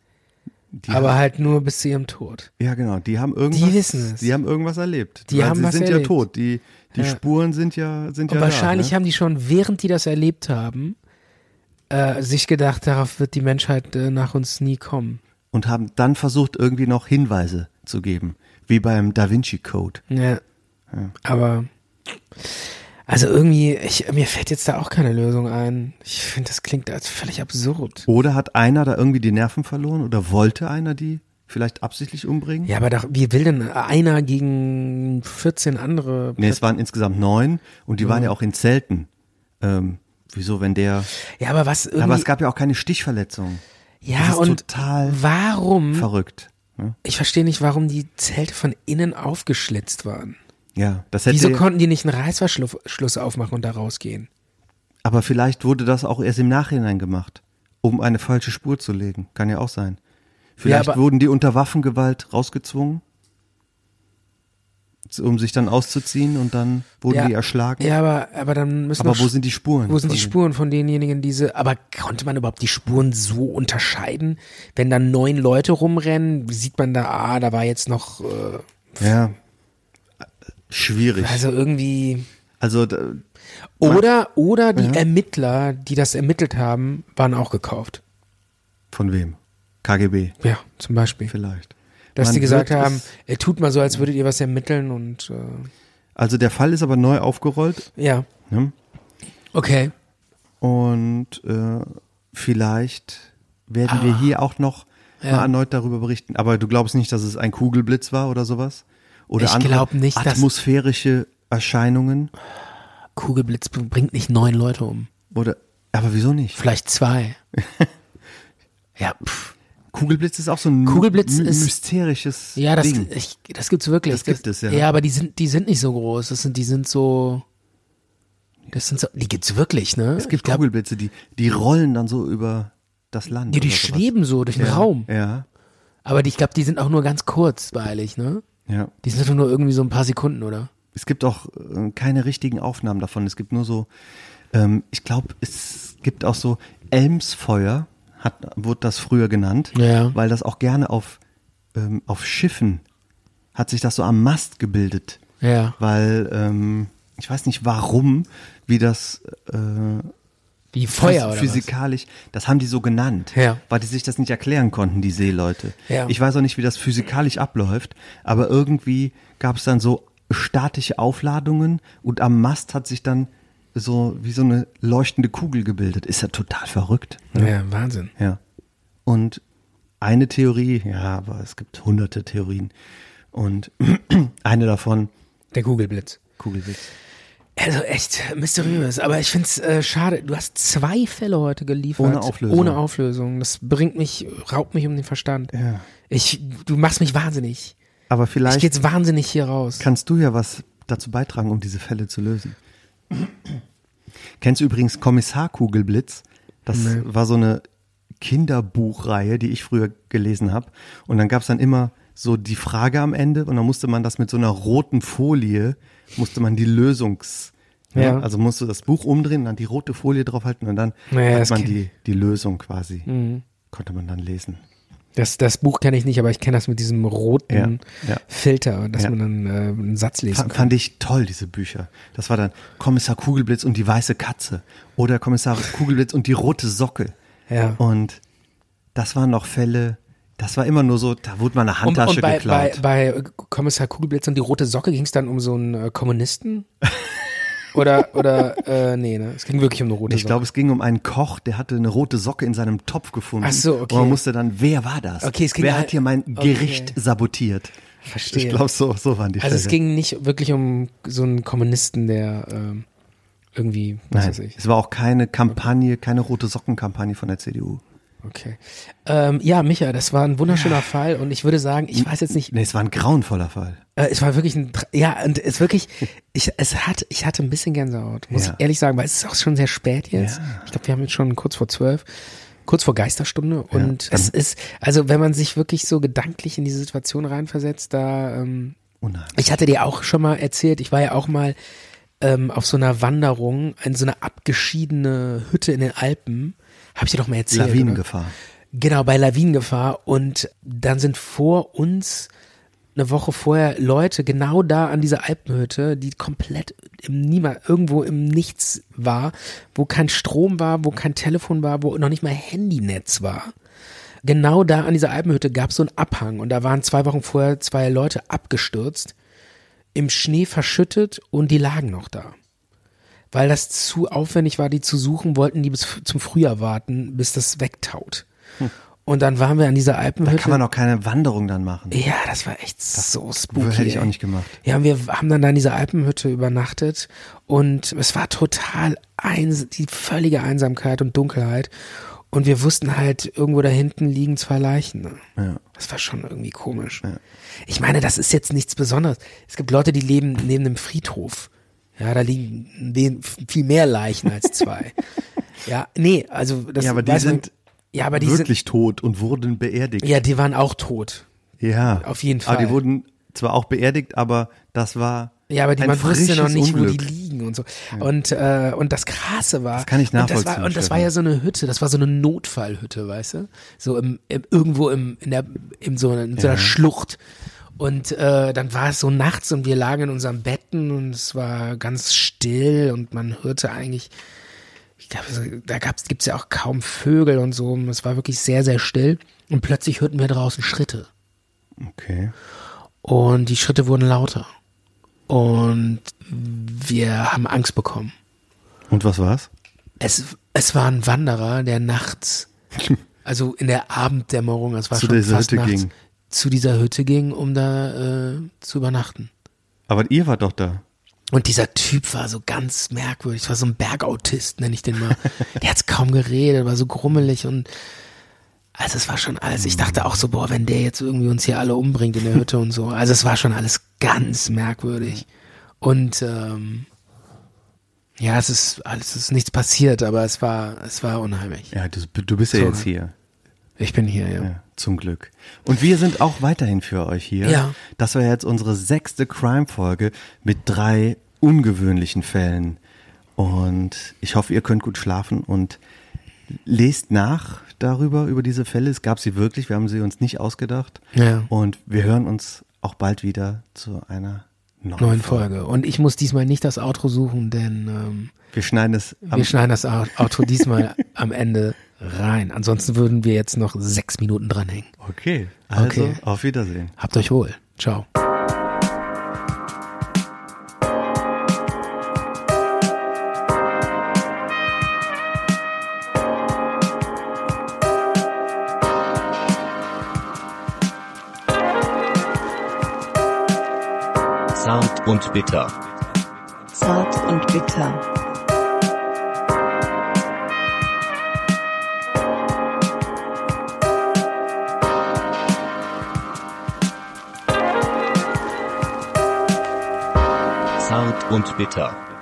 Aber halt nur bis zu ihrem Tod.
Ja, genau. Die haben irgendwas.
wissen es.
Die haben irgendwas erlebt.
Die
Weil
haben
sie
was
sind ja
erlebt.
tot. Die, die
Ja.
Spuren sind ja, sind
Und
ja
wahrscheinlich
da. Ne?
haben die schon, während die das erlebt haben, äh, sich gedacht, darauf wird die Menschheit äh, nach uns nie kommen.
Und haben dann versucht, irgendwie noch Hinweise zu geben. Wie beim Da Vinci Code.
Ja. Aber also irgendwie, ich, mir fällt jetzt da auch keine Lösung ein. Ich finde, das klingt als völlig absurd.
Oder hat einer da irgendwie die Nerven verloren oder wollte einer die vielleicht absichtlich umbringen?
Ja, aber doch, wie will denn einer gegen 14 andere?
Nee, es waren insgesamt neun und die waren
Mhm.
ja auch in Zelten. Ähm, wieso, wenn der.
Ja, aber was irgendwie.
Aber es gab ja auch keine Stichverletzungen.
ja,
das ist
und
total
warum?
Verrückt. ne?
Ich verstehe nicht, warum die Zelte von innen aufgeschlitzt waren.
Ja, das hätte.
Wieso konnten die nicht einen Reißverschluss Schluss aufmachen und da rausgehen?
aber vielleicht wurde das auch erst im Nachhinein gemacht, um eine falsche Spur zu legen. Kann ja auch sein. Vielleicht
aber-
wurden die unter Waffengewalt rausgezwungen, um sich dann auszuziehen und dann wurden
ja,
die erschlagen.
Ja, aber, aber dann müssen
Aber
doch
wo
Sch-
sind die Spuren?
Wo sind
von
die
denen?
Spuren von denjenigen, diese, aber konnte man überhaupt die Spuren so unterscheiden? Wenn dann neun Leute rumrennen, sieht man da, ah, da war jetzt noch, äh,
Ja. Schwierig.
also irgendwie,
Also, d-
oder, oder die Ermittler, die das ermittelt haben, waren auch gekauft.
von wem? KGB
Ja, zum Beispiel.
vielleicht.
Dass
Man
die gesagt
wird es-
haben, er tut mal so, als würdet ihr was ermitteln und, äh,
Also der Fall ist aber neu aufgerollt
ja.
ne?
Okay.
und äh, vielleicht werden
Ah.
wir hier auch noch mal erneut darüber berichten. Aber du glaubst nicht, dass es ein Kugelblitz war oder sowas? Oder
Ich
andere
glaub nicht, dass-
atmosphärische Erscheinungen
Kugelblitz bringt nicht neun Leute um.
oder? Aber wieso nicht?
Vielleicht zwei. ja, pff.
Kugelblitz ist auch so ein
Kugelblitz ist-
mysterisches
Ja, das,
Ding.
ich, das gibt's wirklich.
Das gibt es, ja.
Ja, aber die sind, die sind nicht so groß. Das sind, die sind so. Das sind so. Die gibt's wirklich, ne?
Es gibt Kugelblitze, die, die rollen dann so über das Land.
die, die
oder sowas.
schweben so durch den
ja,
Raum.
Ja,
Aber die, ich glaube, die sind auch nur ganz kurzweilig, ne?
ja.
Die sind doch nur irgendwie so ein paar Sekunden, oder?
Es gibt auch äh, keine richtigen Aufnahmen davon. Es gibt nur so, ähm, ich glaube, es gibt auch so Elmsfeuer, hat, wurde das früher genannt,
Ja.
weil das auch gerne auf, ähm, auf Schiffen hat sich das so am Mast gebildet.
Ja.
Weil, ähm, ich weiß nicht warum, wie das äh,
Wie Feuer
Phys-
oder
physikalisch, das haben die so genannt,
Ja.
weil die sich das nicht erklären konnten, die Seeleute.
Ja.
Ich weiß auch nicht, wie das physikalisch abläuft, aber irgendwie gab es dann so statische Aufladungen und am Mast hat sich dann so wie so eine leuchtende Kugel gebildet. Ist ja total verrückt.
was? Ja, Wahnsinn.
Ja. Und eine Theorie, ja, aber es gibt hunderte Theorien und eine davon,
Der Kugelblitz.
Kugelwitz.
Also echt mysteriös, aber ich find's äh, schade. Du hast zwei Fälle heute geliefert.
Ohne Auflösung.
Ohne Auflösung. Das bringt mich, raubt mich um den Verstand.
Ja.
Ich, du machst mich wahnsinnig.
Aber
Ich
vielleicht
gehe jetzt wahnsinnig hier raus.
Kannst du ja was dazu beitragen, um diese Fälle zu lösen? Kennst du übrigens Kommissar Kugelblitz? Das war so eine Kinderbuchreihe, die ich früher gelesen habe. Und dann gab es dann immer so die Frage am Ende und dann musste man das mit so einer roten Folie, musste man die Lösungs...
Ja.
Ne? Also musst du das Buch umdrehen, dann die rote Folie draufhalten und dann
Naja, das Mhm.
hat man
kenn-
die, die Lösung quasi, konnte man dann lesen.
Das, das Buch kenne ich nicht, aber ich kenne das mit diesem roten
Ja, ja.
Filter, dass
Ja.
man dann äh, einen Satz lesen
Fand,
kann.
fand ich toll, diese Bücher. Das war dann Kommissar Kugelblitz und die weiße Katze oder Kommissar Kugelblitz und die rote Socke.
Ja.
Und das waren noch Fälle, das war immer nur so, da wurde mal eine
Und,
Handtasche
und bei, bei,
geklaut.
bei Kommissar Kugelblitz und die rote Socke ging es dann um so einen äh, Kommunisten? oder, oder, äh, nee, ne? Es ging wirklich um eine rote
ich
Socke.
glaube, es ging um einen Koch, der hatte eine rote Socke in seinem Topf gefunden.
Ach so, okay.
Und man musste dann, wer war das?
Okay, es ging
wer
halt-
hat hier mein
okay.
Gericht sabotiert?
Verstehe.
Ich glaube, so, so waren die
also es
Fälle.
ging nicht wirklich um so einen Kommunisten, der ähm, irgendwie, was weiß
Nein,
also ich.
es war auch keine Kampagne, keine rote Sockenkampagne von der CDU.
Okay. Ähm, ja, Micha, das war ein wunderschöner Fall und ich würde sagen,
Hm.
ich weiß jetzt nicht,
Nee, es war ein grauenvoller Fall.
Äh, es war wirklich ein, Tra- ja, und es wirklich, ich, es hat, ich hatte ein bisschen Gänsehaut, muss
Ja.
ich ehrlich sagen, weil es ist auch schon sehr spät jetzt. Ich glaube, wir haben jetzt schon kurz vor zwölf, kurz vor Geisterstunde und es ist, also wenn man sich wirklich so gedanklich in diese Situation reinversetzt, da, ähm,
Unheimlich.
ich hatte dir auch schon mal erzählt, ich war ja auch mal ähm, auf so einer Wanderung in so einer abgeschiedene Hütte in den Alpen, habe ich dir doch mal erzählt. oder?
Lawinengefahr.
Genau, bei Lawinengefahr. Und dann sind vor uns eine Woche vorher Leute genau da an dieser Alpenhütte, die komplett im Niemand, irgendwo im Nichts war, wo kein Strom war, wo kein Telefon war, wo noch nicht mal Handynetz war. Genau da an dieser Alpenhütte gab es so einen Abhang und da waren zwei Wochen vorher zwei Leute abgestürzt, im Schnee verschüttet und die lagen noch da weil das zu aufwendig war, die zu suchen, wollten die bis f- zum Frühjahr warten, bis das wegtaut. Und dann waren wir an dieser Alpenhütte.
Kann man auch keine Wanderung dann machen.
ja, das war echt so spooky.
hätte ich
ey.
auch nicht gemacht.
Ja, wir haben dann da in dieser Alpenhütte übernachtet und es war total eins, die völlige Einsamkeit und Dunkelheit. Und wir wussten halt, irgendwo da hinten liegen zwei Leichen. Ne?
Ja.
Das war schon irgendwie komisch. Ich meine, das ist jetzt nichts Besonderes. Es gibt Leute, die leben neben einem Friedhof. Ja, da liegen we- viel mehr Leichen als zwei. ja, nee, also das
Ja, aber die
weiß man-
sind
ja, aber die
Wirklich tot und wurden beerdigt.
sind ja, die waren auch tot.
Ja.
Auf jeden
Aber
Fall.
die wurden zwar auch beerdigt, aber das war
Ja, aber die,
ein
man wusste
frisches
noch nicht,
Unglück.
wo die liegen und so. Und, äh, und das Krasse war.
Das kann ich
Und das, war,
nachvollziehen,
und das war ja so
Stefan.
eine Hütte, das war so eine Notfallhütte, weißt du? So im, im, irgendwo im, in, der, in so, in so einer Schlucht. Und äh, dann war es so nachts und wir lagen in unseren Betten und es war ganz still und man hörte eigentlich, ich glaube, da gibt es ja auch kaum Vögel und so. Es war wirklich sehr, sehr still. Und plötzlich hörten wir draußen Schritte.
Okay.
Und die Schritte wurden lauter. Und wir haben Angst bekommen.
Und was war's?
Es, es war ein Wanderer, der nachts, also in der Abenddämmerung, es war
Zu
schon
dieser
fast
Hütte
nachts,
ging.
zu dieser Hütte ging, um da äh, zu übernachten.
Aber ihr wart doch da.
Und dieser Typ war so ganz merkwürdig, es war so ein Bergautist, nenne ich den mal. Der hat kaum geredet, war so grummelig und also es war schon alles, ich dachte auch so, boah, wenn der jetzt irgendwie uns hier alle umbringt in der Hütte und so. Also es war schon alles ganz merkwürdig. Und ähm, ja, es ist alles es ist nichts passiert, aber es war, es war unheimlich.
Ja, du, du bist ja
So.
jetzt hier.
Ich bin hier, ja.
Ja, zum Glück. Und wir sind auch weiterhin für euch hier.
Ja.
Das war jetzt unsere sechste Crime-Folge mit drei ungewöhnlichen Fällen. Und ich hoffe, ihr könnt gut schlafen und lest nach darüber, über diese Fälle. Es gab sie wirklich, wir haben sie uns nicht ausgedacht.
Ja.
Und wir hören uns auch bald wieder zu einer neuen,
Neuen
Folge.
Folge. Und ich muss diesmal nicht das Outro suchen, denn ähm,
Wir schneiden es am
wir schneiden das Au- Outro diesmal am Ende rein. Ansonsten würden wir jetzt noch sechs Minuten dranhängen.
Okay. Also,
Okay.
auf Wiedersehen.
Habt euch wohl. Ciao.
Zart und bitter.
Zart und bitter.
Zart und bitter.